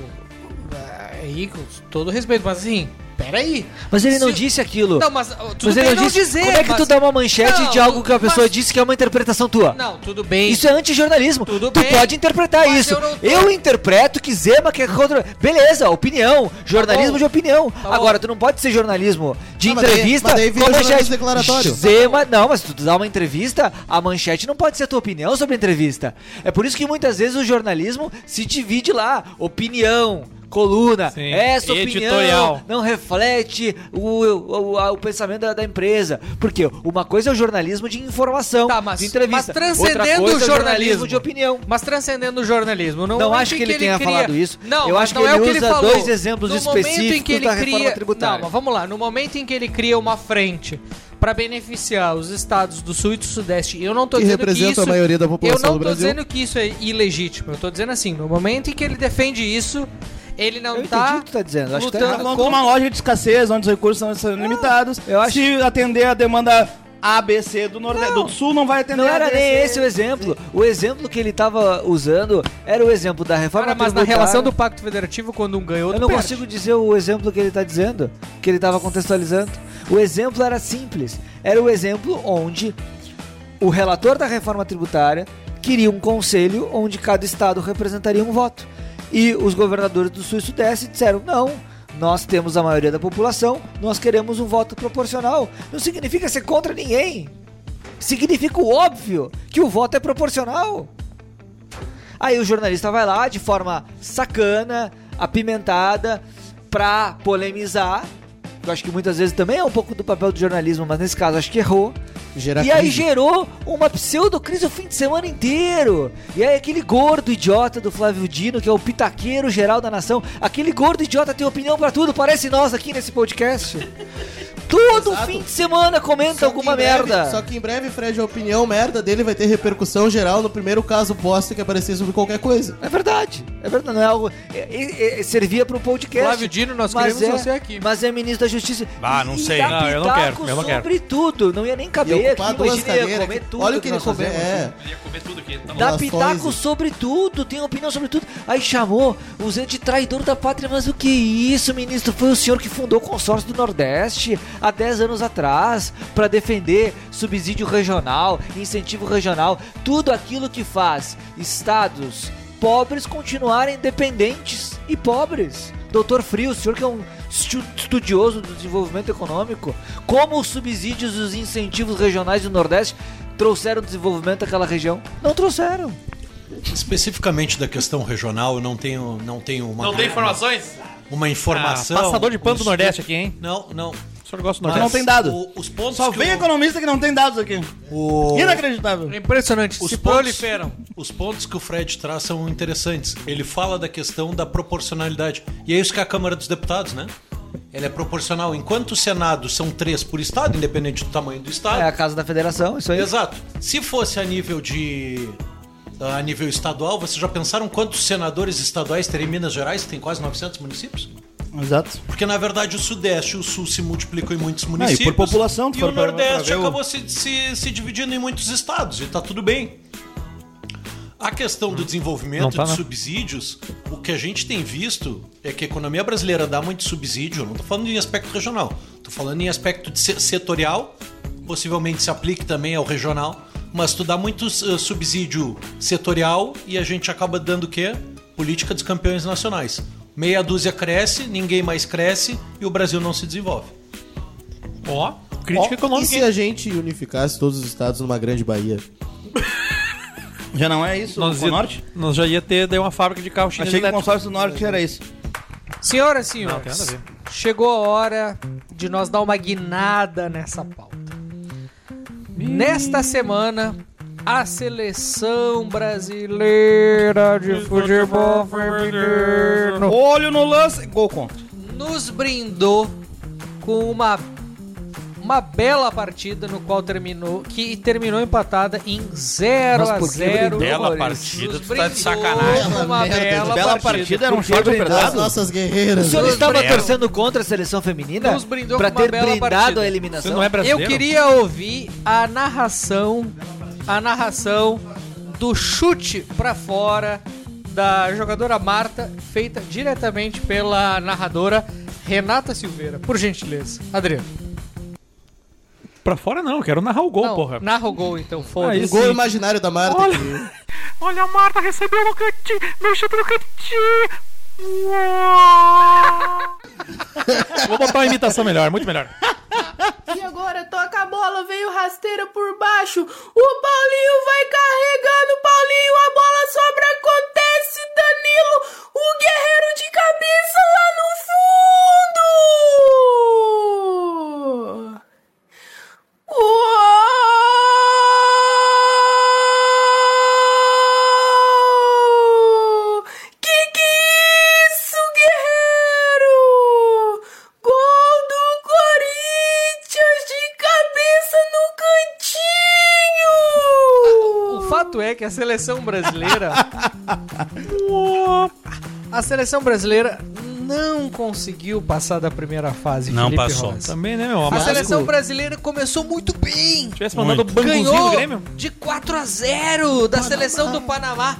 D: é, Aí, com todo respeito, mas assim, peraí.
C: Mas ele não
D: Se-
C: disse aquilo.
D: Não, mas ó, tudo
C: mas ele
D: bem
C: não disse.
D: dizer.
C: como é que tu
D: mas-
C: dá uma manchete
D: Não,
C: de algo que a pessoa
D: mas-
C: disse que é uma interpretação tua?
D: Não, tudo bem.
C: Isso é anti-jornalismo.
D: Tudo
C: Tu
D: bem,
C: pode interpretar
D: mas
C: isso.
D: eu não tô-
C: Eu interpreto que Zema quer contra. Beleza, opinião. Jornalismo
D: Tá bom. Tá
C: de opinião.
D: bom.
C: Agora, tu não pode ser jornalismo de
F: Ah, mas daí-
C: entrevista.
F: mas daí vira
C: com
F: jornalismo
C: manchete.
F: declaratório.
C: Zema. Não, mas se tu dá uma entrevista, a manchete não pode ser a tua opinião sobre a entrevista. É por isso que muitas vezes o jornalismo se divide lá. Opinião. Coluna,
E: Sim,
C: essa opinião
E: editorial.
C: não reflete o, o, a- o pensamento da, da empresa. Porque uma coisa é o jornalismo de informação,
D: Tá, mas-
C: de entrevista.
D: mas transcendendo
C: Outra coisa é
D: o jornalismo.
C: de opinião.
D: Mas transcendendo o jornalismo, não
C: Não
D: momento
C: acho
D: em
C: que ele tenha
D: cria-
C: falado isso.
D: Não,
C: Eu
D: mas
C: acho que
D: não é
C: ele
D: o que ele
C: usa
D: falou.
C: dois exemplos
D: no momento em que
C: específicos
D: ele
C: da
D: cria...
C: reforma tributária.
D: Não, mas vamos lá. No momento em que ele cria uma frente para beneficiar os estados do Sul e do Sudeste, eu não tô
F: Que
D: dizendo que
F: representa
D: isso...
F: a maioria da população
D: Eu não
F: do
D: tô
F: Brasil.
D: dizendo que isso é ilegítimo. Eu tô dizendo assim, no momento em que ele defende isso, ele não
C: Eu entendi
D: tá
C: o que tu tá dizendo, acho que tá
D: lutando
C: errado.
D: contra-
G: Falando de uma loja de escassez, onde os recursos são- são limitados.
C: Ah, eu acho-
G: Se atender a demanda ABC do Nordeste,
C: Não.
G: do Sul, não vai atender
C: Não
G: a
C: era nem
G: ABC.
C: esse o exemplo. O exemplo que ele tava usando era o exemplo da reforma
D: Cara, mas na
C: tributária.
D: relação do Pacto Federativo, quando um ganhou,
C: Eu
D: outro
C: não
D: perde.
C: consigo dizer o exemplo que ele tá dizendo, que ele tava contextualizando. O exemplo era simples. Era o exemplo onde o relator da reforma tributária queria um conselho onde cada estado representaria um voto. E os governadores do Sul e Sudeste disseram: não, nós temos a maioria da população, nós queremos um voto proporcional. Não significa ser contra ninguém. significa o óbvio, que o voto é proporcional. Aí o jornalista vai lá de forma sacana, apimentada, pra polemizar. Eu acho que muitas vezes também é um pouco do papel do jornalismo, mas nesse caso acho que errou.
F: Gerar
C: e aí
F: crise.
C: gerou uma pseudo-crise o fim de semana inteiro. E aí aquele gordo idiota do Flávio Dino, que é o pitaqueiro geral da nação, aquele gordo idiota tem opinião pra tudo, parece nós aqui nesse podcast. Todo
F: Exato.
C: fim de semana comenta
F: Só que
C: alguma
F: em breve-
C: merda.
F: Só que em breve, Fred, a opinião merda dele vai ter repercussão geral no primeiro caso bosta que aparecer sobre qualquer coisa.
C: É verdade, é verdade, não é algo. é- é- é- servia para um podcast.
D: Flávio Dino, nós
C: mas
D: queremos
C: é,
D: você aqui.
C: Mas é ministro da Justiça.
B: Ah, não
C: E
B: sei.
C: dá
E: Não, eu não
C: pitaco
E: quero, eu não quero.
C: sobre tudo, não ia nem
F: E
C: caber.
F: ocupar
C: Tá aqui,
F: duas
C: imagina, ia
F: cadeiras.
C: comer tudo
F: Olha o que ele
C: nós
F: comeu.
C: fazemos.
F: É.
E: Ele ia comer tudo aqui. Tá bom.
C: Dá
F: Relações,
C: pitaco
F: hein?
C: sobre tudo, tem opinião sobre tudo. Aí chamou os de traidor da pátria, mas o que é isso, ministro? Foi o senhor que fundou o consórcio do Nordeste há 10 anos atrás para defender subsídio regional, incentivo regional, tudo aquilo que faz estados pobres continuarem dependentes e pobres. Doutor Frio, o senhor que é um estu- estudioso do desenvolvimento econômico, como os subsídios e os incentivos regionais do Nordeste trouxeram desenvolvimento àquela região? Não trouxeram.
A: Especificamente da questão regional, eu não tenho, não tenho uma,
E: Não tem informações?
A: uma informação.
E: Ah, passador de pano do
A: Os-
E: Nordeste aqui, hein?
A: Não, não.
E: O senhor
G: Ah,
E: gosta do
A: Mas
E: Nordeste?
I: não tem dado.
A: o- os pontos
I: Só
A: que
I: vem
A: o-
I: economista que não tem dados aqui.
A: o-
I: Inacreditável.
D: É impressionante,
A: Os
D: se
A: pontos-
D: proliferam.
A: Os pontos que o Fred traz são interessantes. Ele fala da questão da proporcionalidade. E é isso que é a Câmara dos Deputados, né? Ela é proporcional. Enquanto o Senado são três por Estado, independente do tamanho do Estado.
C: É a casa da federação, isso aí.
A: Exato. Se fosse a nível de. a nível estadual, vocês já pensaram quantos senadores estaduais teria em Minas Gerais, que tem quase 900 municípios?
I: Exato. Ah,
A: Porque, na verdade, o Sudeste e o Sul se multiplicam em muitos
I: por
A: municípios.
I: população, tu
A: E
I: for
A: o
I: pra- pra
A: Nordeste
I: ver o-
A: acabou se, se, se dividindo em muitos estados, e tá tudo bem. A questão do
E: Não
A: desenvolvimento
E: tá,
A: de
E: né?
A: subsídios, o que a gente tem visto é que a economia brasileira dá muito subsídio, eu não tô falando em aspecto regional, tô falando em aspecto de se- setorial, possivelmente se aplique também ao regional, mas tu dá muito eh, subsídio setorial e a gente acaba dando o quê? Política dos campeões nacionais. Meia dúzia cresce, ninguém mais cresce e o Brasil não se desenvolve.
E: Ó, crítica
F: e
E: econômica,
F: se
E: hein?
F: a gente unificasse todos os estados numa grande Bahia?
G: Já não é isso,
E: Nós,
G: o
E: ia-
G: Norte?
E: nós já ia ter daí uma fábrica de carro chinês
G: Achei que o
E: elétrico.
G: consórcio do Norte era isso.
D: Senhoras e
E: Não, tem nada
D: senhores,
E: a
D: chegou a hora de nós dar uma guinada nessa pauta. Nesta semana, a seleção brasileira de futebol feminino
I: Olho no lance. Gol contra.
D: nos brindou com uma uma bela partida no qual terminou que terminou empatada em 0
C: Mas
D: a
C: por que
D: 0.
B: Bela
D: Maurício.
B: partida,
D: Nos
B: tu tá de
D: brindou
B: sacanagem.
D: com Uma
F: Bela merda,
D: bela,
G: Bela
D: partida.
G: partida, era um shot
F: As
G: apertado.
F: nossas guerreiras. né?
C: O senhor
D: Nos
C: estava
B: brindou.
C: torcendo contra a seleção feminina
D: Nos brindou
C: pra
D: com uma
C: ter
D: bela
C: brindado
D: partida.
C: a
E: Você
C: eliminação?
E: não é brasileiro?
D: Eu queria ouvir a narração, a narração do chute pra fora da jogadora Marta, feita diretamente pela narradora Renata Silveira. Por gentileza, Adriano.
E: Pra fora não, eu quero narrar o gol,
D: Não,
E: porra.
D: Narra o gol então,
E: Ah,
F: Um
D: foda-se.
E: isso.
F: gol
E: Sim.
F: imaginário da Marta.
E: Olha.
F: que-
E: Olha a Marta recebeu no cantinho, meu chute no cantinho. Vou botar uma imitação melhor, muito melhor.
J: E agora toca a bola, veio rasteira por baixo. O Paulinho vai carregando, Paulinho, a bola sobra, acontece, Danilo, o guerreiro de cabeça lá no fundo! Uou! Que que é isso, guerreiro? Gol do Corinthians de cabeça no cantinho!
D: O fato é que a seleção brasileira. a seleção brasileira não conseguiu passar da primeira fase.
B: Não
D: Felipe
B: passou.
D: Rosa.
E: Também, né, meu?
D: A
E: Amargo.
D: seleção brasileira começou muito bem.
E: Tivesse mandado o banguzinho do
D: ganhou
E: Grêmio.
D: de 4 a 0 da seleção do Panamá.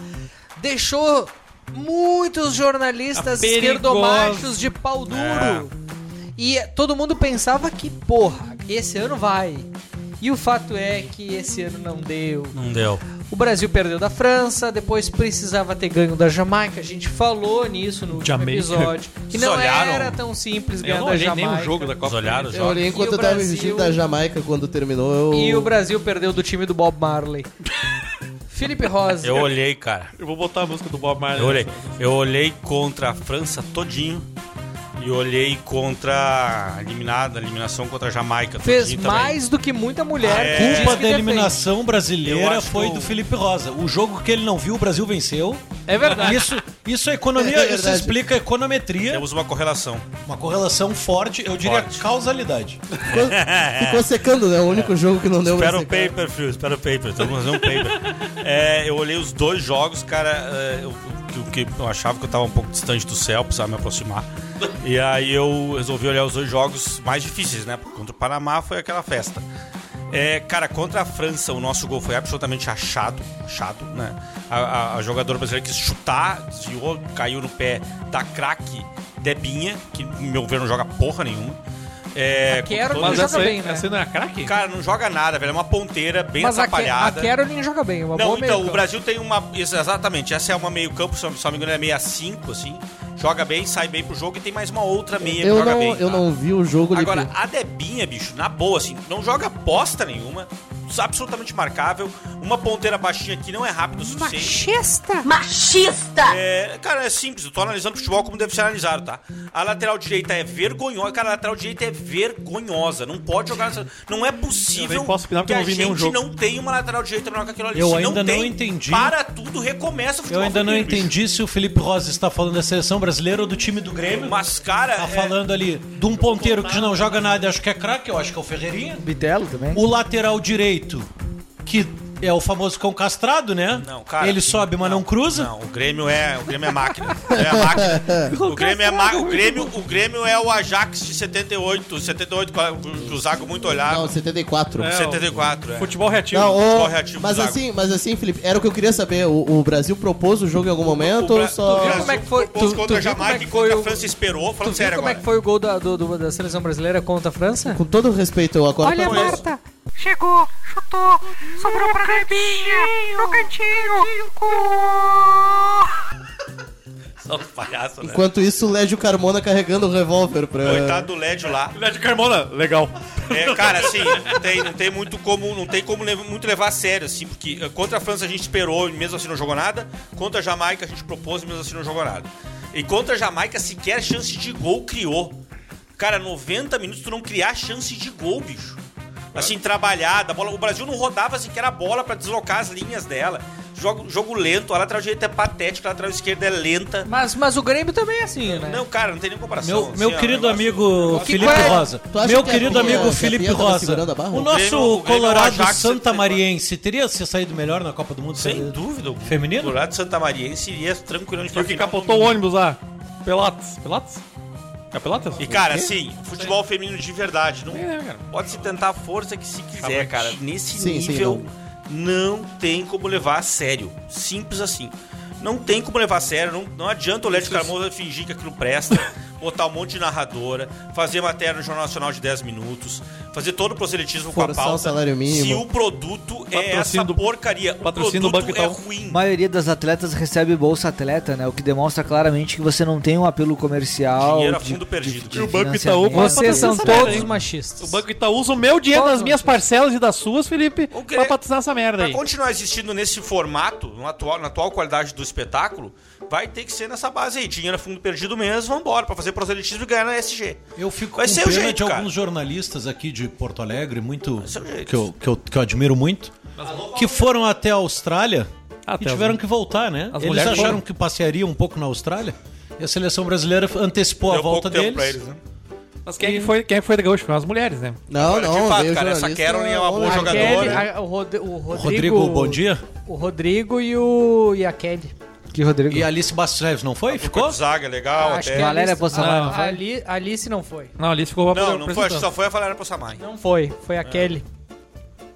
D: Deixou muitos jornalistas
E: A perigosa.
D: esquerdomachos de pau duro. E todo mundo pensava que, porra, esse ano vai. E o fato é que esse ano não deu.
B: Não deu.
D: O O Brasil perdeu da França, depois precisava ter ganho da Jamaica. A gente falou nisso no último
E: Jamaica.
D: episódio. Que
B: Vocês
D: não
B: olharam?
D: era tão simples ganhar
E: Eu não
D: da
E: olhei
D: Jamaica.
E: nenhum jogo da
B: Vocês
E: Copa.
B: olharam já?
F: Eu olhei enquanto
D: E o
F: eu tava
D: Brasil-
F: vestido da Jamaica quando terminou. Eu...
D: E o Brasil perdeu do time do Bob Marley. Felipe Rosa.
B: Eu olhei, cara.
E: Eu vou botar a música do Bob Marley.
B: Eu olhei. Eu olhei contra a França todinho. E olhei contra a eliminada, a eliminação contra a Jamaica.
D: Fez
B: todinho também.
D: mais do que muita mulher.
B: É.
D: que diz
A: Culpa
D: que
A: da
D: defende.
A: eliminação
B: Eu
A: brasileira
B: acho
A: foi
B: que o-
A: do Felipe Rosa. O jogo que ele não viu, o Brasil venceu.
D: É verdade.
A: Isso, isso é economia,
F: É
A: isso
F: verdade.
A: explica a econometria,
B: Temos uma correlação.
A: uma correlação forte, eu diria
B: Forte.
A: causalidade.
F: Ficou,
I: É.
F: ficou secando, né? O único jogo que não deu pra
B: Espera o
F: secar.
B: paper, filho. Espera o paper. Estamos fazendo um paper. É, eu olhei os dois jogos, cara. é, eu- o que eu achava que eu tava um pouco distante do céu, precisava me aproximar. E aí eu resolvi olhar os dois jogos mais difíceis, né? Contra o Panamá foi aquela festa. É, cara, contra a França, o nosso gol foi absolutamente achado, achado, né? A, a- a jogadora brasileira quis chutar, desviou, caiu no pé da craque Debinha, que, no meu ver, não joga porra nenhuma. É, com
D: Quero,
B: todo-
E: Mas
D: Joga
E: essa, aí-
D: bem, né?
E: essa aí não é craque?
B: Cara, não joga nada, velho. É uma ponteira bem
D: Mas a, Ke- a
B: atrapalhada.
D: Caroline joga bem. é Uma
B: Não,
D: boa
B: então,
D: meio
B: o Brasil tem uma. isso, Exatamente, essa é uma meio-campo, se eu se eu não me engano, é meia 5, assim. Joga bem, sai bem pro jogo e tem mais uma outra meia que
F: Eu
B: joga
F: não,
B: bem.
F: eu
B: tá?
F: não vi o jogo Lipe.
B: Agora, a Debinha, bicho, na boa, assim, não joga bosta nenhuma. Absolutamente marcável. Uma ponteira baixinha que não é rápida o suficiente.
J: Machista! Machista!
B: É, cara, é simples, eu tô analisando futebol como deve ser analisado, tá? A lateral direita é vergonhosa. Cara, a lateral direita é vergonhosa. Não pode jogar nessa. Não é
E: Eu
B: possível
E: nem posso opinar porque
B: que
E: eu
B: a
E: não vi
B: gente
E: nenhum jogo.
B: não tenha uma lateral direita melhor que aquilo ali.
A: Eu
B: Se
A: ainda não
B: tem,
A: entendi.
B: Para tudo, recomeça o
A: Eu
B: futebol.
A: ainda não
B: feminino, bicho.
A: entendi se o Felipe Rosa está falando da seleção brasileira ou do time do Grêmio.
B: Mas, cara.
A: Tá
B: é-
A: falando ali de um ponteiro que não joga nada, e acho que é craque, eu acho que é o Ferreirinha.
C: Bitelo também.
A: O lateral direito, que é o famoso cão castrado, né?
B: Não, cara.
A: Ele sobe, mas não, cruza.
B: Não, o Grêmio é, o Grêmio é máquina. O Grêmio é máquina. O Grêmio é ma- o Grêmio, o Grêmio é o Ajax de 78, 78 que o Zago muito
F: Não,
I: Ah.
B: olhava.
F: 74.
E: É,
B: 74, é.
E: Futebol reativo.
F: Não, Ah, ô,
B: corre ativo,
F: mas
B: Zago.
F: assim, mas assim, Felipe, era o que eu queria saber. O, o Brasil propôs o jogo em algum momento
B: O
F: ou
B: Bra-
F: só.
B: o
D: viu
B: Brasil
D: como é que foi-
B: propôs
D: tu-
B: contra
D: tu
B: a
D: viu como é
B: Jamaica
D: que
B: e
D: foi
B: contra a
D: o-
B: França esperou,
D: Tu
B: falando
D: viu
B: sério
D: como é
B: agora.
D: que foi o gol da, do- do- da seleção brasileira contra a França?
F: Com todo o respeito, eu acordo
K: Olha a
F: pra vocês.
K: Marta. Chegou, chutou, sobrou pra Debinha, no cantinho. Gol!
B: Só um palhaço, né?
F: Enquanto isso, o Légio Carmona carregando o revólver pra.
B: Coitado do Lédio lá.
E: de Carmona, legal.
B: É, cara, assim, não tem, não tem muito como, não tem como lev- muito levar a sério, assim, porque eh, contra a França a gente esperou e mesmo assim não jogou nada, contra a Jamaica a gente propôs e mesmo assim não jogou nada. E contra a Jamaica sequer chance de gol criou. Cara, 90 minutos tu não criar chance de gol, bicho.
D: É.
B: Assim, trabalhada, a bola, o Brasil não rodava sequer a bola pra deslocar as linhas dela. Jogo, jogo lento, a lateral direita é patética, a lateral esquerda é lenta.
D: Mas, mas o Grêmio também é assim, né?
B: Não, cara, não tem nem comparação.
A: Meu,
B: assim,
A: meu
B: ó,
A: querido
B: negócio-
A: amigo Felipe
D: qual é-
A: Rosa.
F: Tu acha
A: Meu
F: que a
A: querido
F: Pinha- que
A: amigo
B: é
F: a
A: Felipe
F: Pinha
B: tá
F: tava
A: Rosa.
F: segurando a barra?
A: O
F: O
A: nosso
B: Grêmio- o Grêmio
A: colorado
B: Ajax
A: santamariense teria se saído melhor na Copa do Mundo?
B: Sem dúvida. alguma.
A: Feminino?
B: Do lado santamariense iria tranquilamente
E: E
B: pra
E: o que
B: final.
E: capotou o ônibus lá? Pelotas. Pelotas? É Pelotas?
B: E, cara, assim, futebol feminino de verdade. Não
E: É, né, cara?
B: pode se tentar a força que se quiser, cara. Nesse
F: Sim, sim,
B: nível, não. tem como levar a sério. Simples assim. Não tem como levar a sério. Não, não adianta o Léo de Carmoza fingir que aquilo presta. Botar um monte de narradora, fazer matéria no Jornal Nacional de 10 minutos, fazer todo o proselitismo com
F: Forçar
B: a
F: o
B: pauta.
F: salário mínimo.
B: Se o produto é
E: Patrocínio
B: essa
E: do-
B: porcaria, o
E: patrocínio do
B: produto
E: Banco
B: é
E: Itaú.
B: ruim.
C: A maioria das atletas recebe bolsa atleta, né? O que demonstra claramente que você não tem um apelo comercial.
B: Dinheiro a
C: de-
B: fundo perdido.
E: E o Banco Itaú
C: financiamento.
E: Mas
D: Vocês são
E: patrocina essa merda,
D: todos
E: hein? O
D: machistas.
E: Banco Itaú usa o meu dinheiro
D: Todos
E: das minhas parcelas e das suas, Felipe,
B: O que-
E: pra patrocinar essa merda
B: Pra
E: aí.
B: continuar existindo nesse formato, no atual, na atual qualidade do espetáculo, vai ter que ser nessa base aí. Dinheiro a fundo perdido mesmo, vambora, pra fazer proselitismo e ganhar na SG.
A: Eu fico
B: Vai
A: com
B: ser o
A: pena
B: jeito,
A: de
B: cara.
A: alguns jornalistas aqui de Porto Alegre, muito
B: ser o jeito.
A: que eu, que, eu, que eu admiro muito, que foram até a Austrália
E: Ah, Até
A: e
E: as-
A: tiveram que voltar, né?
E: as
A: Eles
E: mulheres
A: acharam
E: foram.
A: que passeariam um pouco na Austrália e a seleção brasileira antecipou a volta deles.
B: né?
E: Mas quem é que foi, quem é que foi da Gaúcho? Foram as mulheres, né?
F: Não,
B: Cara,
F: não,
B: de fato,
F: veio
B: cara, essa
F: jornalista
B: Caroline é uma boa
F: online.
B: jogadora.
D: Kelly,
B: né?
D: a- o, Rod- o Rodrigo,
A: Rodrigo, bom dia.
D: O Rodrigo e, o, e a Kelly.
C: Que Rodrigo.
A: E a Alice Bastos não foi?
B: Ficou?
A: Ficou?
B: Zaga, legal,
D: Ah, Acho que
B: até.
D: a
C: Valéria
D: Alice-
C: Bolsonaro,
D: a-
C: não foi?
D: a Ali- a Alice não foi.
E: Não, ali
B: Não,
E: ficou
B: não foi, acho que
E: apresentando.
B: só foi a Valera Poçamai.
D: Não foi, foi a Kelly.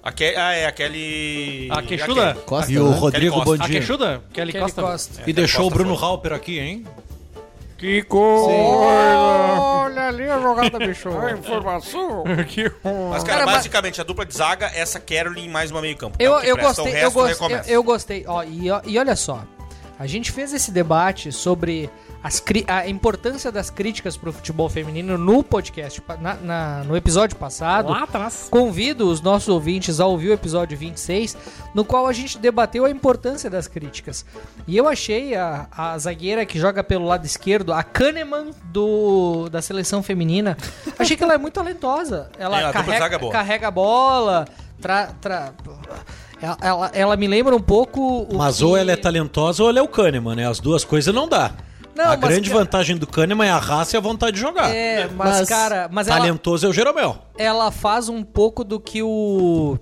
B: A Ke- ah, é, aquele.
E: A queixuda?
B: Kelly.
F: Costa,
A: E o
F: né?
A: Rodrigo
B: Costa.
A: bom
E: A
A: dia.
E: queixuda? Ah, Kelly,
A: É,
D: Kelly
E: Costa.
D: Costa.
A: E deixou o
B: Costa
A: Bruno
B: foi.
A: Halper aqui, hein?
L: Que coisa!
D: Olha ali a jogada, bicho.
L: A informação.
E: que
B: Mas, cara,
D: Cara, mas-
B: basicamente, a dupla de zaga, essa Caroline mais uma meio campo.
D: Eu,
B: É o que
D: eu
B: presta,
D: gostei,
B: o resto
D: eu, gostei eu,
B: recomeça.
D: eu gostei. Ó, e, ó- e olha só, a gente fez esse debate sobre as cri- a importância das críticas pro futebol feminino no podcast, pa- na- na- no episódio passado.
E: Lá atrás.
D: Convido os nossos ouvintes a ouvir o episódio 26, no qual a gente debateu a importância das críticas. E eu achei a, a zagueira que joga pelo lado esquerdo, a Kahneman do, da seleção feminina, achei que ela é muito talentosa. Ela
B: É, a dupla de
D: carrega,
B: zaga é boa.
D: carrega a bola, tra, tra- ela, ela- ela me lembra um pouco o
A: Mas
D: que-
A: ou ela é talentosa ou ela é o Kahneman, né? As duas coisas não dá.
D: Não,
A: a
D: mas
A: grande
D: que-
A: vantagem do Kahneman é a raça e a vontade de jogar.
D: É, mas, cara, mas ela-
A: talentoso é o Jeromel.
D: ela faz um pouco do que o.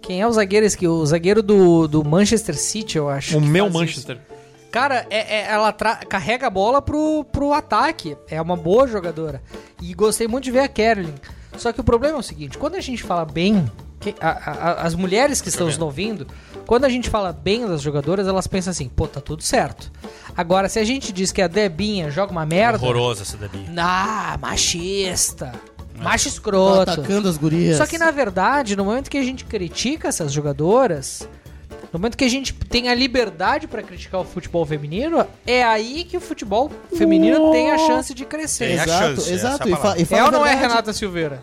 D: Quem é o zagueiro? esse que- O zagueiro do, do Manchester City, eu acho.
E: O
D: que
E: meu
D: faz isso.
E: Manchester.
D: Cara, é- é- ela tra- carrega a bola pro, pro ataque. É uma boa jogadora. E gostei muito de ver a Kerlin. Só que o problema é o seguinte: quando a gente fala bem. que- a- a- a- as mulheres que estão nos ouvindo, quando a gente fala bem das jogadoras, elas pensam assim: pô, tá tudo certo. Agora, se a gente diz que a Debinha joga uma merda.
B: Horrorosa essa Debi.
D: Ah, machista.
C: É.
D: Macho escroto.
F: Tá atacando as gurias.
D: Só que na verdade, no momento que a gente critica essas jogadoras, no momento que a gente tem a liberdade pra criticar o futebol feminino, é aí que o futebol feminino tem a chance de crescer.
B: Tem a
F: Exato,
B: chance, essa
F: exato.
B: é
F: E
B: a
F: fa-
B: palavra.
F: e
D: É
F: fala
D: ou
F: a
D: não é,
F: verdade.
D: Renata Silveira?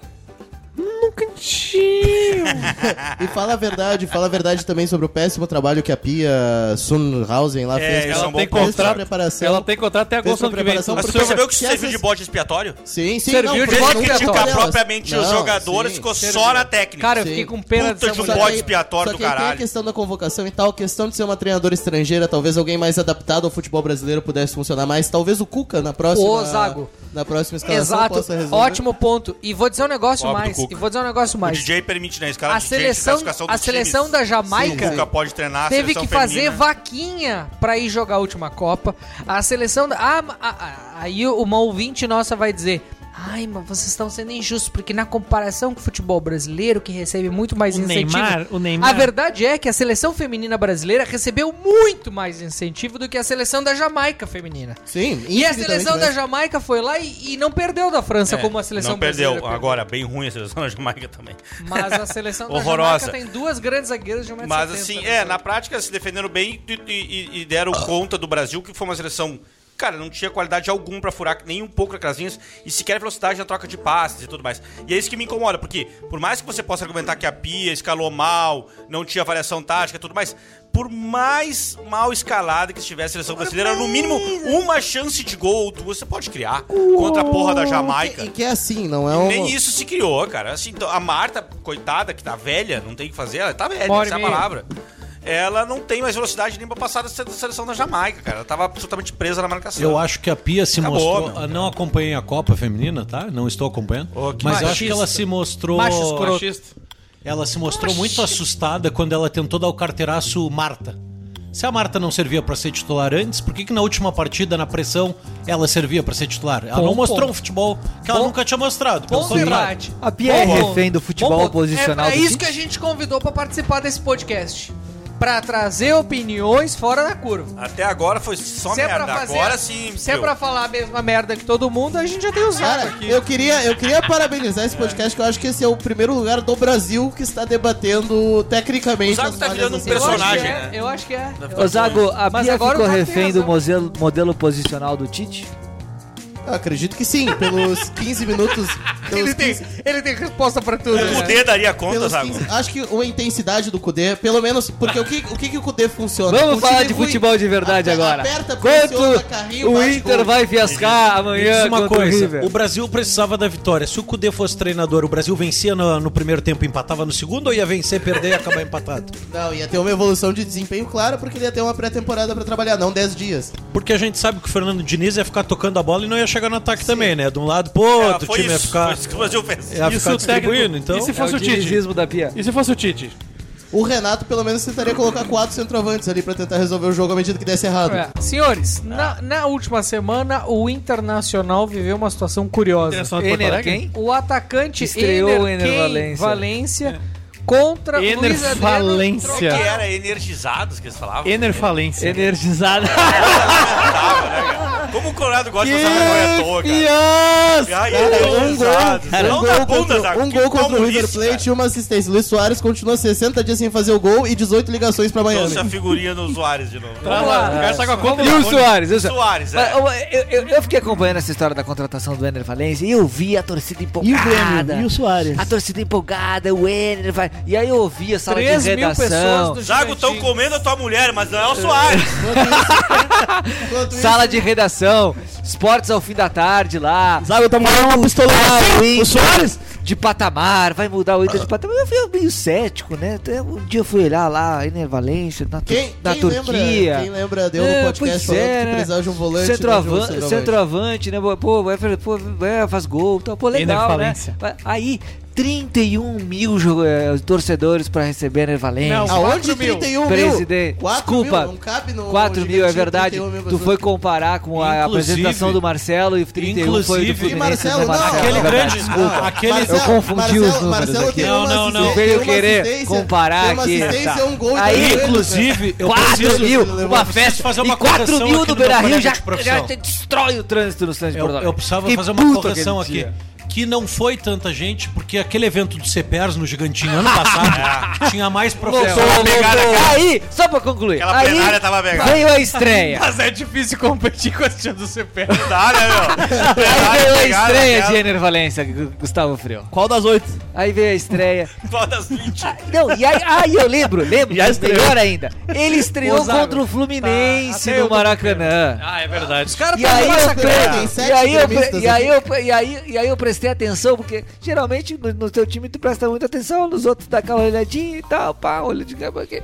F: E fala a verdade, fala a verdade também sobre o péssimo trabalho que a Pia Sunhausen
B: É,
F: lá fez.
B: isso
F: ela
B: é um bom
F: fez
B: contrato.
F: pra preparação.
E: Ela tem que contrato até
F: Fez
E: agosto do
F: uma
E: ano que vem.
F: preparação
B: Mas
F: pro-
B: tu percebeu que isso
F: Se
B: serviu
F: essas-
B: de bode expiatório?
F: Sim, sim.
D: Serviu de bode
F: foi-
B: Vez
F: não
B: que
F: foi
D: expiatório.
B: criticar
F: delas.
B: propriamente os
F: Não,
B: jogadores,
F: sim.
B: ficou só na técnica.
D: Cara, eu
F: Sim.
D: fiquei com pena
B: Puta
D: dessa
B: de um
F: Só
D: mulher.
F: que
B: bode
F: aí-
B: expiatório do
F: só que aí tem
B: caralho.
F: a questão da convocação e tal, questão de ser uma treinadora estrangeira, talvez alguém mais adaptado ao futebol brasileiro pudesse funcionar mais. Talvez o Cuca na próxima.
D: Ô, Zago.
F: Na próxima escalação
D: Exato.
F: possa resolver.
D: Ótimo ponto. E vou dizer um negócio
B: Pobre do
D: mais.
B: Cuca.
D: E vou dizer um negócio
B: O é
D: mais.
B: DJ permite na escala
D: A
B: de gente,
D: seleção,
B: classificação
D: a
B: dos
D: seleção
B: times.
D: da
B: O
D: Jamaica
B: Cuca pode treinar, a
D: teve
B: seleção
D: que fazer
B: feminina.
D: vaquinha pra ir jogar a última Copa. A seleção da. Ah, ma- ah, ah, aí uma ouvinte nossa vai dizer. Ai, mas vocês estão sendo injustos, porque na comparação com o futebol brasileiro, que recebe muito mais
E: O
D: incentivo.
E: Neymar, o Neymar.
D: A verdade é que a seleção feminina brasileira recebeu muito mais incentivo do que a seleção da Jamaica feminina.
F: Sim,
D: E a seleção
F: infinitamente
D: da
F: mais.
D: Jamaica foi lá e, e não perdeu da França
B: né? É,
D: como a seleção
B: Não perdeu.
D: brasileira.
B: Agora, bem ruim a seleção da Jamaica também.
D: Mas a seleção da
B: Horrorosa.
D: Jamaica tem duas grandes zagueiras de 1,70m.
B: Mas assim,
F: né,
B: é, na prática se defenderam bem e, e- e deram conta do Brasil, que foi uma seleção. Cara, não tinha qualidade alguma pra furar nem um pouco aquelas linhas, e sequer velocidade na troca de passes e tudo mais. E é isso que me incomoda, porque por mais que você possa argumentar que a Pia escalou mal, não tinha variação tática e tudo mais, por mais mal escalada que estivesse a seleção brasileira, no mínimo uma chance de gol ou duas você pode criar contra a porra da Jamaica.
F: E que é assim, não é
B: E
F: um.
B: Nem isso se criou, cara. Assim, então, a Marta, coitada, que tá velha, não tem o que fazer, ela tá velha,
D: Uma hora
B: essa é a
D: e meia.
B: palavra. Ela não tem mais velocidade nem pra passar da se- da seleção da Jamaica, cara. Ela tava absolutamente presa na marcação.
A: Eu acho que a Pia se
B: Acabou,
A: mostrou.
B: meu.
A: Ah, não acompanhei a Copa Feminina, tá? Não estou acompanhando.
B: Ô, que
A: mas eu acho
B: machista.
A: que ela se mostrou.
D: Macho escroto.
E: Machista.
A: Ela se mostrou muito assustada quando ela tentou dar o carteiraço Marta. Se a Marta não servia pra ser titular antes, por que, que na última partida, na pressão, ela servia pra ser titular? Ela
D: Bom
A: não mostrou
D: ponto.
A: um futebol que ela
D: Bom-
A: nunca tinha mostrado. Pelo
D: Bom
A: contrário.
D: debate.
C: A Pia é
D: Bom, bom.
C: refém do futebol
D: Bom, bom.
C: posicional
D: É pra
C: do
D: isso que
C: Tite?
D: a gente convidou pra participar desse podcast. Pra trazer opiniões fora da curva.
B: Até agora foi só
D: Se é pra
B: merda.
D: fazer-
B: Agora sim,
D: Se é
B: meu.
D: pra falar a mesma merda que todo mundo, a gente já tem usado
F: Cara,
D: aqui.
F: eu queria, eu queria parabenizar esse podcast, que eu acho que esse é o primeiro lugar do Brasil que está debatendo tecnicamente.
B: O Zago
F: as
B: tá
F: falhas
B: virando
F: da
B: um
F: seleção.
D: eu acho que
B: personagem,
D: é.
B: né?
D: Eu acho que é.
C: Ô, Zago, a
D: Mas
C: Pia
D: agora o Zago
C: ficou
D: tem
C: refém do
D: razão.
C: modelo, modelo posicional do Tite?
F: Eu acredito que sim, pelos 15 minutos. pelos
D: Ele tem,
F: 15
D: ele tem resposta pra tudo.
B: O
D: né?
B: D daria conta,
F: Pelos
B: Zago.
F: 15 acho que uma intensidade do Kudê, pelo menos. Porque o que o, que que o Kudê funciona?
C: Vamos
F: O
C: falar
F: time
C: de
F: ruim,
C: futebol de verdade
F: ape-
C: agora.
F: aperta, pressiona,
C: Quanto
F: carrinho,
C: o
F: bate
C: Inter
F: gol.
C: vai fiascar
A: Me diz
C: amanhã
A: uma
C: contra o
A: coisa,
C: River?
A: o Brasil precisava da vitória. Se o Cudê fosse treinador, o Brasil vencia no, no primeiro tempo e empatava no segundo ou ia vencer, perder e acabar empatado?
F: Não, ia ter uma evolução de desempenho clara, porque ele ia ter uma pré-temporada pra trabalhar, não 10 dias.
A: Porque a gente sabe que o Fernando Diniz ia ficar tocando a bola e não ia chegar no ataque também, né? De um lado pro outro,
B: É,
A: o time ia
B: foi
A: ficar,
B: isso que o Brasil fez.
A: ia
E: Isso
A: ficar
E: o técnico.
A: distribuindo. Então,
E: E se
C: É
E: fosse
C: o
E: o Tite?
C: dirigismo da Pia.
E: E se fosse o Tite?
F: O Renato, pelo menos, tentaria colocar quatro centroavantes ali pra tentar resolver o jogo à medida que desse errado.
D: É. Senhores, na, na última semana, o Internacional viveu uma situação curiosa.
E: Internacional de Porto
C: Ener
E: Alegre?
C: quem?
D: O atacante
C: Estreou
D: Ener,
C: o Ener
D: Kane
C: Valencia.
D: Valencia contra
E: Ener
D: Luiz Adriano
E: Valencia.
B: Que
D: trocaram.
B: era energizados que eles falavam.
E: Ener Falência.
C: Energizada.
B: Como o Coronel Colorado gosta de passar vergonha à toa, cara.
F: Fiasco!
B: Ai,
F: Cara,
B: Deus,
F: um gol,
B: usados.
F: cara,
B: Não
F: um
B: dá
F: gol
B: bunda,
F: contra,
B: Zago,
F: um
B: que
F: gol contra o
B: comunista,
F: River Plate e uma assistência. Luiz Soares continua 60 dias sem fazer o gol e 18 ligações pra Miami.
B: Trouxe a figurinha do Soares de novo.
E: Tá lá, o cara tá com a conta
C: E
D: é?
C: o Soares,
B: o
C: eu
B: Soares, é.
C: eu, eu- eu fiquei acompanhando essa história da contratação do Ener Valencia e eu vi a torcida empolgada.
M: Grêmio? E o Soares?
C: A torcida empolgada, o Ener vai. E aí eu ouvi a sala de redação.
B: Zago, tão comendo a tua mulher, mas não é o Soares.
C: Sala
F: né?
C: de redação, esportes ao fim da tarde lá.
M: Zago tá mandando uma pistola
C: O Soares? De patamar, vai mudar o Inter
F: Ah.
C: de patamar. Eu fui meio cético, né? Até um dia eu fui olhar lá, Ener Valência, na, Tur-
F: Quem-
C: na
F: quem
C: Turquia. É,
F: lembra- quem lembra, deu no podcast falando que precisava de um volante,
C: né? Centroavan-
F: né, de um centroavante.
C: centroavante, né? Pô, vai fazer- pô, é, faz gol, tal. pô, legal,
E: Ener
C: né?
E: Valencia.
C: Aí, 31 mil jo- eh, torcedores pra receber Ener Valência.
F: Não, Aonde 4 mil? 31 mil?
C: Presidente,
F: 4
C: desculpa,
F: mil, não cabe no
C: 4 mil, é
F: gigante,
C: verdade.
F: 31 mil
C: Tu
F: pessoas.
C: foi comparar com a
A: Inclusive-
C: apresentação do Marcelo e 31 foi do
A: Inclusive,
C: Fluminense.
A: Marcelo,
C: né,
A: não,
C: É
A: aquele
C: verdade,
A: grande.
C: desculpa.
A: aquele-
C: eu confundi os números aqui.
A: não, não, não.
C: Tu Veio querer comparar aqui.
A: assistência,
C: Tá.
A: um gol de
C: Aí,
A: goleiro,
C: inclusive,
A: cara.
C: eu
A: 4
C: preciso
A: mil,
C: uma
A: uma
C: festa
A: festa
C: e
A: e
C: 4
A: 4 mil
C: do
A: do
C: Beira Rio
A: Beira-Rio
C: já,
A: já-
C: já
A: já
C: destrói o trânsito no Santos de
A: Eu, eu precisava fazer uma correção aqui. Que não foi tanta gente, porque aquele evento do CPERS no Gigantinho ano passado tinha mais profissional.
C: Aí, só pra concluir.
A: Aquela
C: aí
A: plenária tava pegada.
C: Veio a estreia.
E: Mas é difícil competir com a tia do CPF.
B: Dá, né, tá
C: Aí
A: é
C: veio a
E: pegada
A: né,
C: estreia
E: dela.
C: de Ener Valência, Gu- Gustavo Frio. Qual das oito? Aí veio a estreia.
B: Qual das 20?
C: Não, e aí, aí eu lembro, lembro,
E: Já estreou.
C: melhor ainda. Ele estreou
E: Ô, Zago,
C: contra o Fluminense
E: tá, até eu
C: no
E: tô
C: Maracanã.
E: Ah, é verdade. Os
C: E aí, eu pre- e, aí eu pre- e, aí
E: eu...
C: eu pre- e, aí, e aí eu prestei atenção, porque geralmente no, no teu time tu presta muita atenção, nos outros dá aquela olhadinha e tal, pá, olha de cabo aqui.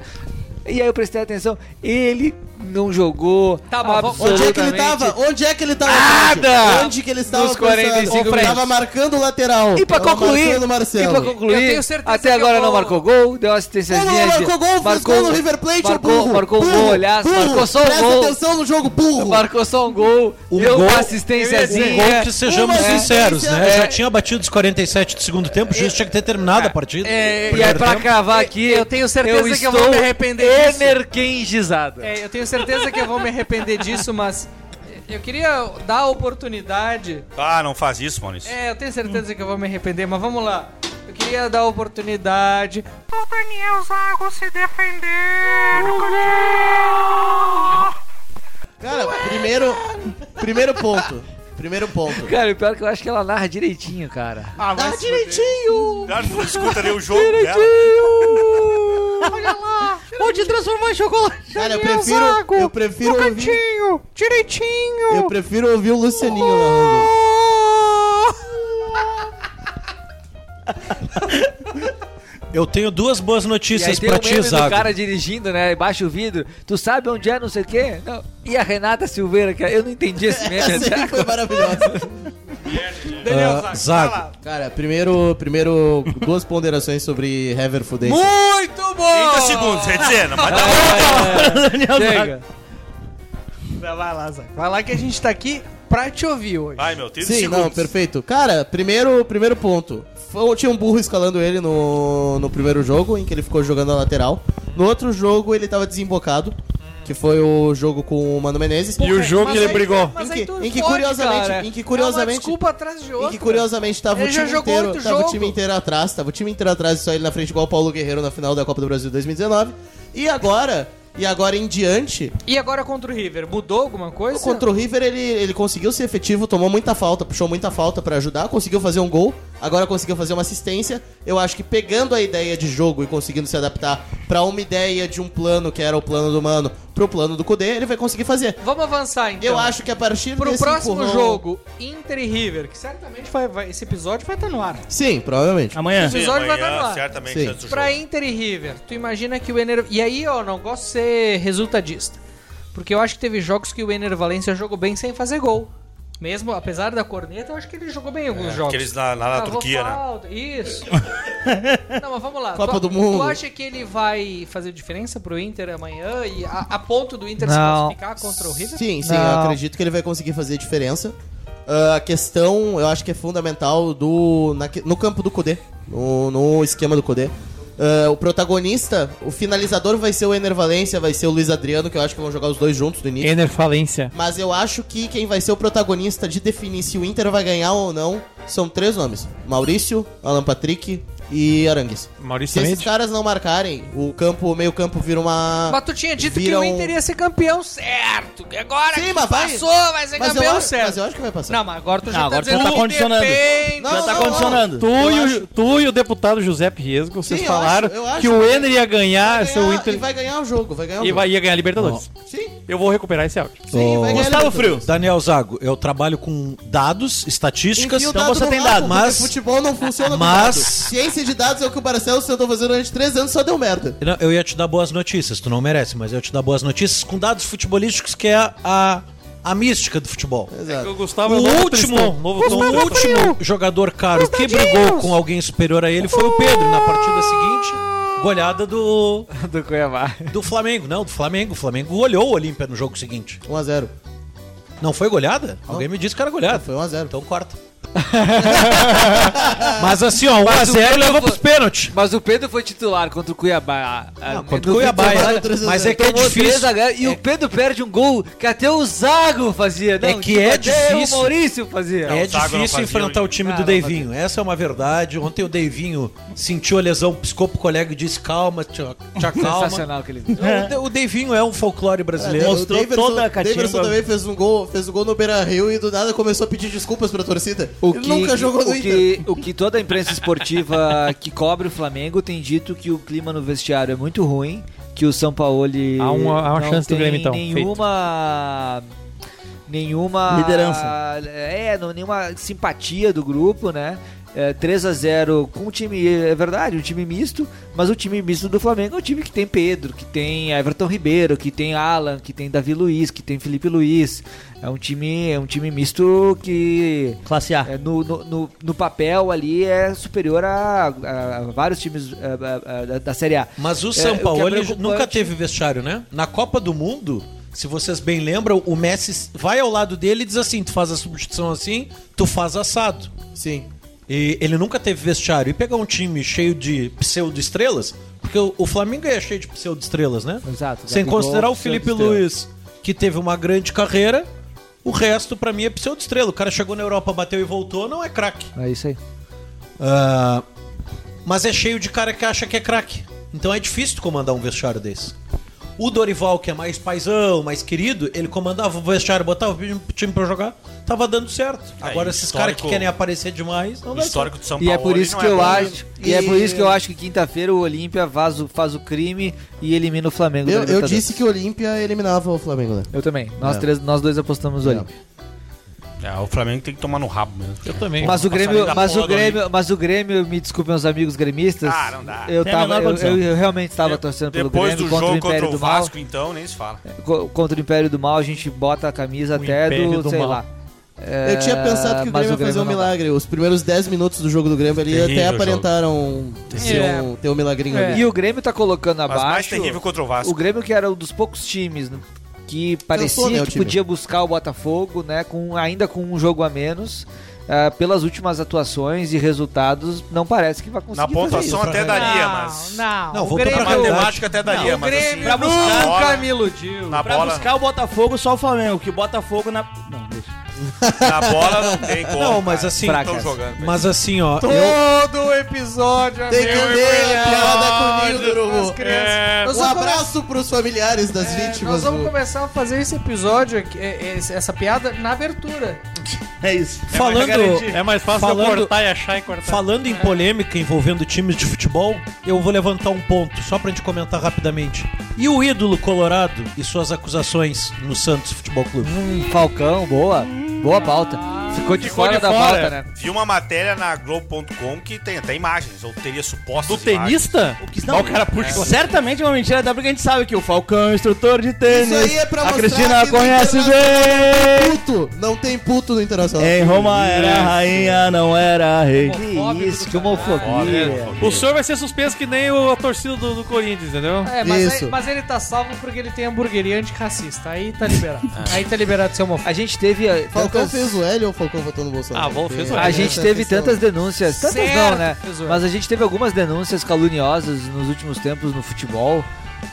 C: E aí eu prestei atenção, ele não jogou. Tá,
F: mas vamos- Onde é que ele tava? Onde é que ele tava?
C: Nada!
F: Onde que ele estava?
C: Nos 45
F: pensando?
C: minutos.
F: Tava marcando o lateral.
C: E pra
F: Tava
C: concluir,
F: marcando o
C: e
F: Marcelo.
C: pra concluir até
D: é
C: agora não marcou gol, deu uma assistência.
F: Não, não marcou gol, fez gol no River Plate, ô
C: marcou,
F: burro.
C: marcou um
F: Burro,
C: gol, aliás,
F: burro,
C: marcou só um
F: presta
C: gol.
F: atenção no jogo, burro.
C: Marcou só um gol, deu
A: gol-
C: uma assistênciazinha.
A: Um gol que sejamos
C: É.
A: sinceros, né?
C: É,
A: Já tinha batido os 47 do segundo tempo, o juiz tinha que ter terminado a partida.
C: É, e aí
A: Primeiro
C: pra
A: tempo.
C: cavar aqui, eu
D: tenho certeza que eu vou me arrepender disso.
C: energizado.
D: É, eu tenho certeza que eu vou me arrepender disso, mas eh, eu queria dar a oportunidade.
B: Ah, não faz isso, Maurício.
D: É, eu tenho certeza que eu vou me arrepender, mas vamos lá. Eu queria dar a oportunidade.
K: O Daniel Zago se defender. no
F: Cara, primeiro, primeiro ponto. Primeiro ponto.
C: Cara, o pior é que eu acho que ela narra direitinho, cara.
F: Ah, Dá direitinho!
B: Cara, não escuta nem o jogo dela.
K: Olha lá! Pode transformar em chocolate.
F: Cara, eu prefiro- eu prefiro
K: No
F: ouvir-
K: cantinho, direitinho.
F: Eu prefiro ouvir o Lucianinho narrando.
A: Eu tenho duas boas
C: E aí
A: notícias
C: tem
A: é pra
C: o
A: ti,
C: meme do
A: Zago.
C: cara dirigindo, né? Baixa o vidro. Tu sabe onde é, não sei o quê? Não. E a Renata Silveira, cara? Eu não entendi esse meme.
F: Essa
C: até
F: aí foi
C: agora.
F: maravilhosa.
C: Daniel,
F: Ah,
C: Zago, fala.
F: Cara, primeiro, primeiro duas ponderações sobre Hever Fudense.
K: Muito bom!
B: 30 segundos, quer dizer, não tá. vai dar
K: Daniel
D: Chega.
K: Zago.
D: Vai lá, Zago. Vai lá que a gente tá aqui pra te ouvir hoje.
B: Vai, meu, 30
F: Sim, não, perfeito. Cara, primeiro, primeiro ponto. Foi- Tinha um burro escalando ele no, no primeiro jogo, em que ele ficou jogando a lateral. No outro jogo, ele tava desembocado, que foi o jogo com o Mano Menezes.
D: Porra, mas aí-
F: Em
D: mas aí
F: que,
D: tu
F: em que
D: fode,
F: curiosamente,
D: cara.
F: em que
D: É uma
F: curiosamente,
D: desculpa atrás de outra.
F: em que curiosamente tava
D: Ele
F: o
D: já
F: time
D: jogou
F: inteiro,
D: outro
F: tava o
D: jogo.
F: time inteiro atrás, tava o time inteiro atrás e só ele na frente igual o Paulo Guerreiro na final da Copa do Brasil 2019. E agora, e agora em diante,
D: E agora contra o River, mudou alguma coisa?
F: Contra o River, ele, ele conseguiu ser efetivo, tomou muita falta, puxou muita falta pra ajudar, conseguiu fazer um gol, agora conseguiu fazer uma assistência. Eu acho que pegando a ideia de jogo e conseguindo se adaptar pra uma ideia de um plano que era o plano do Mano pro plano do Kudê, ele vai conseguir fazer.
D: Vamos avançar então.
F: Eu acho que a partir
D: Pro
F: desse
D: próximo
F: empurrão-
D: jogo, Inter e River, que certamente vai, vai- esse episódio vai estar no ar.
F: Sim, provavelmente.
D: Amanhã. Esse episódio vai estar no ar.
B: certamente, antes do
D: Pra Inter e River, tu imagina que o Ener... E aí, ó, não gosto de ser resultadista. Porque eu acho que teve jogos que o Ener Valencia jogou bem sem fazer gol. Mesmo, apesar da corneta, eu acho que ele jogou bem em alguns jogos.
B: Aqueles na, lá na
D: Cavou
B: Turquia, né?
D: falta, Isso. Não, mas vamos lá.
F: Copa
D: tu,
F: do Mundo.
D: Tu acha que ele vai fazer diferença pro Inter amanhã e a, a ponto do Inter
F: Não.
D: se classificar contra o River?
F: Sim, sim, eu acredito que ele vai conseguir fazer diferença. Ah, a questão, eu acho que é fundamental do, na que- no campo do Kudê, no, no esquema do Kudê. ah, o protagonista, o finalizador vai ser o Ener Valência, vai ser o Luiz Adriano, que eu acho que vão jogar os dois juntos do início.
E: Ener Falência.
F: Mas eu acho que quem vai ser o protagonista de definir se o Inter vai ganhar ou não são três nomes: Maurício, Alan Patrick e Arangues.
E: Maurício
F: Se esses
E: também.
F: caras não marcarem, o campo, o meio-campo vira uma.
D: Mas tu tinha dito
F: vira
D: que o
F: um-
D: Inter ia ser campeão certo. E agora
F: Sim,
D: que
F: mas vai-
D: passou, vai ser
F: mas eu
D: campeão
F: acho-
D: certo.
F: Ah, mas eu acho que vai passar.
D: Não, mas agora
C: Ah,
D: tu já
G: Não,
D: tá
G: agora tu
D: dizendo
G: já tá
D: que
G: condicionando.
D: depende.
F: Não,
G: Já tá
F: não, não.
G: condicionando.
E: Tu e, o, tu e o deputado Giuseppe Riesgo, vocês
F: Sim, eu
E: falaram
F: acho- eu acho
E: que o Ener ia ganhar,
F: Vai
E: é seu
F: ganhar-
E: Inter.
F: E vai ganhar o jogo, vai ganhar o
E: E
F: jogo.
E: vai ia ganhar a Libertadores.
F: Sim,
E: Eu vou recuperar esse áudio.
F: sim, vai ganhar.
G: Gustavo
F: a Libertadores.
G: Frio.
A: Daniel Zago, eu trabalho com dados, estatísticas.
F: Enfia o
A: Então
F: dado
A: você
F: no
A: tem
F: rabo,
A: dados.
F: porque
A: Mas
F: futebol não funciona com
A: mas-
F: dado. Ciência de dados é o que o Barcelos tentou fazer durante três anos e só deu merda.
A: Não, eu ia te dar boas notícias, tu não merece, mas eu ia te dar boas notícias com dados futebolísticos que é a, a, a mística do futebol.
F: Exato.
E: O Gustavo
A: O
E: é novo
A: último,
E: Tristão, novo
A: é o
E: Tom Tristão.
A: último jogador caro que brigou com alguém superior a ele foi o Pedro na partida seguinte, goleada do,
C: do Cuiabá.
A: do Flamengo. Não, do Flamengo. O Flamengo olhou o Olímpia no jogo seguinte.
F: 1x0.
A: Não foi goleada? Alguém me disse que era goleada.
F: Foi 1x0.
A: Então corta. mas é assim, ó, 1x0 levou pros pênaltis.
C: Mas o Pedro foi titular contra o Cuiabá. Ah,
A: Não,
C: no
A: contra
C: fim
A: o
C: de
A: Cuiabá,
C: semana,
A: é. Mas é que é
C: tomou
A: difícil.
C: 3 a 0, E o Pedro perde um gol que até o Zago fazia. Não,
A: É que é
C: tipo, até
A: difícil.
C: O Maurício fazia.
A: é
B: o Zago não
A: difícil
B: fazia
A: enfrentar
B: hoje.
A: o time
C: Ah,
A: do
C: não
A: Deivinho. Essa é uma verdade. Ontem o Deivinho sentiu a lesão, piscou pro colega e disse: calma, te, te acalma.
C: Sensacional aquele vídeo.
A: O De- O Deivinho é um folclore brasileiro.
G: Mostrou toda a catimba.
F: Davidson também fez um gol, fez um gol no Beira Rio e do nada começou a pedir desculpas pra torcida.
C: O
F: Ele
C: que,
F: nunca jogou no
C: o,
F: Inter.
C: que, o que toda a imprensa esportiva que cobre o Flamengo tem dito que o clima no vestiário é muito ruim, que o São Paulo
E: Há uma- há uma chance do Grêmio, então.
C: nenhuma nenhuma
I: Liderança.
C: É, não, nenhuma simpatia do grupo, né? É, 3 a 0 com o time, é verdade, um time misto, mas o time misto do Flamengo é um time que tem Pedro, que tem Everton Ribeiro, que tem Alan, que tem Davi Luiz, que tem Felipe Luiz. É um time, é um time misto que
I: Classe A.
C: é, no, no, no, no papel ali é superior a, a- a vários times é, é, é, da, da Série A.
A: Mas
C: É,
A: o São
C: que é
A: Paulo
C: preocupante.
A: nunca teve vestiário, né? Na Copa do Mundo, se vocês bem lembram, o Messi vai ao lado dele e diz assim: tu faz a substituição assim, tu faz assado.
F: Sim.
A: E ele nunca teve vestiário. E pegar um time cheio de pseudo-estrelas, porque o o Flamengo é cheio de pseudo-estrelas, né?
C: Exato,
A: Sem
C: Gabigol,
A: considerar o Felipe
C: pseudo-estrela.
A: Luiz, que teve uma grande carreira, o resto pra mim é pseudo-estrela. O cara chegou na Europa, bateu e voltou, não é craque.
C: É isso aí.
A: Ah, mas é cheio de cara que acha que é craque. Então é difícil tu comandar um vestiário desse. O Dorival, que é mais paizão, mais querido, ele comandava o vestiário, botava o time pra jogar, tava dando certo.
B: Ah, e
A: Agora esses
B: histórico-
A: caras que querem aparecer demais, não
B: O
A: dá certo.
B: histórico do São
C: E
B: Paulo.
C: é por isso
B: não
C: que eu
B: bom. né?
C: acho, e... é por isso que eu acho que quinta-feira o Olímpia faz o, faz o crime e elimina o Flamengo. da
F: Eu, eu
C: Libertadores.
F: disse que o Olímpia eliminava o Flamengo, né?
C: Eu também. Nós
F: É.
C: três, nós dois apostamos no
F: É.
C: Olímpia.
B: É, o Flamengo tem que tomar no rabo mesmo.
E: Eu também.
C: Mas o
B: passar
C: Grêmio,
B: nem da
C: mas
B: porra
C: o
B: do
C: Grêmio, mas o Grêmio, me desculpem os amigos gremistas.
B: Ah, não dá.
C: Eu
I: Tem a
C: tava,
I: menor
C: eu,
I: condição.
C: eu- eu realmente estava torcendo pelo
B: Depois
C: Grêmio
B: do
C: contra o
B: jogo
C: Império
B: contra o
C: do Mal.
B: Vasco, então, nem se fala.
C: Co- contra o Império do Mal, a gente bota a camisa até
E: Império
C: do,
E: do
C: sei
E: Mal.
C: lá.
F: Eu tinha
C: É,
F: pensado que o
C: mas
F: Grêmio ia fazer um
C: não dá.
F: milagre. Os primeiros 10 minutos do jogo do Grêmio ali
B: Terrível
F: até
B: jogo.
F: aparentaram ser
D: É.
F: um- ter um milagrinho ali.
C: E o Grêmio tá colocando
B: Mas
C: abaixo.
B: mais terrível contra o Vasco.
C: O Grêmio que era um dos poucos times né, que parecia
F: né, o
C: que
F: time.
C: podia buscar o Botafogo, né? Com, ainda com um jogo a menos. ah, pelas últimas atuações e resultados, não parece que vai conseguir.
B: Na pontuação
A: isso,
B: até
A: né?
B: daria,
D: não,
B: mas.
D: Não,
A: Não,
D: o
A: vou
D: Grêmio,
B: Na
A: pra verdade.
B: matemática até daria,
D: o
B: mas
D: Grêmio
B: assim.
D: pra buscar,
B: bola-
D: nunca me iludiu.
B: Na
I: Pra
B: bola,
I: buscar o Botafogo, só o Flamengo. Que o Botafogo na. Não, deixa.
B: na bola não tem como.
A: Não, mas
B: cara.
A: assim,
B: Não
A: fraca.
B: tão jogando. velho.
A: Mas assim, ó, eu,
I: Todo
G: é
I: episódio
F: Tem que
C: é
F: ler a piada com o Ninho do
E: É,
F: Urubu.
I: crianças.
D: Nós
F: Um
D: vamos
F: abraço pros familiares das
D: É,
F: vítimas.
D: nós vamos
F: do-
D: começar a fazer esse episódio, aqui, é, é, essa piada, na abertura.
I: É isso.
A: falando,
E: É mais fácil eu
A: Falando-
E: cortar e achar e cortar.
A: falando em polêmica envolvendo times de futebol, eu vou levantar um ponto, só pra gente comentar rapidamente. E o ídolo colorado e suas acusações no Santos Futebol Clube?
C: Hum, Falcão, boa. Boa pauta. Ficou de
E: Ficou
C: fora
E: de
C: da
E: fora.
C: pauta, né?
B: Vi uma matéria na Globo.com que tem até imagens, ou teria supostas
E: Do tenista?
I: O que-
E: Ó, o cara puxa. lá.
I: Certamente é uma mentira, até porque a gente sabe que o Falcão é um instrutor de tênis.
F: Isso aí é pra
I: A
F: mostrar
I: Cristina
F: que no
I: conhece
F: internacional
I: bem.
F: Puto. puto. Não tem puto no Internacional.
C: É,
I: Em Roma era rainha, não era rei.
C: Que isso, que homofobia.
E: O senhor vai ser suspenso que nem o- a torcida do, do Corinthians, entendeu?
D: É, mas, aí- mas ele tá salvo porque ele tem hamburgueria antirracista. Aí tá liberado.
A: Ah.
D: Aí tá liberado de ser homofóbico.
C: A gente teve. eh,
F: Falcão
C: tantas-
F: fez o L ou o Falcão votou no Bolsonaro? é
E: Ah, bom, fez o L.
C: A gente teve tantas
I: né?
C: denúncias, tantas
D: Certo,
C: não, né?
D: tesouro.
C: Mas a gente teve algumas denúncias caluniosas nos últimos tempos no futebol.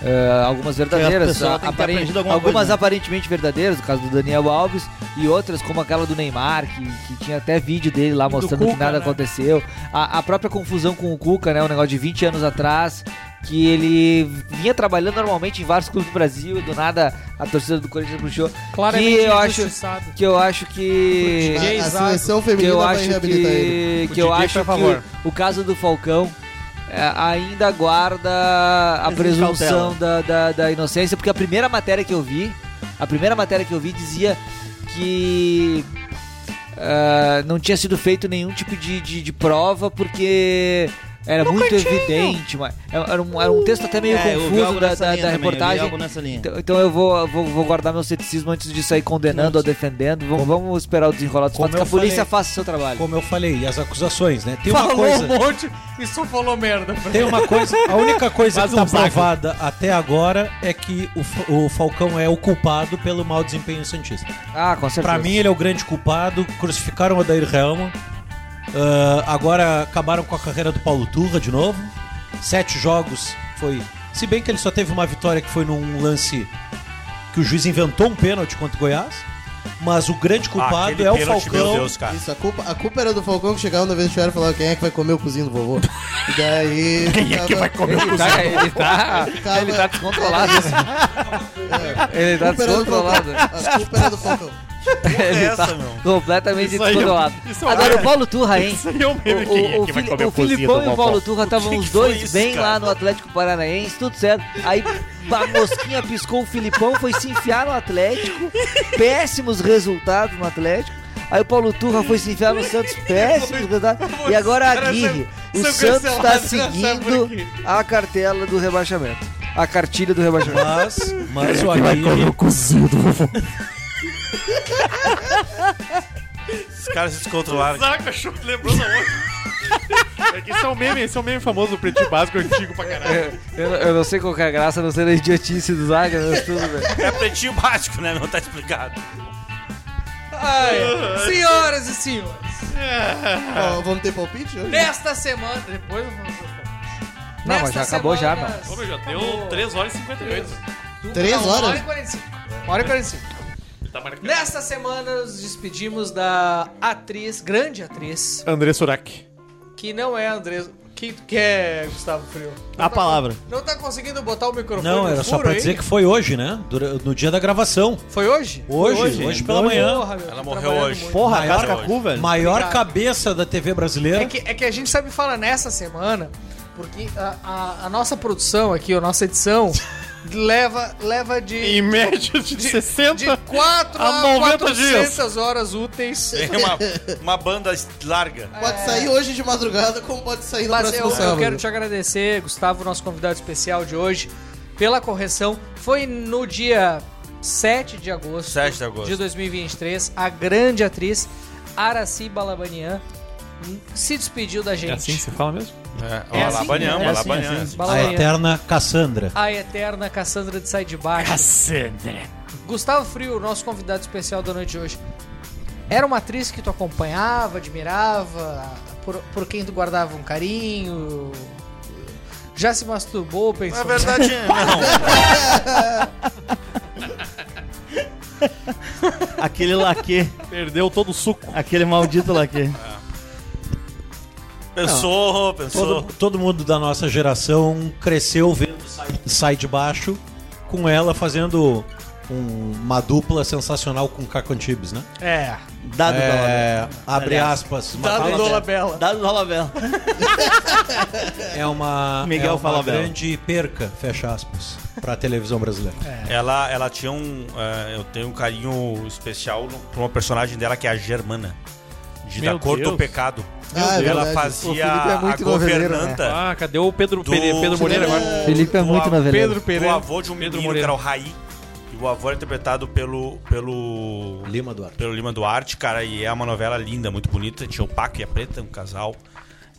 C: eh, algumas verdadeiras,
I: pessoa tem que ter
C: aparen-
I: aprendido alguma
C: algumas
I: coisa, né?
C: aparentemente verdadeiras, no caso do Daniel Alves, e outras como aquela do Neymar, que, que tinha até vídeo dele lá mostrando que
D: Cuca,
C: nada
D: né?
C: aconteceu. A, a própria confusão com o Cuca, né? Um negócio de 20 anos atrás, que ele vinha trabalhando normalmente em vários clubes do Brasil, e do nada a torcida do Corinthians puxou.
D: Claramente
C: que eu acho
D: injustiçado.
C: que eu acho que
D: Pro DJ
F: A, a
D: Zago.
F: seleção
C: que
F: feminina
C: eu
F: vai
C: acho
F: reabilitar ele.
C: que,
E: O
C: que eu
E: DJ,
C: acho
E: por favor.
C: que o caso do Falcão é, ainda guarda a
I: Existe
C: presunção
I: cautela.
C: da, da, da inocência, porque a primeira matéria que eu vi, a primeira matéria que eu vi dizia que ah, não tinha sido feito nenhum tipo de, de, de prova porque era muito evidente, mas era era um, era um texto até meio
G: É, eu vi
C: confuso
G: algo
C: da,
G: nessa
C: da,
G: linha
C: da
G: também, eu vi
C: reportagem.
G: algo nessa linha.
C: Então, então eu vou, vou, vou guardar meu ceticismo antes de sair condenando ou defendendo. Vamos, vamos esperar o desenrolar dos
A: Como
C: fatos, que a
A: eu
C: polícia
A: falei.
C: faça o seu trabalho.
A: Como eu falei, as acusações, né? Tem uma
D: Falou
A: coisa.
D: um monte e só falou merda.
A: Tem uma coisa, a única coisa
E: Faz
A: que tá
E: um saco.
A: provada até agora é que o, Fa- o Falcão é o culpado pelo mau desempenho Santista.
C: Ah, com certeza.
A: Pra mim ele é o grande culpado, crucificaram o Adair Helma, ah, agora acabaram com a carreira do Paulo Turra de novo, sete jogos foi... Se bem que ele só teve uma vitória que foi num lance que o juiz inventou um pênalti contra o Goiás, mas o grande culpado
B: Ah, Aquele
A: é o
B: pênalti, Meu
A: Falcão...
B: Deus, cara.
F: Isso, a culpa, a culpa era do Falcão que chegava no vestiário e falava quem é que vai comer o cozinho do vovô. E daí. Quem é que vai comer
C: Ele tá, ele tá,
F: Calma.
C: ele tá descontrolado. Ele tá descontrolado.
F: A culpa era do Falcão.
C: Ele
B: essa,
C: tá
B: meu?
C: completamente
E: Isso aí é-
C: descontrolado.
E: isso é um-
C: Agora, o Paulo Turra, hein?
E: Isso aí é um meme.
C: O,
E: Quem é
C: o, o,
E: que vai
C: Fili-
E: comer
C: o
E: a cozinha
C: Filipão
E: do
C: e o Paulo Turra estavam
B: que
C: os
B: que foi
C: dois
B: isso,
C: bem
B: cara?
C: lá no Atlético Paranaense, tudo certo. Aí a mosquinha piscou o Filipão, foi se enfiar no Atlético, péssimos resultados no Atlético. Aí o Paulo Turra foi se enfiar no Santos, péssimos resultados. E agora a Aguirre. O
E: são
C: Santos está
E: cancelados, não sabe por
C: seguindo
E: quê.
C: a cartela do rebaixamento. A cartilha do rebaixamento.
A: Mas, mas o Aguirre,
B: Os caras se descontrolaram.
E: Zaca, show, lembrou da outra. É que esse é um meme, esse é um meme famoso do pretinho básico antigo pra caralho.
C: Ah, Eu, eu não sei qual que é a graça, não sei da idiotice do Zaga, mas tudo bem.
B: É pretinho básico, né? Não tá explicado.
F: Ah, é.
D: Ai, senhoras e senhores,
F: Ó, vamos ter palpite hoje?
D: nesta semana. Depois eu vou.
C: Não, mas já acabou já,
E: É. Ô, meu, já deu 3 horas e 58.
F: Três
D: Uma hora
F: horas?
D: e 45. Uma hora e 45.
E: Tá marcado.
D: Nesta semana nos despedimos da atriz, grande atriz,
E: André Surak.
D: que não é a Andressa. Que tu quer, Gustavo Frio?
I: A palavra.
D: Não tá conseguindo botar o microfone
A: não,
D: no
A: era só
D: furo
A: pra
D: aí?
A: dizer que foi hoje, né? Dura- No dia da gravação.
D: Foi hoje?
A: Hoje, hoje, pela manhã.
D: meu,
B: Ela
D: tô
B: morreu
D: trabalhando
B: hoje.
D: muito.
I: Porra,
A: Maior-
I: casca cu, velho.
A: Maior
D: Obrigado.
A: cabeça da TV brasileira.
D: É que, é que a gente sabe falar nessa semana, porque a, a- a nossa produção aqui, a nossa edição, leva, leva de...
E: Em média de, 60.
D: De 4
E: a
D: a
E: 90
D: 400 horas úteis.
B: Tem uma, uma banda larga.
F: Pode sair hoje de madrugada, como pode sair no
D: Mas
F: próximo
D: eu, eu
F: sábado.
D: quero te agradecer, Gustavo, nosso convidado especial de hoje, pela correção. Foi no dia 7 de agosto,
B: 7 de agosto.
D: de 2023, a grande atriz Araci Balabanian se despediu da gente.
E: É assim que se fala mesmo?
B: É,
D: É
B: é
D: assim,
B: Alabanhã,
I: né? É assim,
B: Alabanhã.
I: assim.
A: A
D: Balabanian.
A: eterna Cassandra.
D: A eterna Cassandra de Sai de Baixo.
E: Cassandra.
D: Gustavo Frio, nosso convidado especial da noite de hoje. Era uma atriz que tu acompanhava, admirava, por, por quem tu guardava um carinho? Já se masturbou,
B: Na
D: pensou?
B: É verdade, não.
I: Aquele laque.
E: Perdeu todo o suco.
I: Aquele maldito laque.
B: É. Pensou, pensou.
A: Todo, todo mundo da nossa geração cresceu vendo Sai- Sai de Baixo com ela fazendo um- uma dupla sensacional com Caco Antibes, né?
D: É.
I: Dado é...
A: É, abre aspas. uma-
I: Dado Dolabella.
D: Bela.
I: Dado do Dolabella.
A: é uma,
I: Miguel
A: é uma
I: fala bela.
A: grande perca, fecha aspas, pra televisão brasileira.
B: Ela, ela tinha um. eh, eu tenho um carinho especial no- pra uma personagem dela que é a Germana. De
E: Meu
B: Da Cor
E: Deus.
B: do Pecado.
F: Ah, é
B: ela
F: verdade. O
B: fazia
F: Felipe é
B: a
F: muito noveleiro, né?
B: governanta.
E: Ah, cadê o Pedro,
B: Do-
E: Pedro, Pedro Moreira agora?
C: Felipe é
B: Do
C: muito
B: a-
C: noveleiro.
E: Pedro Pereira.
B: O avô de um
E: Pedro
B: menino
E: Moreira.
B: que era o Raí. E o avô é interpretado pelo, pelo.
A: Lima Duarte.
B: Pelo Lima Duarte, cara, e é uma novela linda, muito bonita. Tinha o Paco e a Preta, um casal.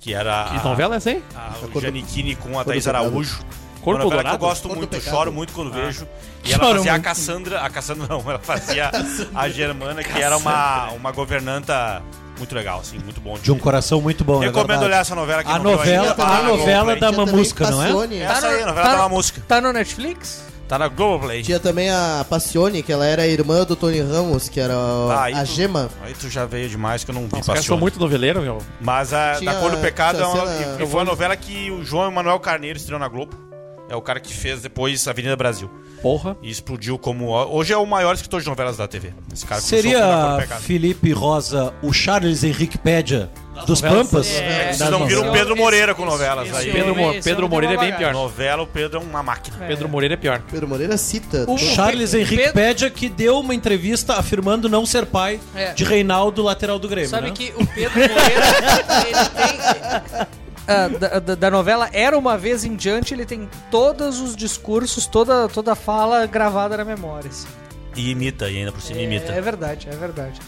B: Que era.
E: Que
B: a-
E: novela é essa aí?
B: A
E: Cor
B: Ah, o
E: do-
B: Giannichini com a
E: Cor do
B: Thaís
E: Pecado.
B: Araújo.
E: Cor
B: uma novela que eu
E: Colorado?
B: gosto
E: Cor do
B: muito,
E: Pecado.
B: choro muito quando
E: Ah.
B: vejo. E ela
E: Choro
B: fazia a
E: muito.
B: Cassandra. A Cassandra não, ela fazia a Germana, que era uma, uma governanta muito legal, assim, muito bom.
A: De um coração muito bom, né?
B: Recomendo
A: verdade.
B: olhar essa novela que
A: A
B: não viu
A: novela,
B: ainda, tá
A: a
B: na
A: novela
B: Globoplay.
A: da mamusca, não é?
B: Essa aí, a novela da mamusca.
D: Tá no Netflix?
B: Tá na Globoplay.
F: Tinha também a Passione, que ela era a irmã do Tony Ramos, que era
B: Ah, aí
F: a
B: tu-
F: Gema.
B: Aí tu já veio demais que eu não vi
E: caras são
B: Passione.
E: muito noveleiro, meu.
B: Mas a
E: Tinha-
B: Da Cor do Pecado é uma,
E: tinha cena-
B: e- e foi uma novela que o João Emanuel Carneiro estreou na Globo. É o cara que fez depois Avenida Brasil.
E: Porra.
B: E explodiu como. Hoje é o maior escritor de novelas da TV. Esse cara começou com Da Cor do
A: Seria
B: Pecado.
A: Felipe Rosa o Charles Henrique Pédia dos Pampas?
B: É, que
A: Das
E: tá
B: vocês não viram o
A: novelas.
B: Pedro Moreira com novelas.
E: esse
B: aí.
E: homem- Pedro Mo- esse Pedro homem Moreira é bem tem uma pior. bagagem.
B: Novela, o Pedro é uma máquina.
E: Pedro Moreira é pior.
F: Pedro Moreira cita.
A: O Charles Henrique
D: Pedro-
A: Pédia que deu uma entrevista afirmando não ser pai
D: É.
A: de Reinaldo, lateral do Grêmio.
D: Sabe
A: né?
D: que o Pedro Moreira, ele tem. ah, da, da- da novela Era Uma Vez em Diante, ele tem todos os discursos, toda, toda a fala gravada na memória. assim.
B: E imita, e ainda por cima imita.
D: É, é verdade, é verdade.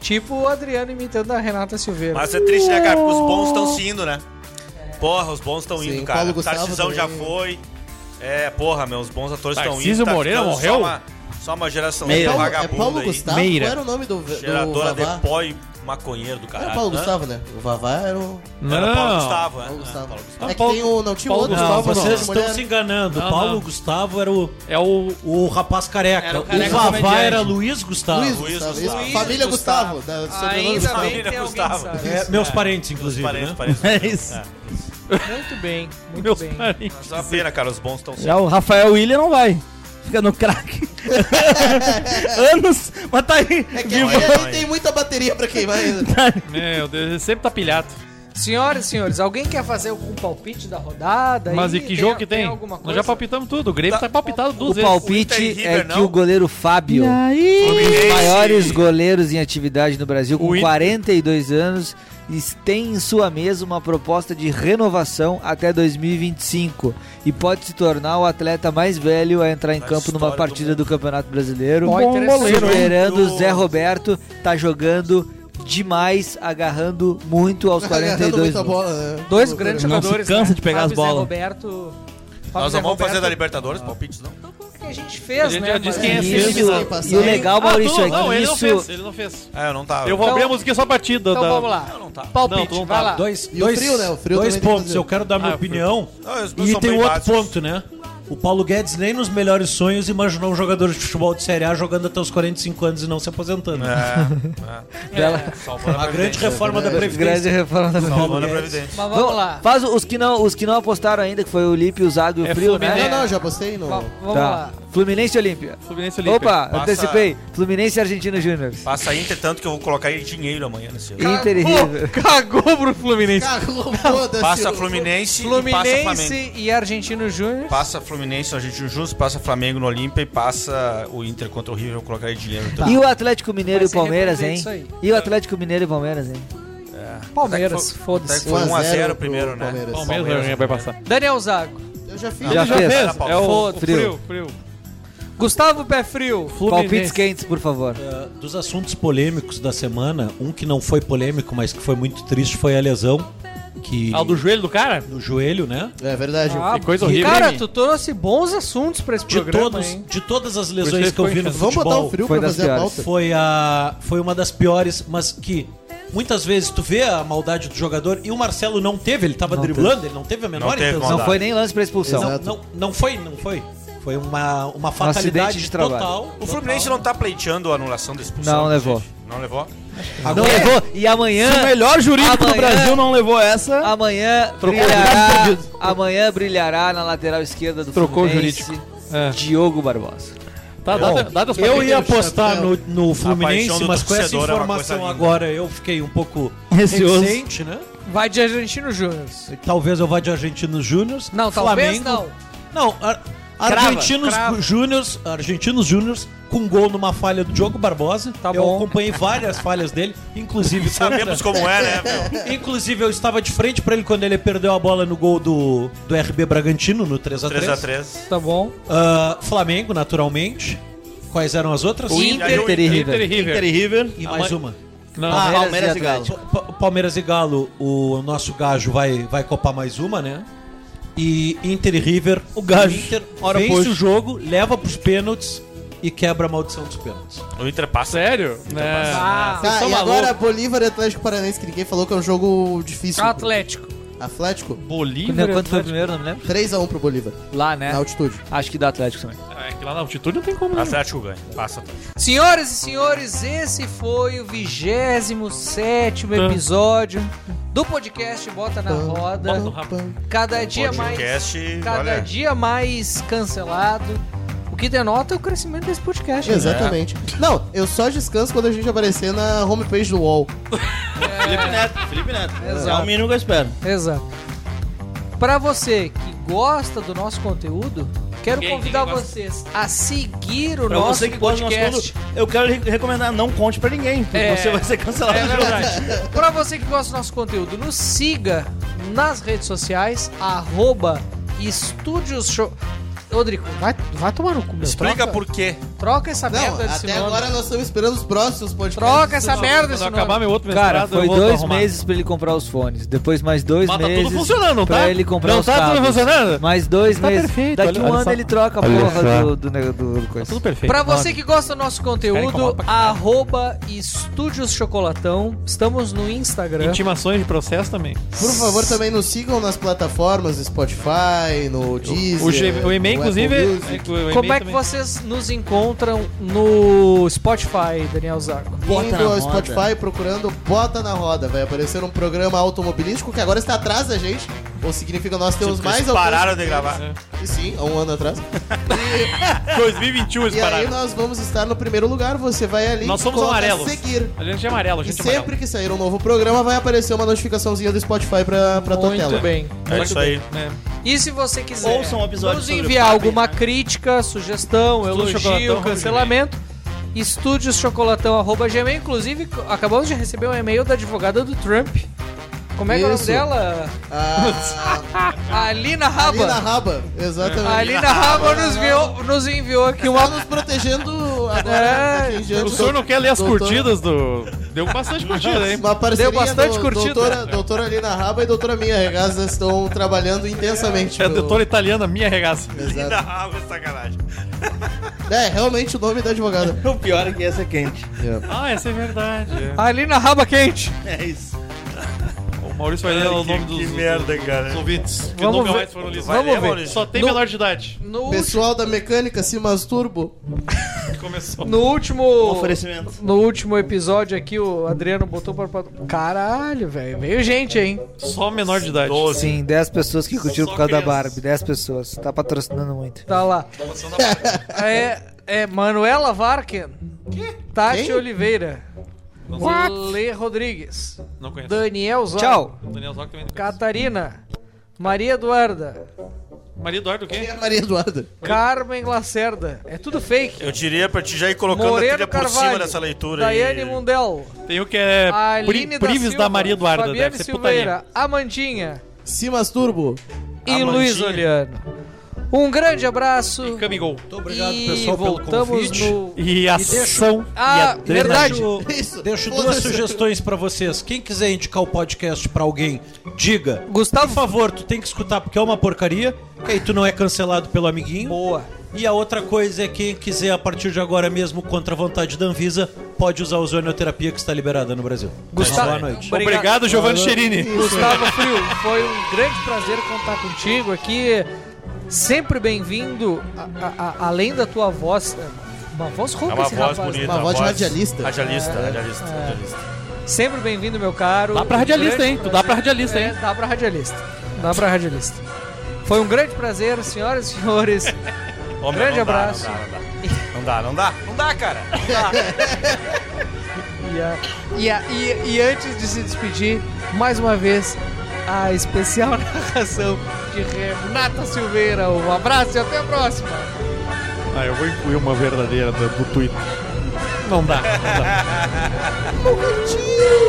D: Tipo o Adriano imitando a Renata Silveira.
B: Mas é triste, né, cara? Porque os bons estão se indo, né? Porra, os bons estão
F: o
B: indo,
F: Paulo
B: cara. O
F: Gustavo
B: Tarcísio já foi. É, porra, meu, os bons atores estão indo.
E: Tarcísio
B: tá
E: Moreira
B: ficando
E: morreu?
B: Só uma, só uma geração
E: Meira.
B: de
E: É Paulo-
B: vagabundo
F: é Paulo
B: aí.
F: Gustavo? Meira. Qual era o nome do- do
B: Geradora
F: Vavá?
B: de pó e maconheiro do caralho.
F: Era o Paulo
B: Hã?
F: Gustavo, né? O Vavá era o.
B: Era Paulo
E: Não.
B: Gustavo, é.
F: Paulo Gustavo.
B: Paulo
F: É que tem o. Não tinha o
E: Paulo
F: outro
A: Não,
F: Gustavo,
A: vocês
F: não.
A: estão se enganando.
E: Não,
A: Paulo
E: não.
A: Gustavo era o,
E: É o.
A: o rapaz careca.
E: Era o
A: O,
E: careca
A: Vavá
E: comediante.
A: era Luiz Gustavo.
F: Luiz Gustavo. isso. Família Gustavo. É da- sobrenome
D: Ah, Ainda
F: Gustavo.
D: bem que tem alguém que
B: Gustavo.
D: sabe.
A: É, meus parentes, inclusive.
B: Parentes,
A: né?
B: parentes.
I: É isso.
D: É, Muito bem, muito
E: Meus
D: bem.
E: parentes.
B: Mas é uma pena, cara, os bons estão se
I: Já o Rafael William não vai. Fica no crack. Anos, mas tá aí.
F: É que
I: vivo.
F: ele nem tem muita bateria pra queimar ainda.
E: Meu Deus, ele sempre tá pilhado.
D: Senhoras e senhores, alguém quer fazer algum palpite da rodada?
E: Mas
D: aí?
E: e que jogo que tem?
D: alguma
E: Nós
D: coisa?
E: já palpitamos tudo. O Grêmio tá, palpitado
C: O
E: duas vezes.
B: O Inter e
C: palpite
B: River,
C: é que
B: não?
C: o goleiro Fábio, um
B: Fluminense.
C: dos maiores goleiros em atividade no Brasil,
E: O
C: com
E: Inter-
C: 42 anos, es- tem em sua mesa uma proposta de renovação até 2025 e pode se tornar o atleta mais velho a entrar em
B: Da
C: campo numa
B: história do
C: partida do, Campeonato Brasileiro.
D: Ó, interessante.
C: Superando
B: hein?
C: o Zé Roberto, tá jogando demais, agarrando muito aos
F: Agarrando
C: 42
F: Tá muita
C: anos.
F: bola, né?
D: Dois grandes
I: Não se
D: jogadores. né?
I: cansa de pegar
D: Fábio
I: as
D: Zé
I: bolas.
D: Roberto. Fábio
B: Nós
D: Zé
B: não vamos fazer
D: Roberto.
B: da Libertadores palpites, não?
D: que a gente fez,
E: A gente
D: né?
E: já disse
D: mas-
E: quem é esse
C: Isso,
F: Sem
C: e
F: passar.
C: o legal, Maurício,
E: ah, tu, não,
C: é que
E: ele não fez.
C: isso...
E: Ele não fez. Então-
B: Ah, eu não tava.
E: Eu vou abrir a musiquinha só a partida.
D: Então
E: da-
D: vamos lá.
E: Não,
D: Palpite,
E: tu não
D: vai
E: tá.
D: lá.
A: Dois,
F: E o
A: dois,
F: frio, né? O frio
A: dois
F: também tem que
A: pontos.
F: fazer.
A: Eu quero dar minha
E: Ah, o frio.
A: opinião.
B: Não, os meus
A: E
B: são
A: tem
B: bem
A: outro
B: básicos.
A: ponto, né? O Paulo Guedes nem nos melhores sonhos imaginou um jogador de futebol de Série A jogando até os 45 anos e não se aposentando.
B: É, é. Salvando
A: A grande
B: Previdência.
A: reforma da
C: Grande
A: Previdência.
C: reforma da
B: Salvando a Previdência.
D: Mas vamos lá.
C: Faz os que não, os que não apostaram ainda, que foi o Lipe, o Zago e o
E: É
C: Frio,
E: Fluminense.
C: né?
F: Não, não, já postei no.
D: Va- Vamos
C: Tá.
D: lá.
C: Fluminense e Olímpia.
E: Fluminense e Olímpia.
C: Opa,
B: Passa-
C: antecipei. Fluminense e Argentina Júnior.
B: Passa a Inter tanto que eu vou colocar aí dinheiro amanhã nesse ano.
C: Inter e River.
D: Cagou pro Fluminense.
F: Cagou, foda-se.
B: Passa Fluminense, e passa Flamengo.
D: Fluminense e Argentino Júnior.
B: Passa Fluminense, a gente juntos, passa Flamengo no Olímpia e passa o Inter contra o River, eu vou colocar aí dinheiro. Então.
C: E o Atlético Mineiro
D: Vai
C: e o
D: se
C: Palmeiras,
D: arrepender
C: hein?
D: disso aí.
C: E o Atlético Mineiro e o Palmeiras, hein?
D: Palmeiras,
B: Até que foi- até
D: foda-se.
B: que Foi 1 a 0
F: pro
B: primeiro, né?
F: Palmeiras.
E: Palmeiras Palmeiras vai passar.
D: Daniel Zago.
F: Eu já fiz.
C: Já
E: Ele já
C: fez.
E: fez.
C: Era
E: É o, o
C: Paulo.
E: frio, frio.
D: Gustavo Pé Frio.
C: Palpites quentes, por favor.
A: Ah, Dos assuntos polêmicos da semana, um que não foi polêmico, mas que foi muito triste, foi a lesão que
E: Ah, do joelho do cara?
A: no joelho, né?
F: É verdade.
D: Ah,
E: Que coisa horrível,
D: Cara,
E: hein?
D: tu trouxe bons assuntos pra esse
A: De
D: programa,
A: todos,
D: hein?
A: de todas as
E: Por isso
A: lesões
E: que
A: que eu
E: foi-
A: vi no
F: Vamos botar o
A: futebol,
F: frio
C: Foi
F: pra
C: das
F: fazer a
C: piores.
F: pauta.
A: foi a foi uma das piores, mas que muitas vezes tu vê a maldade do jogador e o Marcelo não teve, ele tava driblando, ele não teve a menor
B: teve
A: intenção.
B: maldade.
C: Não foi nem lance pra expulsão.
A: Não, não, não foi, não foi. Foi uma, uma
C: acidente
A: fatalidade
C: de trabalho.
A: total.
B: O Fluminense não tá pleiteando a anulação da expulsão.
C: Não
B: né,
C: levou.
B: gente? Não levou?
C: Não
A: é
C: levou. E amanhã.
I: Se o melhor jurídico do
C: Amanhã-
I: Brasil não levou essa.
C: Amanhã brilhará, amanhã brilhará na lateral esquerda do
E: Trocou o
C: Fluminense.
E: É.
C: Diogo Barbosa.
E: Tá,
A: Bom,
E: dá, dá das
A: eu ia
E: palpites.
A: apostar no, no
B: paixão
A: Fluminense,
B: do
A: mas com essa
B: torcedor é uma coisa
A: informação
B: linda.
A: agora eu fiquei um pouco
I: Receoso.
A: reticente, né?
D: Vai de Argentino Júnior.
A: Talvez eu vá de Argentinos Júnior.
D: Não, talvez não.
A: Não, Ar- Argentinos Júnior, Argentinos Júnior com gol numa falha do Diogo Barbosa.
D: Tá
A: eu
D: bom.
A: acompanhei várias falhas dele, inclusive
B: Sabemos
A: contra-
B: como é, né, meu?
A: Inclusive eu estava de frente pra ele quando ele perdeu a bola no gol do, do RB Bragantino no 3 a 3.
B: 3x3.
D: Tá bom.
A: Ah, Flamengo, naturalmente. Quais eram as outras?
G: O Inter- Inter
E: Ah,
G: e River. Inter e River.
A: Inter e River. E mais
G: Ama-
A: uma.
G: Não. Ah, Palmeiras e Galo.
A: Pa- Pa- Palmeiras e Galo, o nosso gajo vai, vai copar mais uma, né? E Inter e River, o
I: gajo.
A: Inter
I: Ora,
A: vence
I: pois.
A: o jogo, leva pros pênaltis e quebra a maldição dos pênaltis.
B: O Inter passa.
E: Sério?
A: Né?
F: Ah,
D: Tá,
A: vocês são
F: e agora
A: malucos.
F: Bolívar e Atlético Paranaense, que ninguém falou que é um jogo difícil.
D: Atlético.
F: Atlético?
E: Bolívar
C: é,
E: e
F: Quanto foi o
E: Atlético.
F: primeiro, não me lembro? 3x1 pro Bolívar.
D: Lá, né?
F: Na
E: Tá.
F: altitude.
C: Acho que dá Atlético também.
E: É que lá na altitude não tem como. né?
B: Atlético ganha. Passa Atlético.
D: Senhoras e senhores, esse foi o 27 episódio do podcast Tá. Bota na Roda.
E: Bota no rabo.
D: Cada dia mais.
B: Podcast,
D: Cada
B: olha.
D: dia mais cancelado. O que denota é o crescimento desse podcast. né?
F: Exatamente. Não, eu só descanso quando a gente aparecer na homepage do UOL.
G: Felipe Neto, Felipe Neto.
D: Exato.
G: É o mínimo que eu espero.
D: Exato. Para você que gosta do nosso conteúdo, quero
G: Ninguém-
D: convidar
G: ninguém gosta.
D: vocês a seguir o
I: Pra
D: nosso
I: você que gosta do nosso
D: podcast.
I: conteúdo, eu quero re- recomendar, não conte pra ninguém, porque
D: É.
I: você vai ser cancelado.
D: É verdade. pra você que gosta do nosso conteúdo, nos siga nas redes sociais, arroba Estúdios Show. Rodrigo, vai, vai tomar no cu, meu.
B: Explica
D: troca,
B: por quê.
D: troca essa
F: Não,
D: merda desse
F: até
D: nome.
F: agora nós estamos esperando os próximos podcasts.
D: Troca essa merda desse
E: Quando
D: nome.
E: acabar meu outro mestrado,
C: Cara, foi
E: eu vou
C: dois
E: arrumar.
C: meses pra ele comprar os fones. Depois mais dois
E: Mas tá tudo
C: meses.
E: funcionando, não
C: pra
E: tá?
C: ele comprar
E: Não
C: os
E: tá tudo
C: cabos.
E: funcionando?
C: Mais dois
E: Tá
C: meses.
E: perfeito,
C: Daqui
E: olha-
C: um
E: olha
C: ano
E: só.
C: ele troca a
E: Olha
C: porra
E: só.
C: do, do, nego- do, do coisa.
E: Tudo perfeito.
D: Pra você que gosta do nosso conteúdo,
E: Querem tomar
D: arroba Estúdios Chocolatão. Estamos no Instagram.
E: Intimações de processo também.
F: Por favor, também nos sigam nas plataformas no Spotify, no Deezer.
E: O, G- o e-mail,
F: no Apple
E: inclusive.
F: Music.
E: é que o e-mail
D: Como é que
E: também-
D: vocês nos encontram no Spotify, Daniel Zarco?
I: Bota
F: Indo
I: na roda.
F: ao Spotify procurando Bota na Roda. Vai aparecer um programa automobilístico que agora está atrás da gente. Ou significa nós temos
B: Tipo,
F: mais
B: eles
F: alcance.
B: pararam de gravar.
F: E Sim, há um ano atrás.
E: 2021
F: E aí
E: pararam.
F: nós vamos estar no primeiro lugar. Você vai ali
E: Nós somos
F: coloca
E: amarelos.
F: seguir.
E: A gente é amarelo, a
F: E
E: gente é amarelo.
F: sempre que sair um novo programa, vai aparecer uma notificaçãozinha do Spotify pra, pra tua
D: Muito
F: tela.
D: bem.
B: É isso aí.
E: É.
D: E se você quiser
I: Ouçam o episódio
D: nos
I: sobre o
D: enviar
I: Fábio,
D: alguma
I: né?
D: crítica, sugestão,
E: Chocolatão,
D: elogio, cancelamento, estúdioschocolatão.gmail. Inclusive, c- acabamos de receber um e-mail da advogada do Trump. Como é que é o nome
F: Isso.
D: dela?
F: Ah,
D: A Alina
F: ali na
D: Raba.
F: raba, exatamente.
D: A Alina Raba nos enviou, nos enviou aqui um
F: Tá
D: uma...
F: nos protegendo agora.
D: É,
F: daqui em diante,
E: O senhor não quer ler as
F: doutor-
E: curtidas do. Deu bastante curtida, hein?
F: Uma parceria
D: Deu bastante
F: do,
D: curtida.
F: Doutora, doutora Lina Raba e doutora Minha Regazza estão trabalhando intensamente.
E: É a
F: pro-
E: doutora italiana, minha regaça.
F: Exato.
B: Ainda rabo é sacanagem.
F: É, realmente o nome da advogada.
I: O pior é que essa é quente.
E: Ah, essa é verdade. é.
D: A Alina Raba Quente.
I: É isso.
E: O Maurício
B: É
E: vai ler o nome dos,
B: que
E: dos-
B: merda, cara.
E: dos ouvintes. Que
D: Vamos
E: nunca
D: ver.
E: mais foram lidos.
D: Vamos
E: Vai ler,
D: ver.
E: Maurício? Só tem
D: No-
E: menor de idade.
D: No,
F: Pessoal da mecânica se masturbo.
E: Começou.
D: no último...
I: Oferecimento.
D: No último episódio aqui, o Adriano botou para... Caralho, velho. Veio gente, hein?
E: Só menor de idade.
B: Doze.
C: Sim, 10 pessoas que curtiram
E: Só
C: por causa da
E: criança.
C: Barbie. 10 pessoas. Tá patrocinando muito.
D: Tá lá. É, é Manuela Varken. Tati
F: Quem?
D: Oliveira.
E: What?
D: Lê Rodrigues.
E: Não conheço.
D: Daniel Zó.
C: Tchau.
E: Daniel Zoc também não conheço.
D: Catarina. Maria Eduarda.
E: Maria Eduardo, o
F: E
E: quê?
F: a Maria Eduarda.
D: Carmen Lacerda. É tudo fake.
B: Eu diria pra ti já ir colocando a
D: Moreno
B: trilha por
D: Carvalho.
B: cima dessa leitura
D: Daiane
B: aí.
D: Mundel.
E: Tem o que é pri,
D: Aline da
E: Prives
D: Silva,
E: da, Maria Eduarda.
D: Fabiane
E: deve ser
D: Silveira.
E: putaria.
D: Amandinha.
F: Se masturbo.
D: E
E: Amandinha.
D: Luiz Oliano. Um grande abraço.
E: E Camigol.
A: Muito obrigado,
D: E
A: pessoal, pelo
D: voltamos
A: convite.
D: no...
E: E ação.
D: Ah,
E: e a
D: verdade.
A: Deixo,
F: Isso,
A: deixo duas
F: foda-se.
A: sugestões pra vocês. Quem quiser indicar o podcast pra alguém, diga. Por
D: Gustavo...
A: favor, tu tem que escutar porque é uma porcaria. Que aí tu não é cancelado pelo amiguinho.
D: Boa.
A: E a outra coisa é quem quiser, a partir de agora mesmo, contra a vontade da Anvisa, pode usar a ozonioterapia que está liberada no Brasil.
D: Gustavo,
A: Boa noite.
E: Obrigado, Giovanni Cherini.
D: Gustavo Frio, foi um grande prazer contar contigo aqui. Sempre bem-vindo, a- a- a- além da tua voz. é Uma voz
B: É
D: rouca
B: uma
D: esse
B: voz
D: rapaz. né? É,
B: bonita.
F: Uma voz de radialista.
B: Radialista, radialista, radialista.
D: Sempre bem-vindo, meu caro. Um
E: Dá pra radialista, hein? Tu dá pra radialista,
D: É,
E: hein?
D: dá pra radialista. Dá pra radialista. Foi um grande prazer, senhoras e senhores.
B: Ô, meu,
D: Grande
B: não dá,
D: abraço.
B: Não dá, não dá. Não dá, não dá, cara.
D: E, a- e, a- e- e antes de se despedir, mais uma vez, a especial narração de Renata Silveira. Um abraço e até a próxima.
E: Ah, eu vou incluir uma verdadeira do, do Twitter. Não dá, não dá.
D: Tchau.